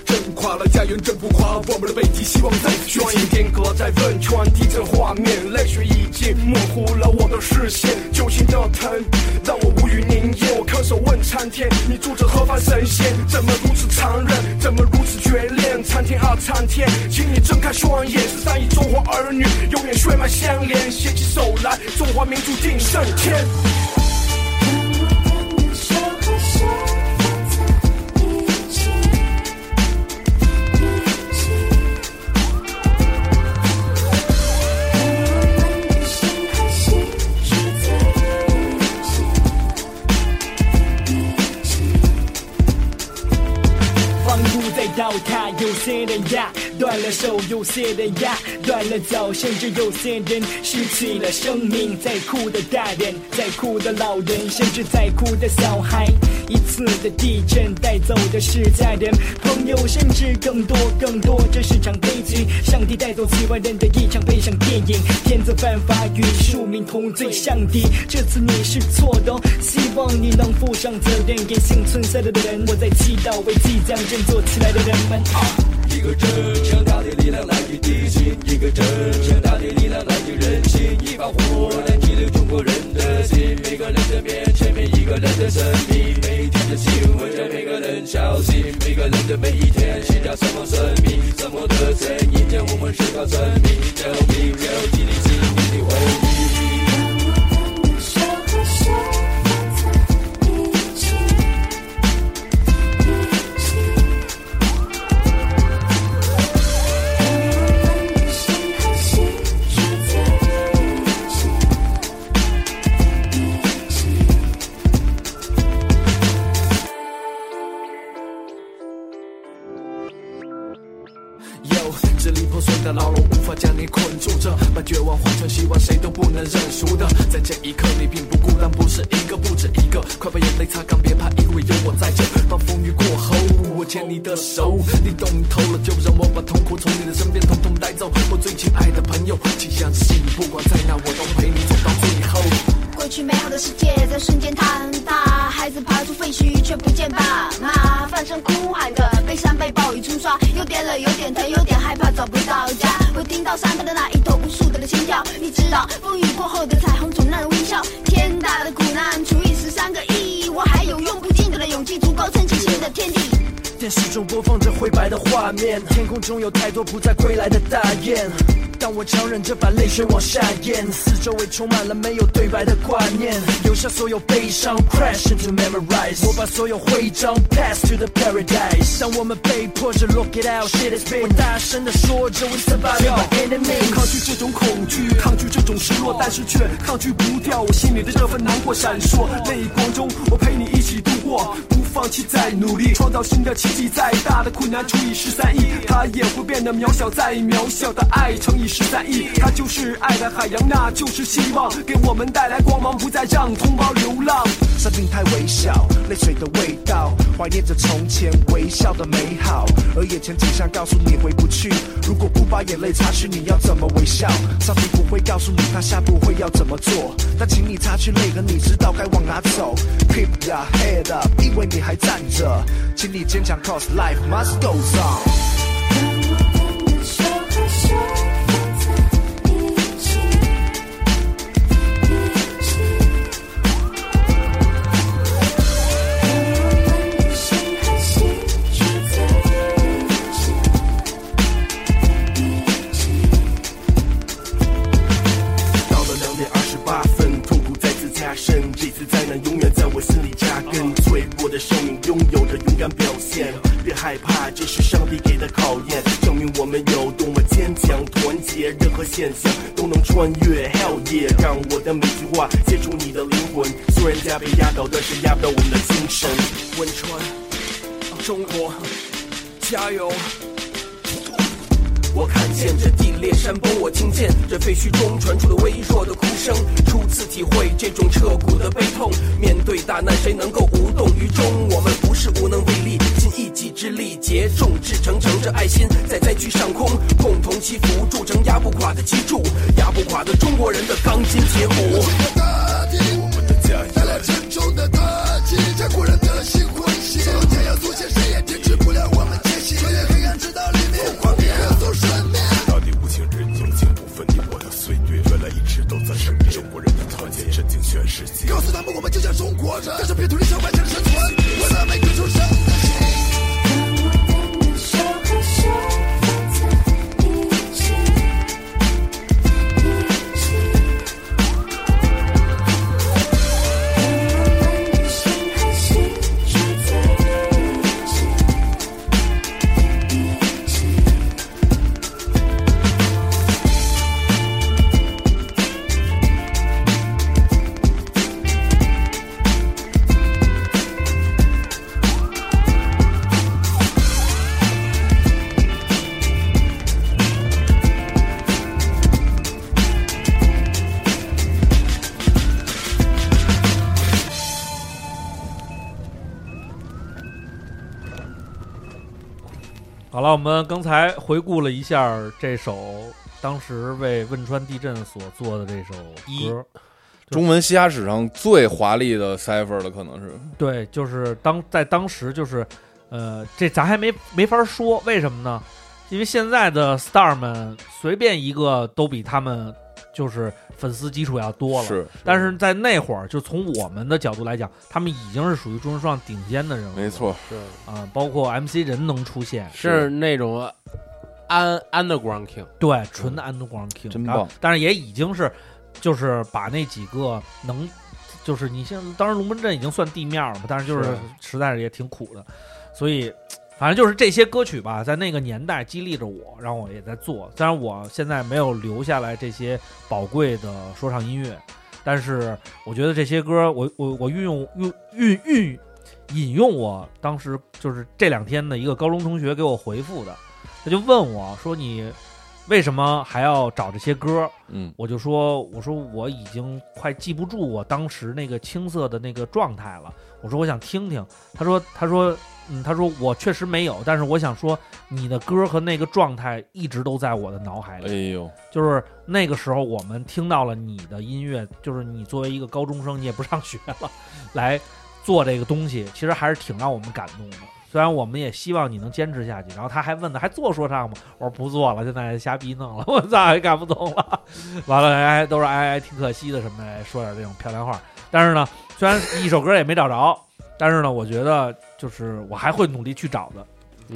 震垮了家园，震不垮我们的背脊，希望在血气。
间隔在汶川地震画面，泪水已经模糊了我的视线。揪心的疼，让我无语凝噎。我恪守问苍天，你住着何方神仙？怎么如此残忍？怎么如此决裂？苍天啊苍天，请你睁开双眼，是善意中华儿女，永远血脉相连，携起手来，中华民族定胜天。
房屋在倒塌，有些人呀断了手，有些人呀断了脚，甚至有些人失去了生命。在哭的大人，在哭的老人，甚至在哭的小孩。
一次的地震带走的是家人、朋友，甚至更多更多。这是场悲剧，上帝带走几万人的一场悲伤电影。骗子犯法与庶民同罪，上帝，这次你是错的哦、希望你能负上责任，给幸存下来的人。我在祈祷为即将振作起来的人们。啊
一个真强大的力量来自地心，一个真强大的力量来自人心，一把火来激流中国人的心，每个人的面前每一个人的生命，每一天的新闻在每个人消息，每个人的每一天寻找什么生命，什么的声音让我们寻找生命，救命，救激励心灵的回
我们的手和手放在一起，一起。我们的心和心住在一起，一起。
有，支离破碎的牢笼无法将你困住着，把绝望换成希望，谁都不能认输的。在这一刻，你并不孤单，不是一个，不止一个。快把眼泪擦干，别怕，因为有我在这。当风雨过后，我牵你的手，你懂透了，就让我把痛苦从你的身边统统带走。我最亲爱的朋友，请相信，不管在哪，我都陪你走到最后。
过去美好的世界在瞬间坍塌，孩子爬出废墟却不见爸妈，放声哭喊着被山被暴雨冲刷，有点冷，有点疼，有点害怕，找不到家。我听到山头的那一头无数的心跳，你知道风雨过后的彩虹总让人微笑。天大的苦难除以十三个亿，我还有用不尽的勇气，足够撑起新的天地。
电视中播放着灰白的画面，天空中有太多不再归来的大雁。当我强忍着把泪水往下咽，四周围充满了没有对白的挂念，留下所有悲伤，crash into memorize。我把所有徽章 pass to the paradise。当我们被迫着 look it out，shit is big。我大声地说着 we survive my enemies。
抗拒这种恐惧，抗拒这种失落，但是却抗拒不掉我心里的这份难过闪烁。泪光中，我陪你一起度过，不放弃，再努力，创造新的奇迹。再大的困难除以十三亿，它也会变得渺小。再渺小的爱乘以十三亿，它就是爱的海洋，那就是希望，给我们带来光芒，不再让同胞流浪。
生命太微小，泪水的味道，怀念着从前微笑的美好。而眼前景象告诉你回不去，如果不把眼泪擦去，你要怎么微笑？上帝不会告诉你他下步会要怎么做，但请你擦去泪痕，你知道该往哪走。Keep your head up，因为你还站着，请你坚强，cause life must go on。
我们的手和手放在一起，一起。我们的心和心住在一起，一起。
到了两点二十八分，痛苦再次加深，这次灾难永远在我心里扎根。脆弱的生命拥有着勇敢表现，别害怕，这是上帝给的考验，证明我们有多么坚强、团结，任何现象都能穿越。Hell yeah，让我的每句话接触你的灵魂，虽然家被压倒，但是压不到我们的精神。
汶川，中国，加油！
我看见这地裂山崩，我听见这废墟中传出了微弱的哭声，初次体会这种彻骨的悲痛。面对大难，谁能够无动于衷？我们不是无能为力，尽一己之力，竭众志成城。这爱心在灾区上空，共同祈福，铸成压不垮的脊柱，压不垮的中国人的钢筋铁骨。
我们的家带来沉重的打击，这国人的心灰心。所有天要祖先，谁也停止不了我们前行。穿越黑暗，直到黎明，疯狂地歌颂生命。
大地无情，人有情，不分你我的岁月。原来一直都在身边，中国人的团结震惊全世界。
告诉他们，我们就像中国人，在这片土地上完成生存。为了每个出生的心。
我们的手和手放在一起，一起。我们的心和心住在一起，一起。
我
好了，我们刚才回顾了一下这首当时为汶川地震所做的这首歌，
中文嘻哈史上最华丽的 cipher 了，可能是
对，就是当在当时就是，呃，这咱还没没法说，为什么呢？因为现在的 star 们随便一个都比他们就是粉丝基础要多了，
是是
但是在那会儿，就从我们的角度来讲，他们已经是属于中文说唱顶尖的人物了，
没错
是
啊、包括 MC 人能出现，
是那种安 underground king，嗯
对，纯的 Underground King，
真
然后
棒
但是也已经是，就是把那几个能，就是你像当然龙门阵已经算地面了嘛，但是就是
是
实在是也挺苦的，所以反正就是这些歌曲吧，在那个年代激励着我，让我也在做。虽然我现在没有留下来这些宝贵的说唱音乐，但是我觉得这些歌，我我我运用运运运引用我当时就是这两天的一个高中同学给我回复的，他就问我说你为什么还要找这些歌？
嗯，
我就说我说我已经快记不住我当时那个青涩的那个状态了。我说我想听听。他说他说嗯他说我确实没有，但是我想说你的歌和那个状态一直都在我的脑海里。
哎呦，
就是那个时候，我们听到了你的音乐，就是你作为一个高中生，你也不上学了，来做这个东西，其实还是挺让我们感动的。 虽然我们也希望你能坚持下去，然后他还问呢，还做说唱吗？我说不做了，现在瞎逼弄了， 我操，也干不动了。完了，哎，都是哎哎，挺可惜的什么的，说点这种漂亮话。但是呢，虽然一首歌也没找着，但是呢，我觉得就是我还会努力去找的。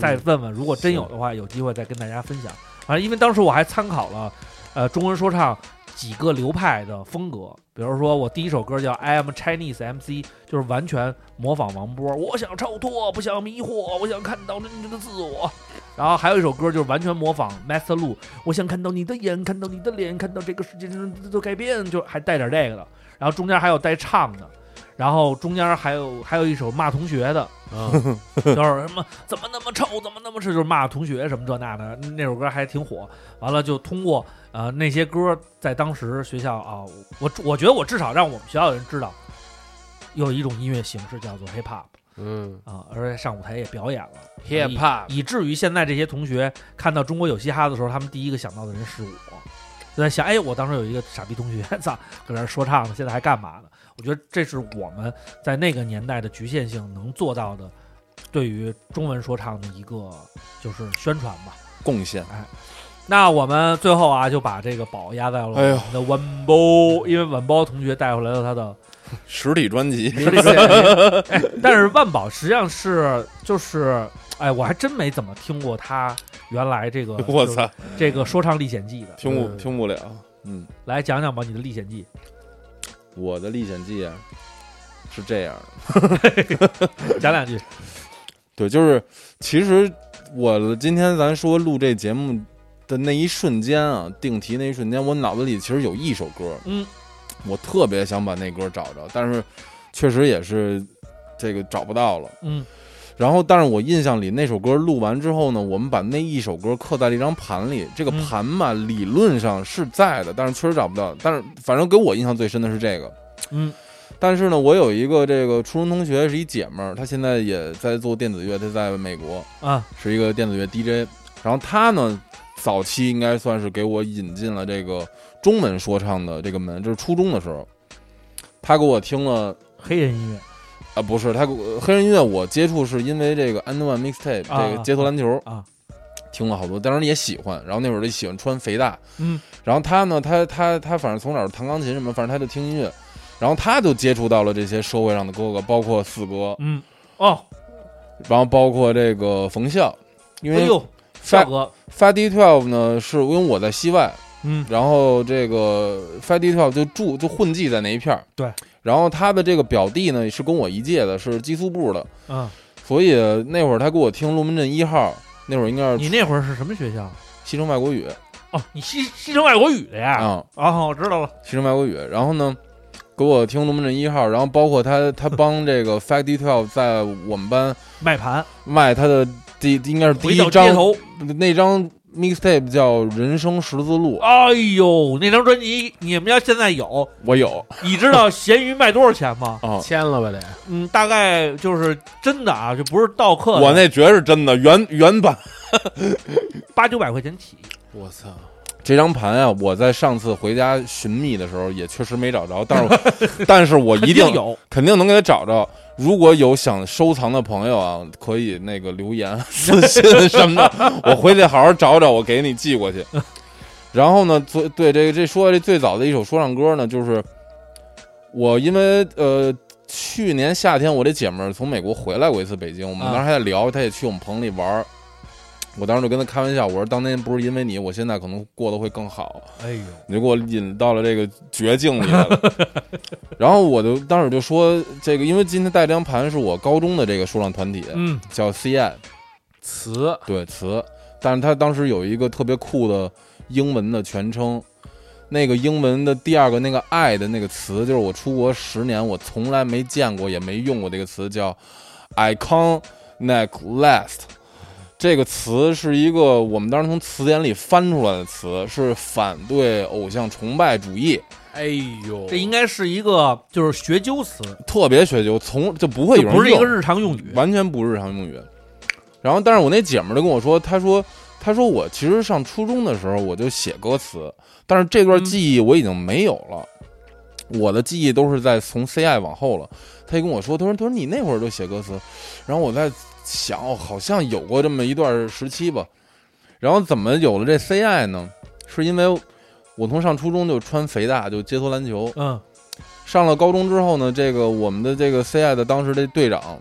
再问问，如果真有的话，有机会再跟大家分享。啊，因为当时我还参考了，呃，中文说唱几个流派的风格，比如说我第一首歌叫《I Am Chinese MC》，就是完全模仿王波，我想超脱，不想迷惑，我想看到真正的自我。然后还有一首歌就是完全模仿 Master Lu，我想看到你的眼，看到你的脸，看到这个世界上的改变，就还带点这个的。然后中间还有带唱的，然后中间还有还有一首骂同学的，嗯，就是什么怎么那么臭，怎么那么是就是骂同学什么这那的，那首歌还挺火。完了就通过呃那些歌，在当时学校啊，我我觉得我至少让我们学校的人知道，有一种音乐形式叫做 hip hop。
嗯
啊，而且上舞台也表演了
Hip hop
以以至于现在这些同学看到中国有嘻哈的时候，他们第一个想到的人是我，就在想，哎，我当时有一个傻逼同学，操，搁那儿说唱呢，现在还干嘛呢？我觉得这是我们在那个年代的局限性能做到的，对于中文说唱的一个就是宣传吧。
贡献。
哎，那我们最后啊，就把这个宝压在了我
哎呦
们的晚包，因为晚包同学带回来了他的
实体专辑，
哎 但是万宝实际上是就是，哎，我还真没怎么听过他原来这个
我操
这个说唱历险记的，
听不
嗯
听不了。嗯，
来讲讲吧，你的历险记。
我的历险记啊是这样的，
讲两句。
对，就是其实我今天咱说录这节目的那一瞬间啊，定题那一瞬间，我脑子里其实有一首歌，
嗯，
我特别想把那歌找着，但是确实也是这个找不到了。
嗯
然后，但是我印象里那首歌录完之后呢，我们把那一首歌刻在了一张盘里。这个
嗯
盘嘛，理论上是在的，但是确实找不到。但是反正给我印象最深的是这个。
嗯
但是呢，我有一个这个初中同学是一姐们儿，她现在也在做电子乐，她在美国
啊，
是一个电子乐 DJ。然后她呢，早期应该算是给我引进了这个中文说唱的这个门，就是初中的时候，她给我听了
黑人音乐
啊，不是她给我黑人音乐，我接触是因为这个 And One Mixtape
啊
这个街头篮球
啊，
听了好多，当然也喜欢。然后那会儿就喜欢穿肥大，
嗯，
然后他呢，他他他反正从小弹钢琴什么，反正他就听音乐，然后他就接触到了这些社会上的哥哥，包括四哥，
嗯哦，
然后包括这个冯笑，因为
哎呦
发
笑哥
发 D Twelve 呢，是因为我在西外，
嗯
然后这个发 D Twelve 就住就混迹在那一片儿
对，
然后他的这个表弟呢是跟我一届的，是寄宿部的，
嗯，
所以那会儿他给我听龙门阵一号，那会儿应该是
你那会儿是什么学校？
西城外国语
哦，你西西城外国语的呀？
啊
哦，我知道了。
西城外国语，然后呢，给我听《龙门阵一号》，然后包括他 他帮这个 Fact Detail 在我们班
卖盘，
卖他的第应该是第一
回到街
张
头
那张 mixtape 叫《人生十字路》，
哎呦，那张专辑你们要现在有，
我有
你知道咸鱼卖多少钱吗？
啊，
签了吧得，
嗯，大概就是真的啊，就不是盗刻的。
我那绝是真的原原版
八九百块钱起。
我操！
这张盘啊，我在上次回家寻觅的时候也确实没找着，但是我 但是我一
肯
定
定有，
肯定能给他找着。如果有想收藏的朋友啊，可以那个留言、啊私信什么的，我回去好好找找，我给你寄过去。 然后呢，最对这个这说这最早的一首说唱歌呢，就是我因为呃去年夏天我这姐们儿从美国回来过一次北京，我们
啊
当时还在聊，她也去我们棚里玩儿。我当时就跟她开玩笑，我说当年不是因为你，我现在可能过得会更好。
哎呦，
你就给我引到了这个绝境里来了。 然后我就当时就说，这个因为今天带这张盘是我高中的这个说唱团体，
嗯，
叫 CN
词，
对词，但是他当时有一个特别酷的英文的全称。那个英文的第二个那个爱的那个词，就是我出国十年我从来没见过也没用过这个词，叫 iconless。这个词是一个我们当时从词典里翻出来的词，是反对偶像崇拜主义，
哎呦，这应该是一个就是学究词，
特别学究，从就不会有人
就不是一个
用
日常用语，
完全不是日常用语。然后，但是我那姐们儿就跟我说，她说，她说我其实上初中的时候我就写歌词，但是这段记忆我已经没有了，我的记忆都是在从 CI 往后了。她就跟我说，她说，她说你那会儿就写歌词，然后我在想，哦好像有过这么一段时期吧。然后怎么有了这 CI 呢？是因为我从上初中就穿肥大，就街头篮球，
嗯，
上了高中之后呢，这个我们的这个 CI 的当时的队长，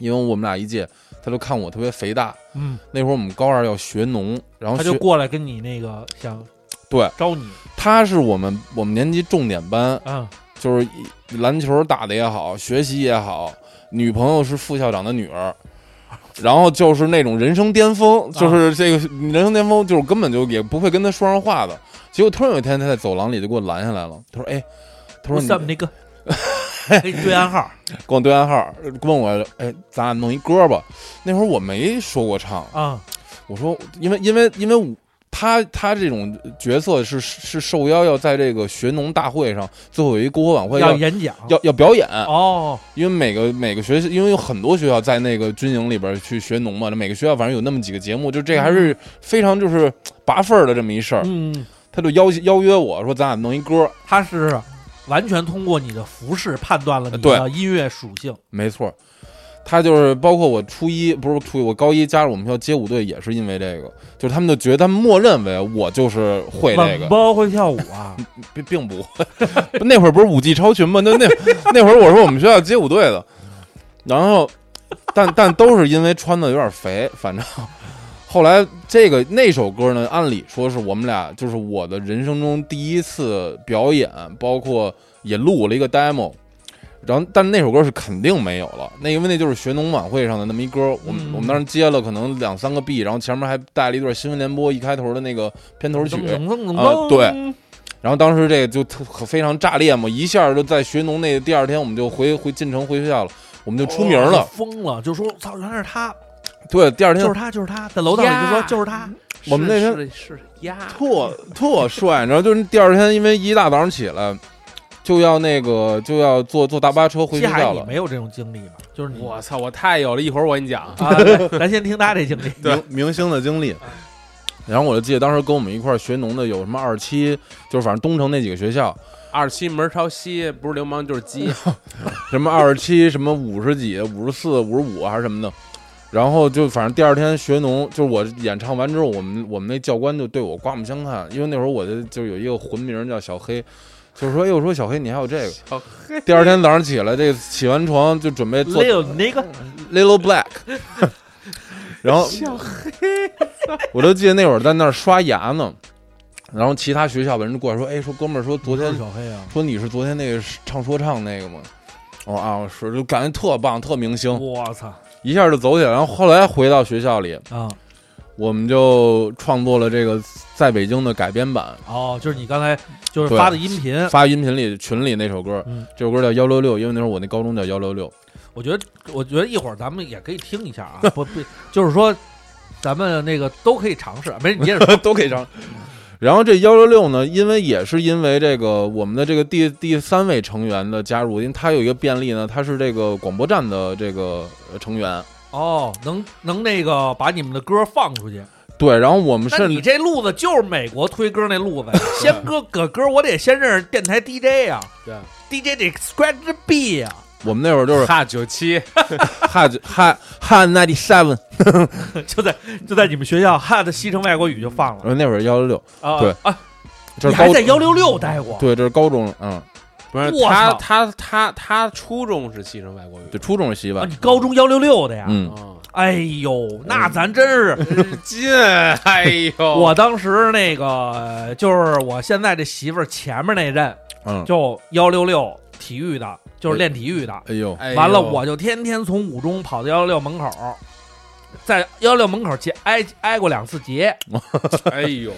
因为我们俩一届，他就看我特别肥大。
嗯，
那会儿我们高二要学农，然后
他就
学
过来跟你那个想
对
招你，
他是我们我们年级重点班，
嗯，
就是一篮球打的也好，学习也好，女朋友是副校长的女儿。然后就是那种人生巅峰，
啊
就是这个人生巅峰，就是根本就也不会跟他说上话的。结果突然有一天，他在走廊里就给我拦下来了。他说：“哎，他说
我
你
怎么 那个给你对暗号，
跟我对暗号，问我，哎，咱俩弄一歌吧。那会儿我没说过唱
啊，
我说，因为因为因为我他他这种角色是是受邀要在这个学农大会上最后有一篝火晚会
要演讲
要要表演
哦，
因为每个每个学校，因为有很多学校在那个军营里边去学农嘛，每个学校反正有那么几个节目，就这个还是非常就是拔份儿的这么一事儿。
嗯，
他就邀邀约我说，咱俩弄一歌。
他是完全通过你的服饰判断了你
对
的音乐属性，
没错，他就是包括我初一不是初一，我高一加入我们学校街舞队也是因为这个，就是他们就觉得他们默认为我就是会这
晚
个，
包会跳舞啊，
嗯并并不会。 那会儿不是舞技超群吗？那那那会儿我是我们学校街舞队的，然后但但都是因为穿的有点肥，反正。后来这个那首歌呢，按理说是我们俩就是我的人生中第一次表演，包括也录了一个 demo，然后但那首歌是肯定没有了，那因为那就是学农晚会上的那么一歌，我
嗯
们、我们当时接了可能两三个 B，然后前面还带了一段新闻联播一开头的那个片头曲，
噔噔噔噔
啊、对。然后当时这个就特非常炸裂嘛，一下就在学农那第二天，我们就回回进城回学校了，我们就出名了。
哦疯了，就说操，原来是他，
对，第二天
就是他，就是他，在楼道里就说就是他，
我们那天
是是呀，
特特帅，你知道，就是第二天，因为一大早上起来就要那个就要坐坐大巴车回学
西海
校
你
了。
没有这种经历吗？就是你
我操，我太有了，一会儿我跟你讲
啊，咱先听他这经历，
明明星的经历。然后我就记得当时跟我们一块儿学农的有什么二七，就是反正东城那几个学校，
二七门朝西，不是流氓就是鸡。
什么二十七，什么五十几、五十四、五十五还是什么的。然后就反正第二天学农，就是我演唱完之后，我们我们那教官就对我刮目相看，因为那会儿我就就有一个混名叫小黑，就是说哎又说小黑你还有这个。第二天早上起来，这个起完床就准备做
六那个
Little Black，然后
小黑，
我就记得那会儿在那儿刷牙呢，然后其他学校的人就过来说：“哎，说哥们儿，说昨天
你是小黑啊
说你是昨天那个唱说唱那个吗？”我说啊，我说就感觉特棒，特明星，
我操
一下就走起来。然后后来回到学校里，
啊！
我们就创作了这个在北京的改编版，
哦，就是你刚才就是
对
发的音频，
发音频里群里那首歌，
嗯
这首歌叫幺六六，因为那时候我那高中叫幺六六。
我觉得，我觉得一会儿咱们也可以听一下啊，不不，就是说，咱们那个都可以尝试，没事， 你接着说，
都可以尝。然后这幺六六呢，因为也是因为这个我们的这个第第三位成员的加入，因为他有一个便利呢，他是这个广播站的这个呃成员，
哦，能能那个把你们的歌放出去。
对，然后我们
那
甚
你
至
这路子就是美国推歌那路子 呀，先歌搁歌，我得先认识电台 DJ 呀、
对
，DJ 得 scratch the beat 呀、
我们那会儿就是
哈九七，
哈九哈哈 ninety seven，
就在就 在你们学校，哈的西城外国语就放了
那会儿幺六六
啊，
对
啊，
这
你
是高
还在幺六六待过？
对，这是高中了，嗯，
不是
我
他
操
他他他初中是西城外国语，
对，初中是西
啊，
外
你，高中幺六六的呀？
嗯，
哎呦，那咱真是
嗯近，哎呦，
我当时那个就是我现在这媳妇儿前面那任，
嗯
就幺六六体育的，就是练体育的。
哎呦，
完了，
哎呦
我就天天从五中跑到幺六六门口，在幺六六门口结挨挨过两次劫。
哎呦，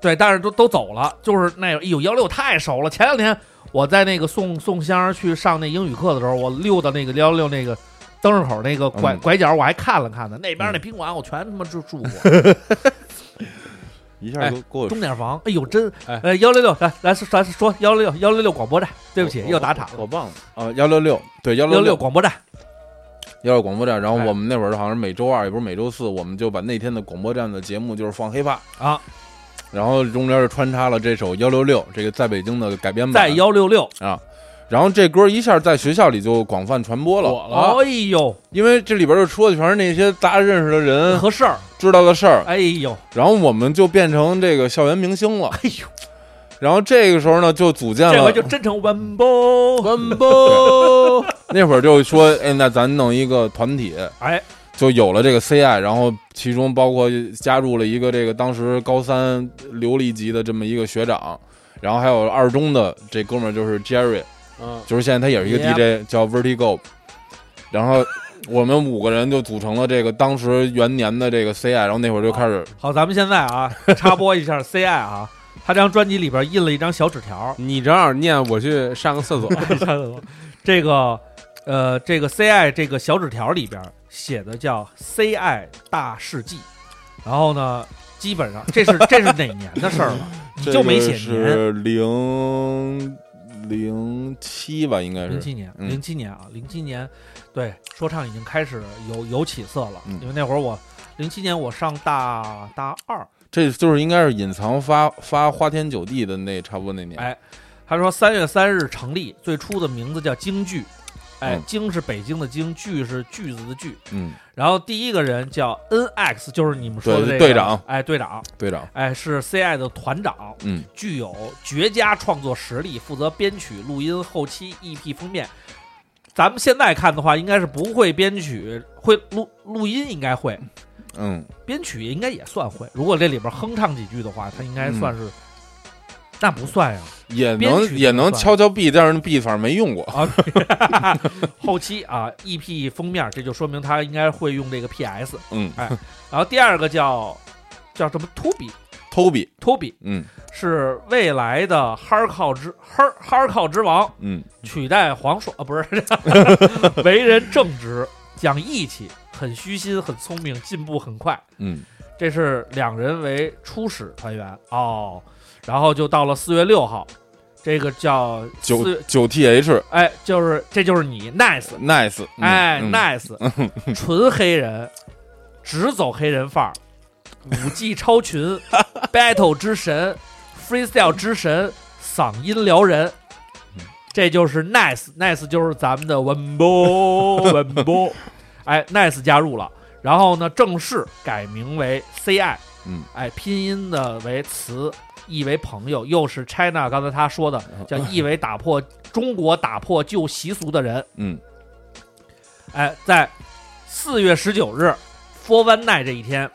对，但是都都走了，就是那哎呦幺六太熟了。前两天我在那个送送香儿去上那英语课的时候，我溜到那个幺六那个灯市口那个拐、
嗯
拐角，我还看了看呢，那边那宾馆我全他妈住住过。
一下给给我
钟点房，哎呦真
哎
呃幺六六来来说咱说幺六六幺六六广播站，对不起又打岔了，
我忘了啊，幺六六，对，幺
幺
六
六广播哎站，
幺六广播站。然后我们那会儿好像是每周二，也不是每周四，我们就把那天的广播站的节目就是放黑怕
啊，
然后中间就穿插了这首幺六六这个在北京的改编版，
在幺六六
啊。然后这歌一下在学校里就广泛传播了，啊
哎呦
因为这里边就说的全是那些大家认识的人
和事儿，
知道的事儿，
哎呦
然后我们就变成这个校园明星了。哎呦，然后这个时候呢，就组建
这
了
回就真成 one bo
one bo，那 会儿就说，哎，那咱弄一个团体，
哎
就有了这个 CI，然后其中包括加入了一个这个当时高三留了一级的这么一个学长，然后还有二中的这哥们儿就是 Jerry，
嗯，
就是现在他也是一个
Yep
DJ 叫 Vertigo，然后我们五个人就组成了这个当时元年的这个 CI，然后那会儿就开始
好，咱们现在 啊插播一下 CI 啊，他这张专辑里边印了一张小纸条，
你正好念，我去上个 厕所，
这个呃，这个 CI 这个小纸条里边写的叫 CI 大事记，然后呢，基本上这 是这是哪年的事儿了？你就没写
这个
年？
是零零七吧，应该是
零七年，
嗯
零七年啊，零七年，对，说唱已经开始有有起色了，
嗯
因为那会儿我零七年我上大大二，
这就是应该是隐藏发发花天酒地的那差不多那年，
哎，他说三月三日成立，最初的名字叫京剧，哎
嗯，
京是北京的京，剧是句子的剧，
嗯，
然后第一个人叫 NX，就是你们说的这个
对队长
哎，队长，
队长，
哎，是 CI 的团长，
嗯，
具有绝佳创作实力，负责编曲、录音、后期、EP 封面。咱们现在看的话，应该是不会编曲，会录录音应该会，
嗯，
编曲应该也算会。如果这里边哼唱几句的话，他应该算是，那不算呀。
嗯也
编
能
曲
也能
算
敲敲 B，但是 B 反正没用过
啊，后期啊，EP 封面，这就说明他应该会用这个 PS。
嗯
哎，然后第二个叫叫什么 Toby
，Toby，
Toby
嗯
是未来的哈尔靠之哈尔哈尔靠之王，
嗯，
取代黄爽啊，不是， 为人正直，讲义气，很虚心，很聪明，进步很快。
嗯，
这是两人为初始团员哦，然后就到了四月六号，这个叫四
九
月
九 TH
哎，就是这就是你 nice，
nice，嗯
哎
嗯
nice，纯 黑人，只走黑人范儿，舞技超群 ，battle 之神，freestyle 之神，嗓音撩人。这就是 nice，nice 就是咱们的 one bo one bo，哎，nice 加入了，然后呢，正式改名为 ci，
嗯，
哎，拼音的为词，意为朋友，又是 China 刚才他说的叫意为打破中国打破旧习俗的人，
嗯，
哎，在四月十九日 Four One Night 这一 天，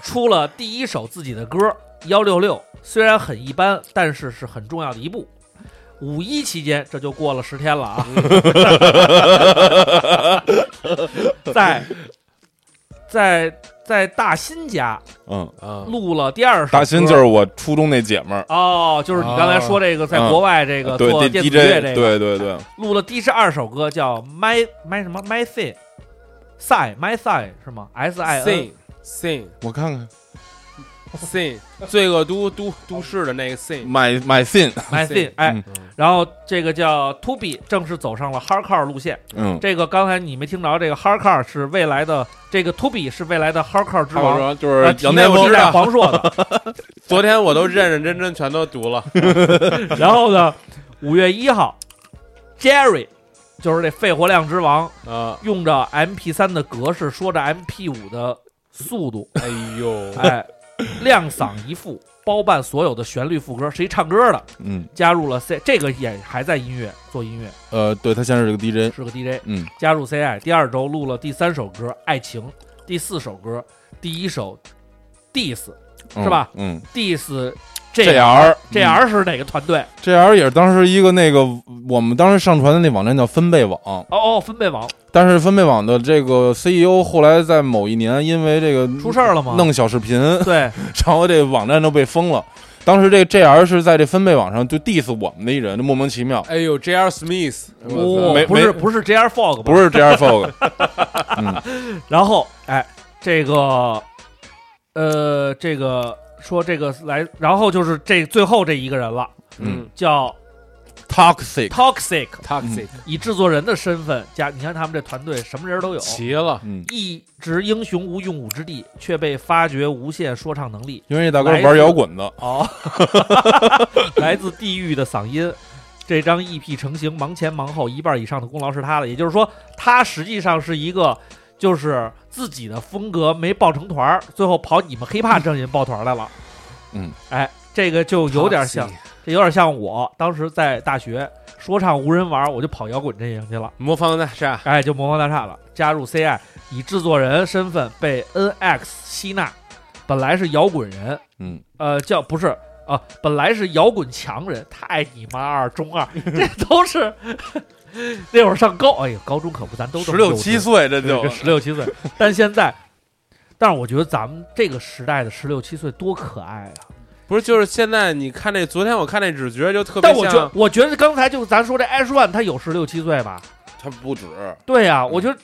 出了第一首自己的歌《幺六六》，虽然很一般，但是是很重要的一步。五一期间，这就过了十天了 啊，在在在大新家
嗯
啊录了第二首歌，
大新就是我初中那姐们儿，
哦，就是你刚才说这个，在
嗯
国外这个
对
做
这
电子
DJ，
乐这个，
对对对，
录了第十二首歌叫 My My 什么 My Thing。sigh my sigh 是吗？S I N
sing sing，
我看看，
Sin 罪恶都都都市的那个 Sin，
买买嗯 Sin
买 Sin，哎，然后这个叫 To B 正式走上了 hardcore 路线。
嗯
这个刚才你没听着，这个 hardcore 是未来的，这个 To B 是未来的 hardcore 之
还有
王，
说就是
呃体
杨
内
天
我
风
是带黄硕的。
昨天我都认认真真全都读了。
然后呢，五月一号，Jerry 就是这肺活量之王，
啊
呃，
用着 MP 3的格式说着 MP 5的速度，
哎呦，
哎，亮嗓一副，包办所有的旋律副歌，是一唱歌的，
嗯，
加入了 C，这个也还在音乐做音乐，
呃，对他先是个 DJ，
是个 DJ，
嗯，
加入 CI，第二周录了第三首歌《爱情》，第四首歌，第一首 Diss
嗯
是吧？
嗯
，Diss
JR 嗯
JR 是哪个团队？
这玩意儿也是当时一个那个我们当时上传的那网站叫分贝网，
哦哦，分贝网
但是分贝网的这个 CEO 后来在某一年因为这个
出事儿了吗
弄小视频，
对，
然后这网站都被封了。当时这 JR 是在这分贝网上就 diss 我们的一人，莫名其妙。
哎呦，J.R. Smith，
哦
没
没
不是不是 JR Fog，吧
不是 JR Fog 嗯
然后哎，这个呃，这个说这个来，然后就是这最后这一个人了，
嗯，
叫
Toxic
Toxic 嗯
Toxic
以制作人的身份加，你看他们这团队什么人都有，
齐了
嗯
一直英雄无用武之地，却被发掘无限说唱能力，
因为这大哥
来自
玩摇滚的
哦， 来自地狱的嗓音。这张 EP 成型，忙前忙后，一半以上的功劳是他的。也就是说，他实际上是一个，就是自己的风格没抱成团儿，最后跑你们黑怕阵营抱团儿来了。
嗯，
哎，这个就有点像
Toxic，
这有点像我当时在大学说唱无人玩儿，我就跑摇滚阵营去了。
魔方大厦，
哎，就魔方大厦了。加入 CI，以制作人身份被 NX 吸纳，本来是摇滚人，
嗯，
呃，叫不是啊，本来是摇滚强人，太你妈二中 二，这都是 那会儿上高，哎呀，高中可不，咱都这么
16
幼稚
7岁这就
对十六七岁，但现在，但是我觉得咱们这个时代的十六七岁多可爱啊！
不是就是现在你看那昨天我看那只觉就特别
但我觉
像，
我觉得刚才就咱说这 Ash One，他有十六七岁吧？
他不止，
对呀、我觉得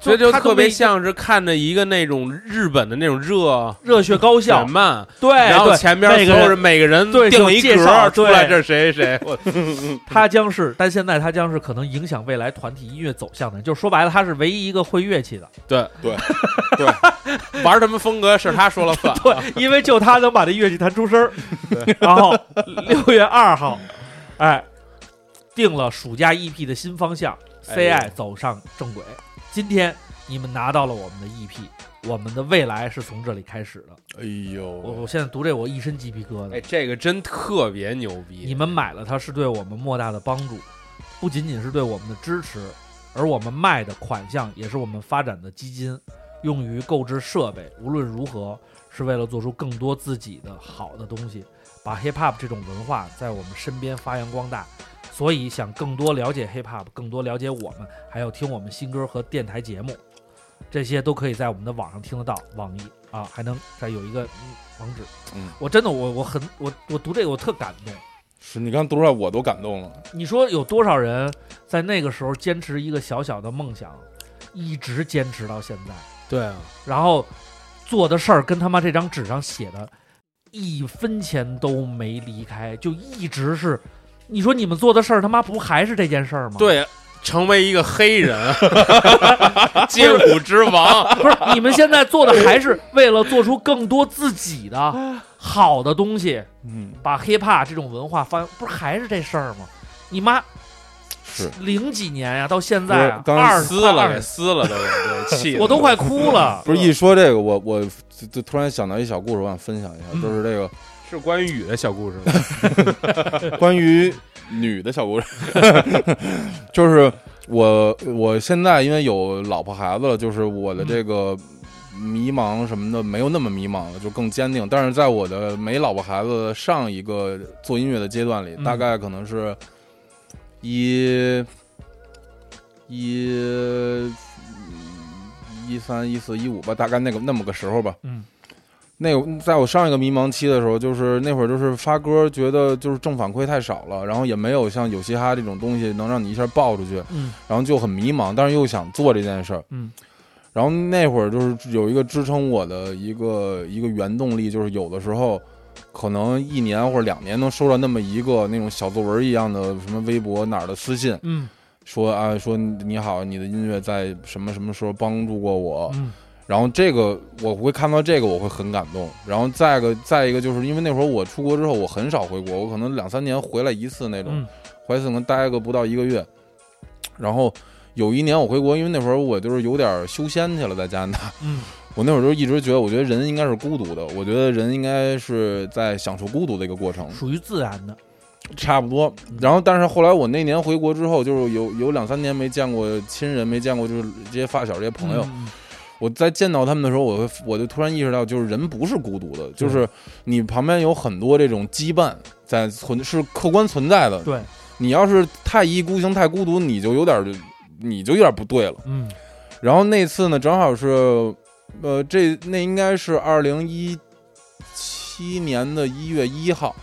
所以就
他都
特别
没
像是看着一个那种日本的那种热
热血高校
漫，漫，
对
然后
对
前边
每个
所有
人
人每个人
对
定
就
了一
介
格
绍
儿出来，
对
这是谁 谁谁，我
他将是，但现在他将是可能影响未来团体音乐走向的人。就说白了，他是唯一一个会乐器的，，
对 对对，玩什么风格是他说了算
对，因为就他能把这乐器弹出声 儿。然后 六月二号，哎，定了暑假 EP 的新方向
哎呦
，CI 走上正轨。今天你们拿到了我们的 EP，我们的未来是从这里开始的。
哎呦，
我我现在读这我一身鸡皮疙瘩
哎，。这个真特别牛逼，
你们买了它是对我们莫大的帮助，不仅仅是对我们的支持，而我们卖的款项也是我们发展的基金，用于购置设备。无论如何，是为了做出更多自己的好的东西，把 hip hop 这种文化在我们身边发扬光大。所以，想更多了解 hip hop，更多了解我们，还要听我们新歌和电台节目，这些都可以在我们的网上听得到，网易啊，还能再有一个嗯网址。
嗯
我真的我我很我我读这个我特感动。
是你刚读出来我都感动了。
你说有多少人在那个时候坚持一个小小的梦想，一直坚持到现在？
对啊，
然后做的事儿跟他妈这张纸上写的一分钱都没离开，就一直是。你说你们做的事儿，他妈不还是这件事儿吗？
对，啊成为一个黑 人， 街舞之王，
不是你们现在做的还是为了做出更多自己的好的东西，
嗯，
把 hiphop 这种文化发扬，不是还是这事儿吗？你妈
是
零几年呀、到现
不
在
是
啊，
刚
二
撕了
二
给撕了都给，气得
我都快哭了
不是一说这个，我我就就突然想到一小故事，我想分享一下，
嗯
就是这个？
是关于雨的小故事吗
关于女的小故事， 就是我我现在因为有老婆孩子了，就是我的这个迷茫什么的没有那么迷茫了，就更坚定。但是在我的没老婆孩子的上一个做音乐的阶段里，
嗯
大概可能是一一一三一四一五吧，大概那个那么个时候吧。
嗯，
那个在我上一个迷茫期的时候，就是那会儿就是发歌，觉得就是正反馈太少了，然后也没有像有嘻哈这种东西能让你一下爆出去，
嗯，
然后就很迷茫，但是又想做这件事儿，
嗯，
然后那会儿就是有一个支撑我的一个一个原动力，就是有的时候可能一年或者两年能收到那么一个那种小作文一样的什么微博哪儿的私信，
嗯，
说啊说你好，你的音乐在什么什么时候帮助过我，
嗯
然后这个我会看到这个我会很感动，然后再一个再一个就是因为那会儿我出国之后我很少回国，我可能两三年回来一次那种，
嗯
回来一次可能待个不到一个月，然后有一年我回国，因为那会儿我就是有点修仙去了，在加拿大。
嗯，
我那会儿就一直觉得，我觉得人应该是孤独的，我觉得人应该是在享受孤独的一个过程，
属于自然的。
差不多。然后，但是后来我那年回国之后，就是有有两三年没见过亲人，没见过就是这些发小、这些朋友。
嗯
我在见到他们的时候，我会我就突然意识到，就是人不是孤独的，就是你旁边有很多这种羁绊在存，是客观存在的。
对，
你要是太一意孤行、太孤独，你就有点儿，你就有点儿不对了。
嗯
然后那次呢，正好是，呃，这那应该是二零一七年的一月一号，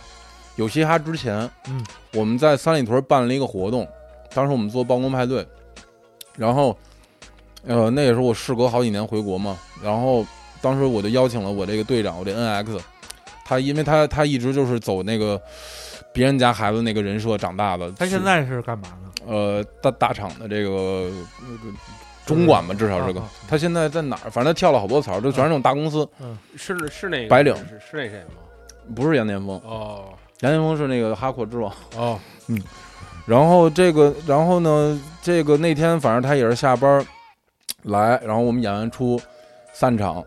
有嘻哈之前，
嗯，
我们在三里屯办了一个活动，当时我们做办公派对，然后，呃，那也是我事隔好几年回国嘛，然后当时我就邀请了我这个队长，我这 NX，他因为他他一直就是走那个别人家孩子那个人设长大的，
他现在是干嘛呢？
呃大大厂的这个呃那个中管吧，至少是个
啊啊。
他现在在哪儿？反正他跳了好多槽，就全是那种大公司。
嗯，
是是那个
白领
是是那谁吗？
不是杨巅峰
哦，
杨巅峰是那个哈阔之王
哦，
嗯。然后这个，然后呢，这个那天反正他也是下班儿来，然后我们演完出散场，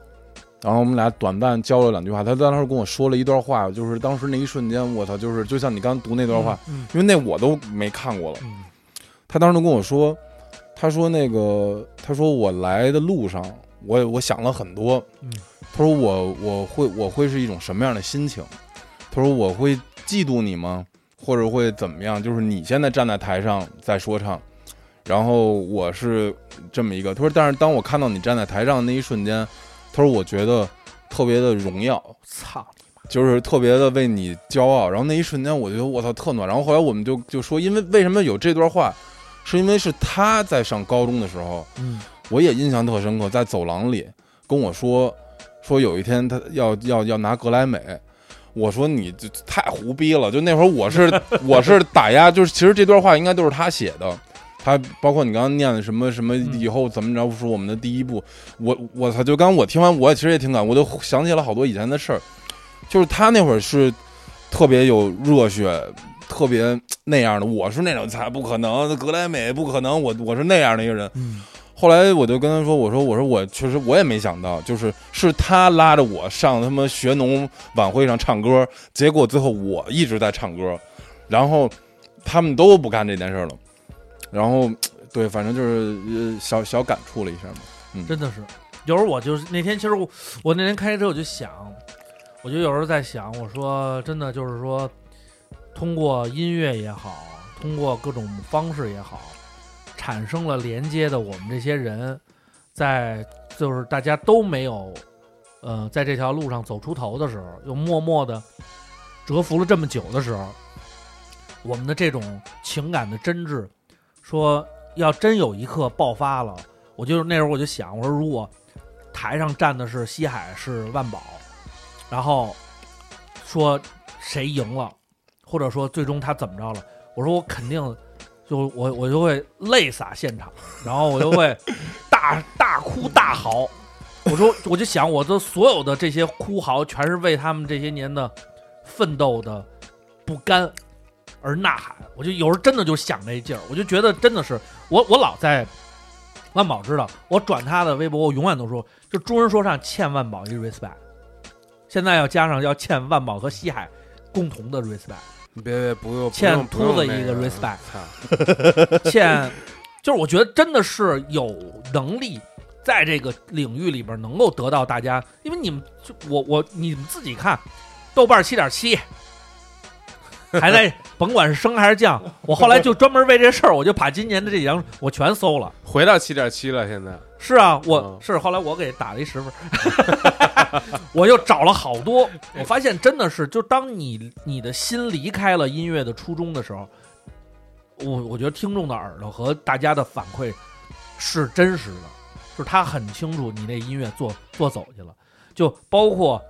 然后我们俩短暂交流两句话。他当时跟我说了一段话，就是当时那一瞬间，我操，就是就像你刚读那段话，
嗯
因为那我都没看过了。他当时就跟我说，他说那个，他说我来的路上，我我想了很多。
嗯
他说我我会我会是一种什么样的心情？他说我会嫉妒你吗？或者会怎么样？就是你现在站在台上在说唱，然后我是这么一个。他说，但是当我看到你站在台上的那一瞬间，他说我觉得特别的荣耀。
操！
就是特别的为你骄傲，然后那一瞬间我觉得我操特暖，然后后来我们就就说，因为为什么有这段话，是因为是他在上高中的时候，
嗯
我也印象特深刻，在走廊里跟我说，说有一天他要要要拿格莱美，我说你这太胡逼了，就那会儿我是 我是打压，就是其实这段话应该都是他写的，他包括你刚刚念的什么什么以后怎么着是我们的第一步，我我操，就刚我听完我其实也挺感，我就想起了好多以前的事儿，就是他那会儿是特别有热血。特别那样的，我是那种才不可能，格莱美不可能，我我是那样的一个人。后来我就跟他说：“我说我说我确实我也没想到，就是是他拉着我上他妈学农晚会上唱歌，结果最后我一直在唱歌，然后他们都不干这件事儿了，然后对，反正就是呃小小感触了一下嘛，嗯，
真的是，有时候我就是那天，其实我我那天开车我就想，我就有时候在想，我说真的就是说，通过音乐也好，通过各种方式也好，产生了连接的我们这些人，在就是大家都没有，呃，在这条路上走出头的时候，又默默的蛰伏了这么久的时候，我们的这种情感的真挚，说要真有一刻爆发了，我就那时候我就想，我说如果台上站的是西海是万宝，然后说谁赢了，或者说最终他怎么着了，我说我肯定就我我就会泪洒现场，然后我就会 大大哭大嚎。我说，我就想，我的所有的这些哭嚎，全是为他们这些年的奋斗的不甘而呐喊。我就有时候真的就想那劲儿，我就觉得真的是我，我老在万宝知道，我转他的微博，我永远都说，就中人说唱欠万宝一 respect，现在要加上要欠万宝和西海共同的 respect。
你别别哦不用
欠
不用
秃子
不用
一个
那个
respect，
操
欠就是我觉得真的是有能力在这个领域里边能够得到大家，因为你们就我我你们自己看，豆瓣七点七，还在甭管是升还是降，我后来就专门为这事儿，我就把今年的这几张我全搜了。
回到七点七了，现在
是啊，
嗯
我是后来我给打了一十分儿， 我又找了好多，我发现真的是，就当你你的心离开了音乐的初衷的时候，我我觉得听众的耳朵和大家的反馈是真实的，就是他很清楚你那音乐做做走去了，就包括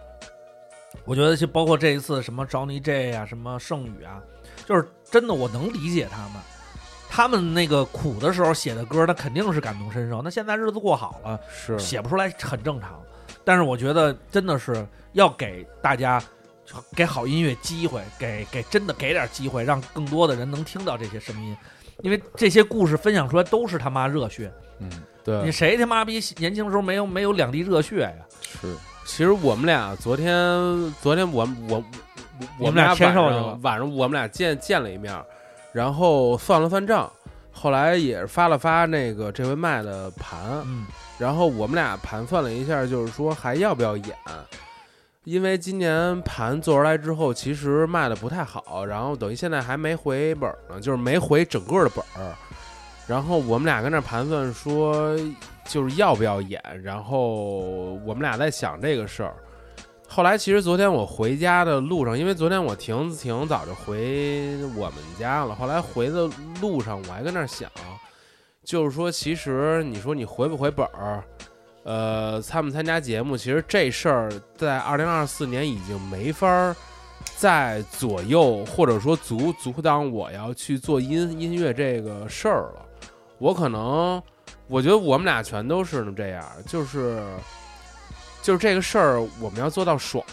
我觉得就包括这一次什么 Johnny J 啊，什么盛宇啊，就是真的我能理解他们。他们那个苦的时候写的歌，那肯定是感同身受。那现在日子过好了，
是
写不出来很正常。但是我觉得真的是要给大家给好音乐机会，给给真的给点机会，让更多的人能听到这些声音，因为这些故事分享出来都是他妈热血。
嗯，对
你谁他妈逼年轻时候没有没有两滴热血呀？
是，
其实我们俩昨天，昨天我我我
你
我
们俩
晚
牵手
上
去了
晚上我们俩见见了一面，然后算了算账，后来也是发了发那个这回卖的盘，
嗯，
然后我们俩盘算了一下，就是说还要不要演。因为今年盘做出来之后，其实卖的不太好，然后等于现在还没回本儿呢，就是没回整个的本儿。然后我们俩跟那儿盘算说，就是要不要演。然后我们俩在想这个事儿。后来其实昨天我回家的路上，因为昨天我挺挺早就回我们家了，后来回的路上我还跟那儿想，就是说其实你说你回不回本儿，呃，参不参加节目，其实这事儿在二零二四年已经没法儿再左右或者说阻阻挡我要去做音音乐这个事儿了。我可能，我觉得我们俩全都是这样，就是就是这个事儿我们要做到爽，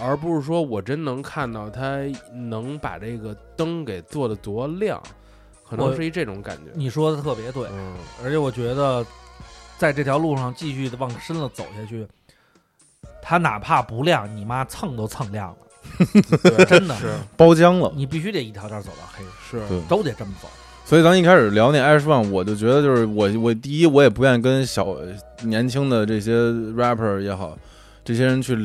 而不是说我真能看到他能把这个灯给做的多亮，可能
我
是一这种感觉。
你说的特别对，
嗯
而且我觉得，在这条路上继续的往深了走下去，它哪怕不亮，你妈蹭都蹭亮了，真的
是
包浆了。
你必须得一条道走到黑，
对
都得这么走。
所以咱一开始聊那 Ash One，我就觉得就是我我第一我也不愿意跟小年轻的这些 rapper 也好，这些人去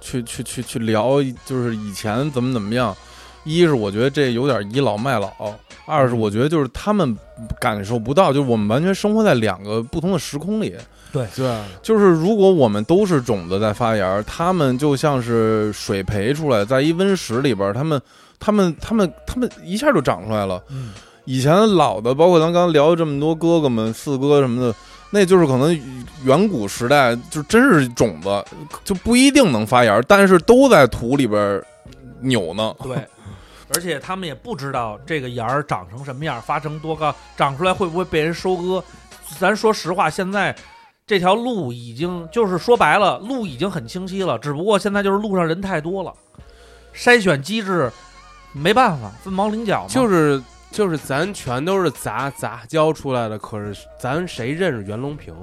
去去去去聊，就是以前怎么怎么样。一是我觉得这有点倚老卖老，二是我觉得就是他们感受不到，就是我们完全生活在两个不同的时空里。
对
对，
就是啊如果我们都是种子在发芽，他们就像是水培出来，在一温室里边，他们他们他们他们一下就长出来了。
嗯，
以前老的，包括咱刚聊这么多哥哥们、四哥什么的，那就是可能远古时代就真是种子，就不一定能发芽，但是都在土里边扭呢。
对，而且他们也不知道这个芽儿长成什么样，发成多高，长出来会不会被人收割。咱说实话，现在这条路已经就是说白了，路已经很清晰了，只不过现在就是路上人太多了，筛选机制没办法，分毛麟角嘛。
就是就是咱全都是杂杂交出来的，可是咱谁认识袁隆 平？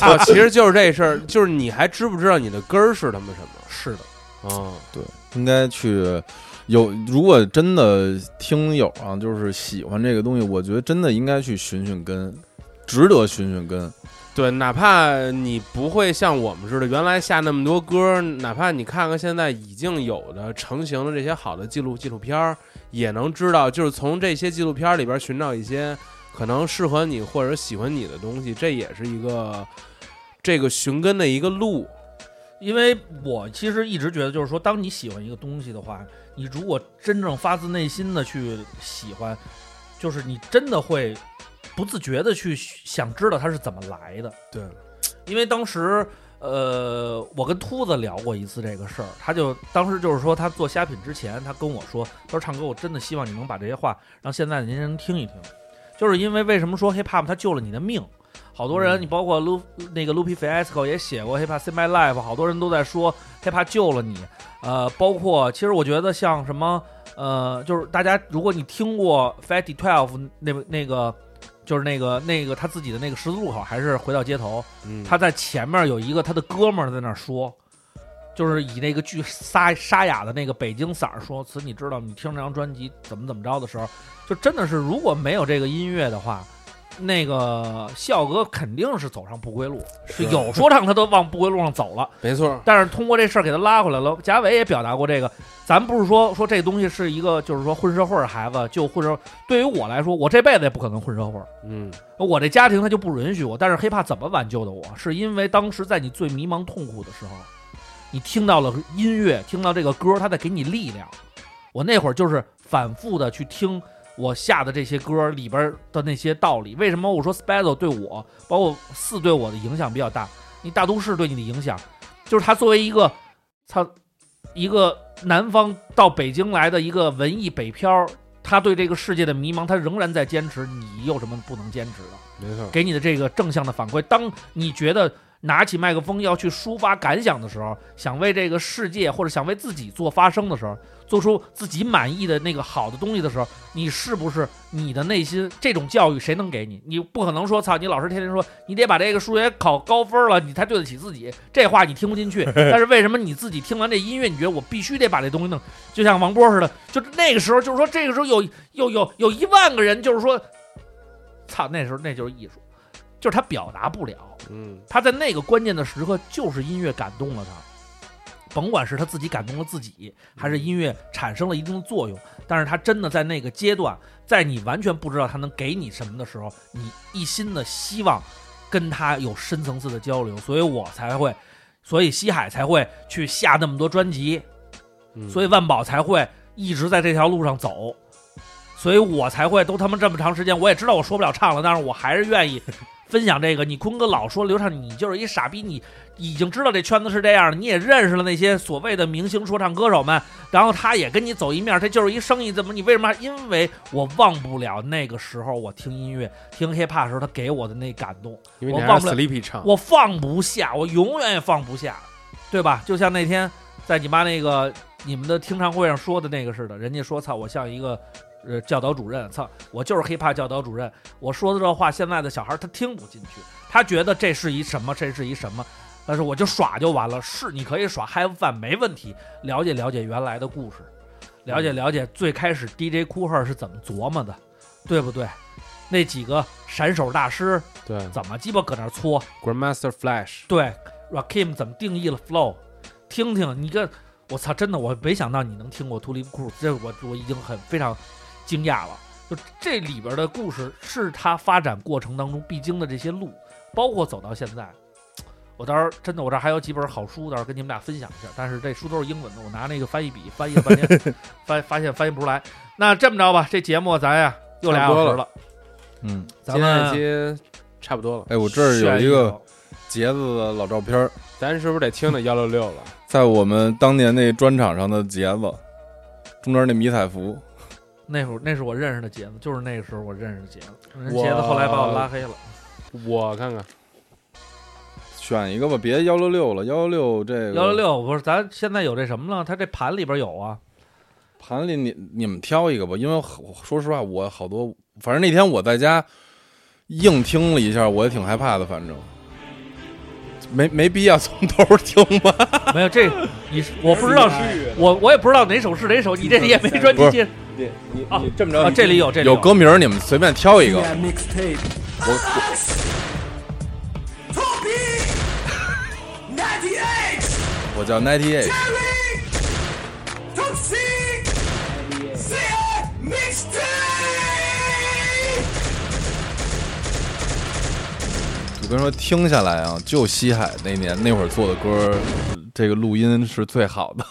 操其实就是这事儿，就是你还知不知道你的根儿是他妈什么？
是的，
嗯，
对，应该去有。如果真的听友啊，就是喜欢这个东西，我觉得真的应该去寻寻根，值得寻寻根。
对，哪怕你不会像我们似的，原来下那么多歌，哪怕你看看现在已经有的成型的这些好的纪录纪录片儿，也能知道，就是从这些纪录片儿里边寻找一些可能适合你或者喜欢你的东西，这也是一个这个寻根的一个路。
因为我其实一直觉得，就是说，当你喜欢一个东西的话，你如果真正发自内心的去喜欢，就是你真的会不自觉的去想知道它是怎么来的。
对，
因为当时呃，我跟秃子聊过一次这个事儿，他就当时就是说，他做虾品之前，他跟我说，他说唱歌，我真的希望你能把这些话让现在的年轻人听一听，就是因为为什么说 hip hop 它救了你的命。好多人，你包括 Lu 那个 Lupe Fiasco 也写过《Hip Hop Save My Life》，好多人都在说 Hip Hop 救了你。呃，包括其实我觉得像什么，呃，就是大家如果你听过 Fatty Twelve 那那个，就是那个那个他自己的那个十字路口，还是回到街头，
嗯
他在前面有一个他的哥们儿在那儿说。就是以那个巨沙沙哑的那个北京嗓儿说词，你知道，你听这张专辑怎么怎么着的时候，就真的是如果没有这个音乐的话，那个笑哥肯定是走上不归路，
是
就有说唱他都往不归路上走了。
没错，
但是通过这事儿给他拉回来了。贾伟也表达过这个，咱不是说说这东西是一个，就是说混社会儿孩子就混社。对于我来说，我这辈子也不可能混社会儿，
嗯，
我这家庭他就不允许我。但是 hiphop 怎么挽救的我？是因为当时在你最迷茫痛苦的时候，你听到了音乐，听到这个歌，它在给你力量。我那会儿就是反复的去听我下的这些歌里边的那些道理。为什么我说 Spazzo 对我，包括四对我的影响比较大？你大都市对你的影响，就是他作为一个，他一个南方到北京来的一个文艺北漂，他对这个世界的迷茫，他仍然在坚持。你有什么不能坚持的？
没错，
给你的这个正向的反馈。当你觉得拿起麦克风要去抒发感想的时候，想为这个世界或者想为自己做发声的时候，做出自己满意的那个好的东西的时候，你是不是你的内心这种教育谁能给你？你不可能说操，你老师天天说你得把这个数学考高分了，你才对得起自己，这话你听不进去。但是为什么你自己听完这音乐，你觉得我必须得把这东西弄？就像王波似的，就是那个时候，就是说这个时候有有有有一万个人，就是说操，那时候那就是艺术，就是他表达不了，
嗯，
他在那个关键的时刻，就是音乐感动了他，甭管是他自己感动了自己，还是音乐产生了一定的作用，但是他真的在那个阶段，在你完全不知道他能给你什么的时候，你一心的希望跟他有深层次的交流，所以我才会，所以西海才会去下那么多专辑，
嗯
所以万宝才会一直在这条路上走，所以我才会都他妈这么长时间，我也知道我说不了唱了，但是我还是 愿意分享这个。你坤哥老说刘畅，你就是一傻逼，你已经知道这圈子是这样的，你也认识了那些所谓的明星说唱歌手们，然后他也跟你走一面，这就是一生意，怎么你为什么还？因为我忘不了那个时候我听音乐听 hiphop 的时候他给我的那感动，
因为
我
你还
忘
是
不了
Sleepy 唱
我放不下，我永远也放不下，对吧？就像那天在你妈那个你们的听唱会上说的那个似的，人家说操，我像一个呃教导主任，操，我就是 hiphop 教导主任。我说的这话，现在的小孩他听不进去，他觉得这是一什么，这是一什么。但是我就耍就完了，是你可以耍 have fun 没问题，了解了解原来的故事，了解了解最开始 DJ Cooper 是怎么琢磨的，对不对？那几个闪手大师
对
怎么鸡巴搁那儿搓
，Grandmaster Flash
对，Rakim 怎么定义了 flow？听听你这，我操，真的我没想到你能听过 t u l i p Crew，这我我已经很非常惊讶了。就这里边的故事是他发展过程当中必经的这些路，包括走到现在。我到时候真的，我这儿还有几本好书，到时候跟你们俩分享一下。但是这书都是英文的，我拿那个翻译笔翻译了半天，翻发现翻译不出来。那这么着吧，这节目咱呀又俩小
差
时
不多
了
了，
嗯，
咱
今
们
天这期差不多了。
哎，我这儿有一
选
个杰子的老照片儿，
咱是不是得听那幺六六了？
在我们当年那专场上的杰子，中间那迷彩服，
那会儿那是我认识的杰子，就是那个时候我认识的杰子。人
我
杰子后来把我拉黑了。
我看看，
选一个吧，别幺六六了，幺六六这个
幺六六不是，咱现在有这什么了？它这盘里边有啊。
盘里你你们挑一个吧，因为我说实话，我好多，反正那天我在家硬听了一下，我也挺害怕的，反正没没必要从头儿听吧。
没有这，你是我不知道是，我我也不知道哪首是哪首，你这也没专
不
辑
是
介。
你你
啊，
这么着
啊，这里有嗯这里
嗯有歌名儿，你们随便挑一个。
我
我叫 Ninety Eight，我跟你说，听下来啊，就西海那年那会儿做的歌儿，这个录音是最好的。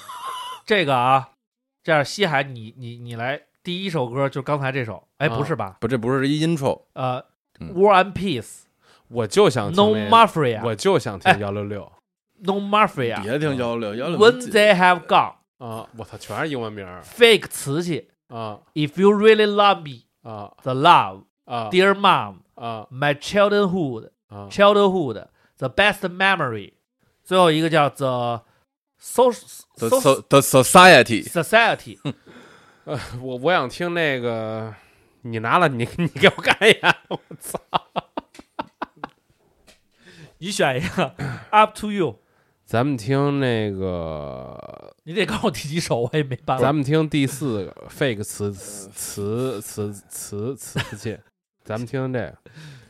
这个啊，这样西海你你你来第一首歌就刚才这首，哎
啊
不是吧？
啊不，这不是一嗯 intro。
呃，War and Peace，
我就想听
No
那
Mafia 哎
我就想听幺六六
No Mafia，
别听幺六幺六
When they have gone，
啊！我操，全是英文名儿
fake 瓷器
啊
，If you really love me
啊
，the love
啊
，dear mom
啊
，my childhood
啊
childhood the best memory，最后一个叫 the social
The so- the society
society，
呃，我我想听那个，你拿了你 你给我看一眼，我操！
你选一个 up to you，
咱们听那个，
你得告诉我第几首，我也没办法。
咱们听第四个 fake 词词词词词器，咱们听这 个。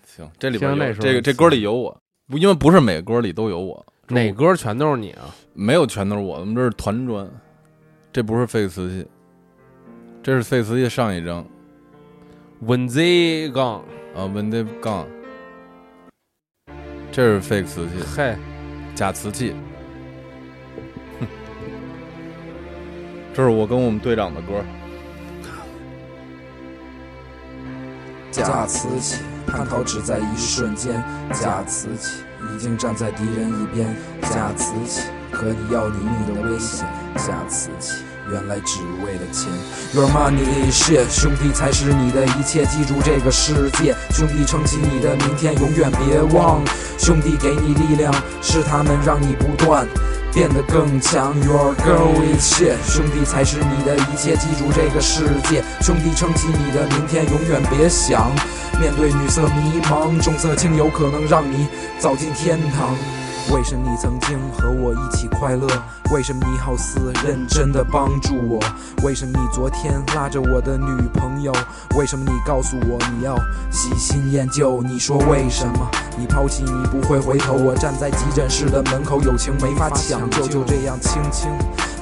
行，这里边
听
有
那首
这个这歌里有我，不因为不是每歌里都有我，
哪歌全都是你啊？
没有全都是我，我们这是团专，这不是费瓷器，这是费瓷器上一张。
When they gone
啊，When they gone，这是 fake 瓷器，
嘿，
假瓷器。 哼这是我跟我们队长的歌，
假慈禧叛逃只在一瞬间，假慈禧已经站在敌人一边，假慈禧可你要你你的危险，假慈禧。原来只为了钱，Your money shit，兄弟才是你的一切，记住这个世界，兄弟撑起你的明天，永远别忘，兄弟给你力量，是他们让你不断。变得更强，Your girl is shit，兄弟才是你的一切，记住这个世界，兄弟撑起你的明天，永远别想。面对女色迷茫，重色轻友可能让你走进天堂。为什么你曾经和我一起快乐？为什么你好似认真的帮助我？为什么你昨天拉着我的女朋友？为什么你告诉我你要喜新厌旧？你说为什么？你抛弃你不会回头，我站在急诊室的门口，友情没法抢救，就这样轻轻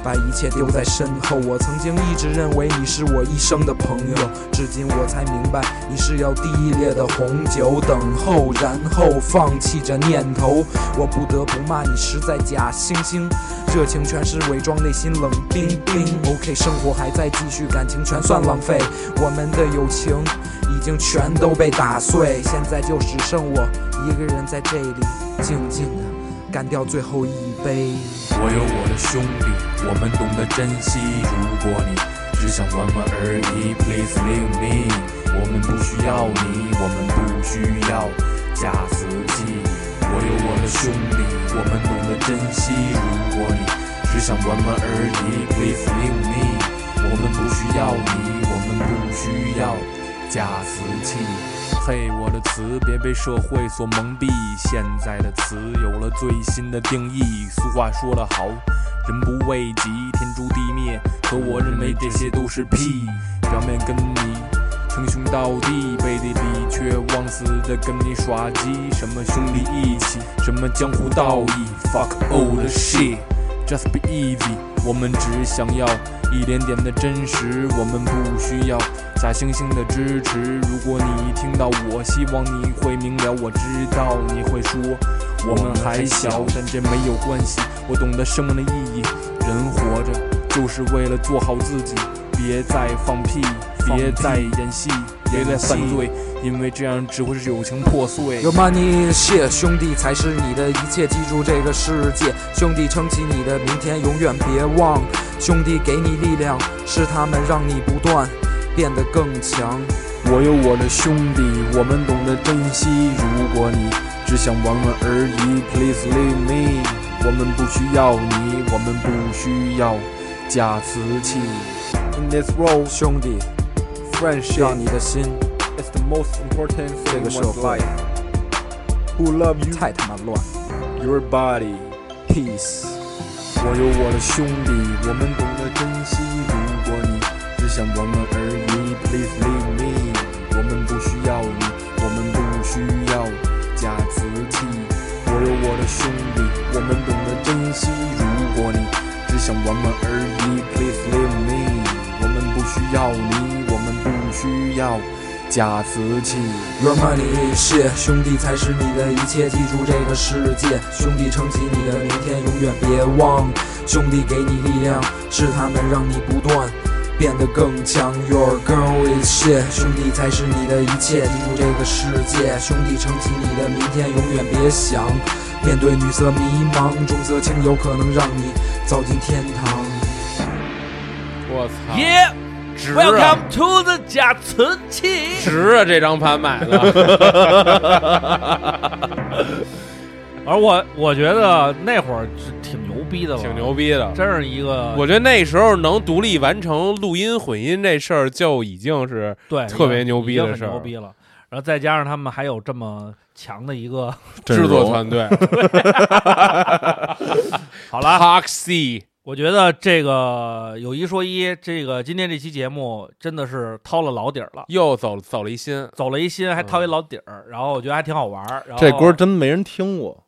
把一切丢在身后。我曾经一直认为你是我一生的朋友，至今我才明白你是要第一列的红酒等候，然后放弃这念头。我不得不骂你实在假惺惺，热情全是伪装，内心冷冰冰。OK，生活还在继续，感情全算浪费，我们的友情已经全都被打碎，现在就只剩我一个人在这里静静的干掉最后一杯。
我有我的兄弟，我们懂得珍惜。如果你只想玩玩而已，Please leave me，我们不需要你，我们不需要假慈禧。我有我的兄弟，我们懂得珍惜。如果你只想玩玩而已，Please leave me，我们不需要你，我们不需要假瓷器。嘿，我的词别被社会所蒙蔽，现在的词有了最新的定义。俗话说得好，人不为己，天诛地灭。可我认为这些都是屁，表面跟你称兄道弟，背地里却忘词的跟你耍鸡。什么兄弟义气，什么江湖道义，fuck all the shit。Just be easy，我们只想要一点点的真实，我们不需要假惺惺的支持。如果你听到我，希望你会明了，我知道你会说我们还小，但这没有关系，我懂得生命的意义。人活着就是为了做好自己，别再放屁，别再演戏，别再犯罪，因为这样只会是友情破碎。
Your money is shit，兄弟才是你的一切，记住这个世界，兄弟撑起你的明天，永远别忘，兄弟给你力量，是他们让你不断变得更强。
我有我的兄弟，我们懂得珍惜。如果你只想玩玩而已，Please leave me，我们不需要你，我们不需要假瓷器。
In this world，兄弟
f r i e n d s h i p
让你的心
is the most important thing
这个社
in one's
会
life。Who love you？
太他妈乱。
Your body, peace。我有我的兄弟，我们懂得珍惜。如果你只想玩玩而已，Please leave me。我们不需要你，我们不需要假瓷器。我有我的兄弟，我们懂得珍惜。如果你只想玩玩而已，Please leave me。我们不需要你，我们不需要假瓷器。
Your money is shit，兄弟才是你的一切，记住这个世界，兄弟撑起你的明天，永远别忘，兄弟给你力量，是他们让你不断变得更强。Your girl is shit，兄弟才是你的一切，记住这个世界，兄弟撑起你的明天，永远别想。面对女色迷茫，重色轻友可能让你走进天堂。
我操！
耶
值啊
，Welcome to the 假瓷器。
值啊！这张盘买 了，
而我我觉得那会儿是挺牛逼的吧，
挺牛逼的。
真是一个，
我觉得那时候能独立完成录音混音这事儿，就已经是
对
特别牛逼
已经
的
很
事
牛
儿。
逼了。然后再加上他们还有这么强的一个
阵容制作团队
好了
p a r C，
我觉得这个有一说一，这个今天这期节目真的是掏了老底儿了，
又走走了一心，嗯
走了一心，还掏一老底儿，然后我觉得还挺好玩儿。然后
这歌真没人听过，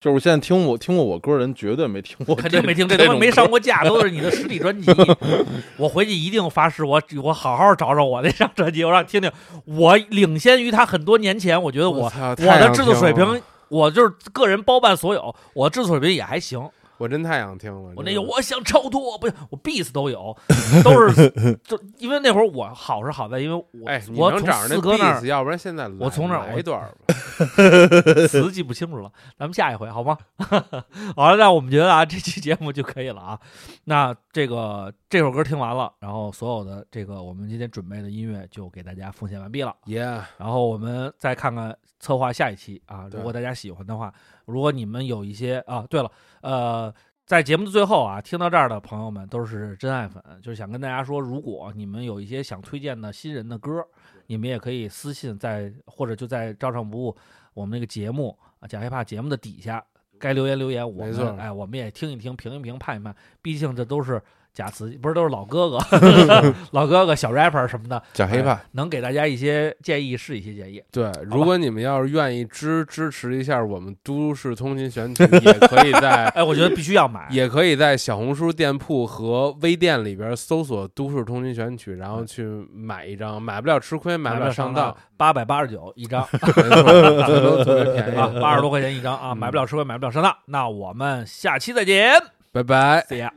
就是我现在听我听过我歌的人绝对没听过，
肯定没听，这他妈没上过架，都是你的实体 专辑。我回去一定发誓，我我好好找找我那张专辑，我让听听。我领先于他很多年前，我觉得我
我操
我
太
的
想
制作水
听了
平，我就是个人包办所有，我制作水平也还行。
我真太想听了。
我那有，我想超脱，不是我 beats 都有，都是就因为那会儿我好是好在，因为我、
哎，你
我
能
从
找着那
四哥那
beats，
儿，
要不然现在来
我从那儿
来一段儿
吧， 词记不清楚了，咱们下一回好吗？ 好了，那我们觉得啊，这期节目就可以了啊。那这个这首歌听完了，然后所有的这个我们今天准备的音乐就给大家奉献完毕了。
Yeah，
然后我们再看看策划下一期啊，
对
如果大家喜欢的话，如果你们有一些啊，对了，呃，在节目的最后啊，听到这儿的朋友们都是真爱粉，就是想跟大家说，如果你们有一些想推荐的新人的歌，你们也可以私信在或者就在照常不误我们那个节目啊讲 hiphop 节目的底下。该留言留言，我
没错
们哎，我们也听一听，评一评，判一判，毕竟这都是假词，不是都是 老哥哥，老哥哥、小 rapper 什么的，
假
哎
hiphop
能给大家一些建议是一些建议。
对，如果你们要是愿意支支持一下我们都市通勤选曲，也可以在
哎我觉得必须要买，
也可以在小红书店铺和微店里边搜索“都市通勤选曲”，然后去买一张，买不了吃亏，买
买
不
不
了
了
上
上
当
当。八百八十九一 张，
都特 别便宜嗯
啊，八十多块钱一张啊，买不了吃亏，买不了上当。那我们下期再见，
拜拜
，see ya。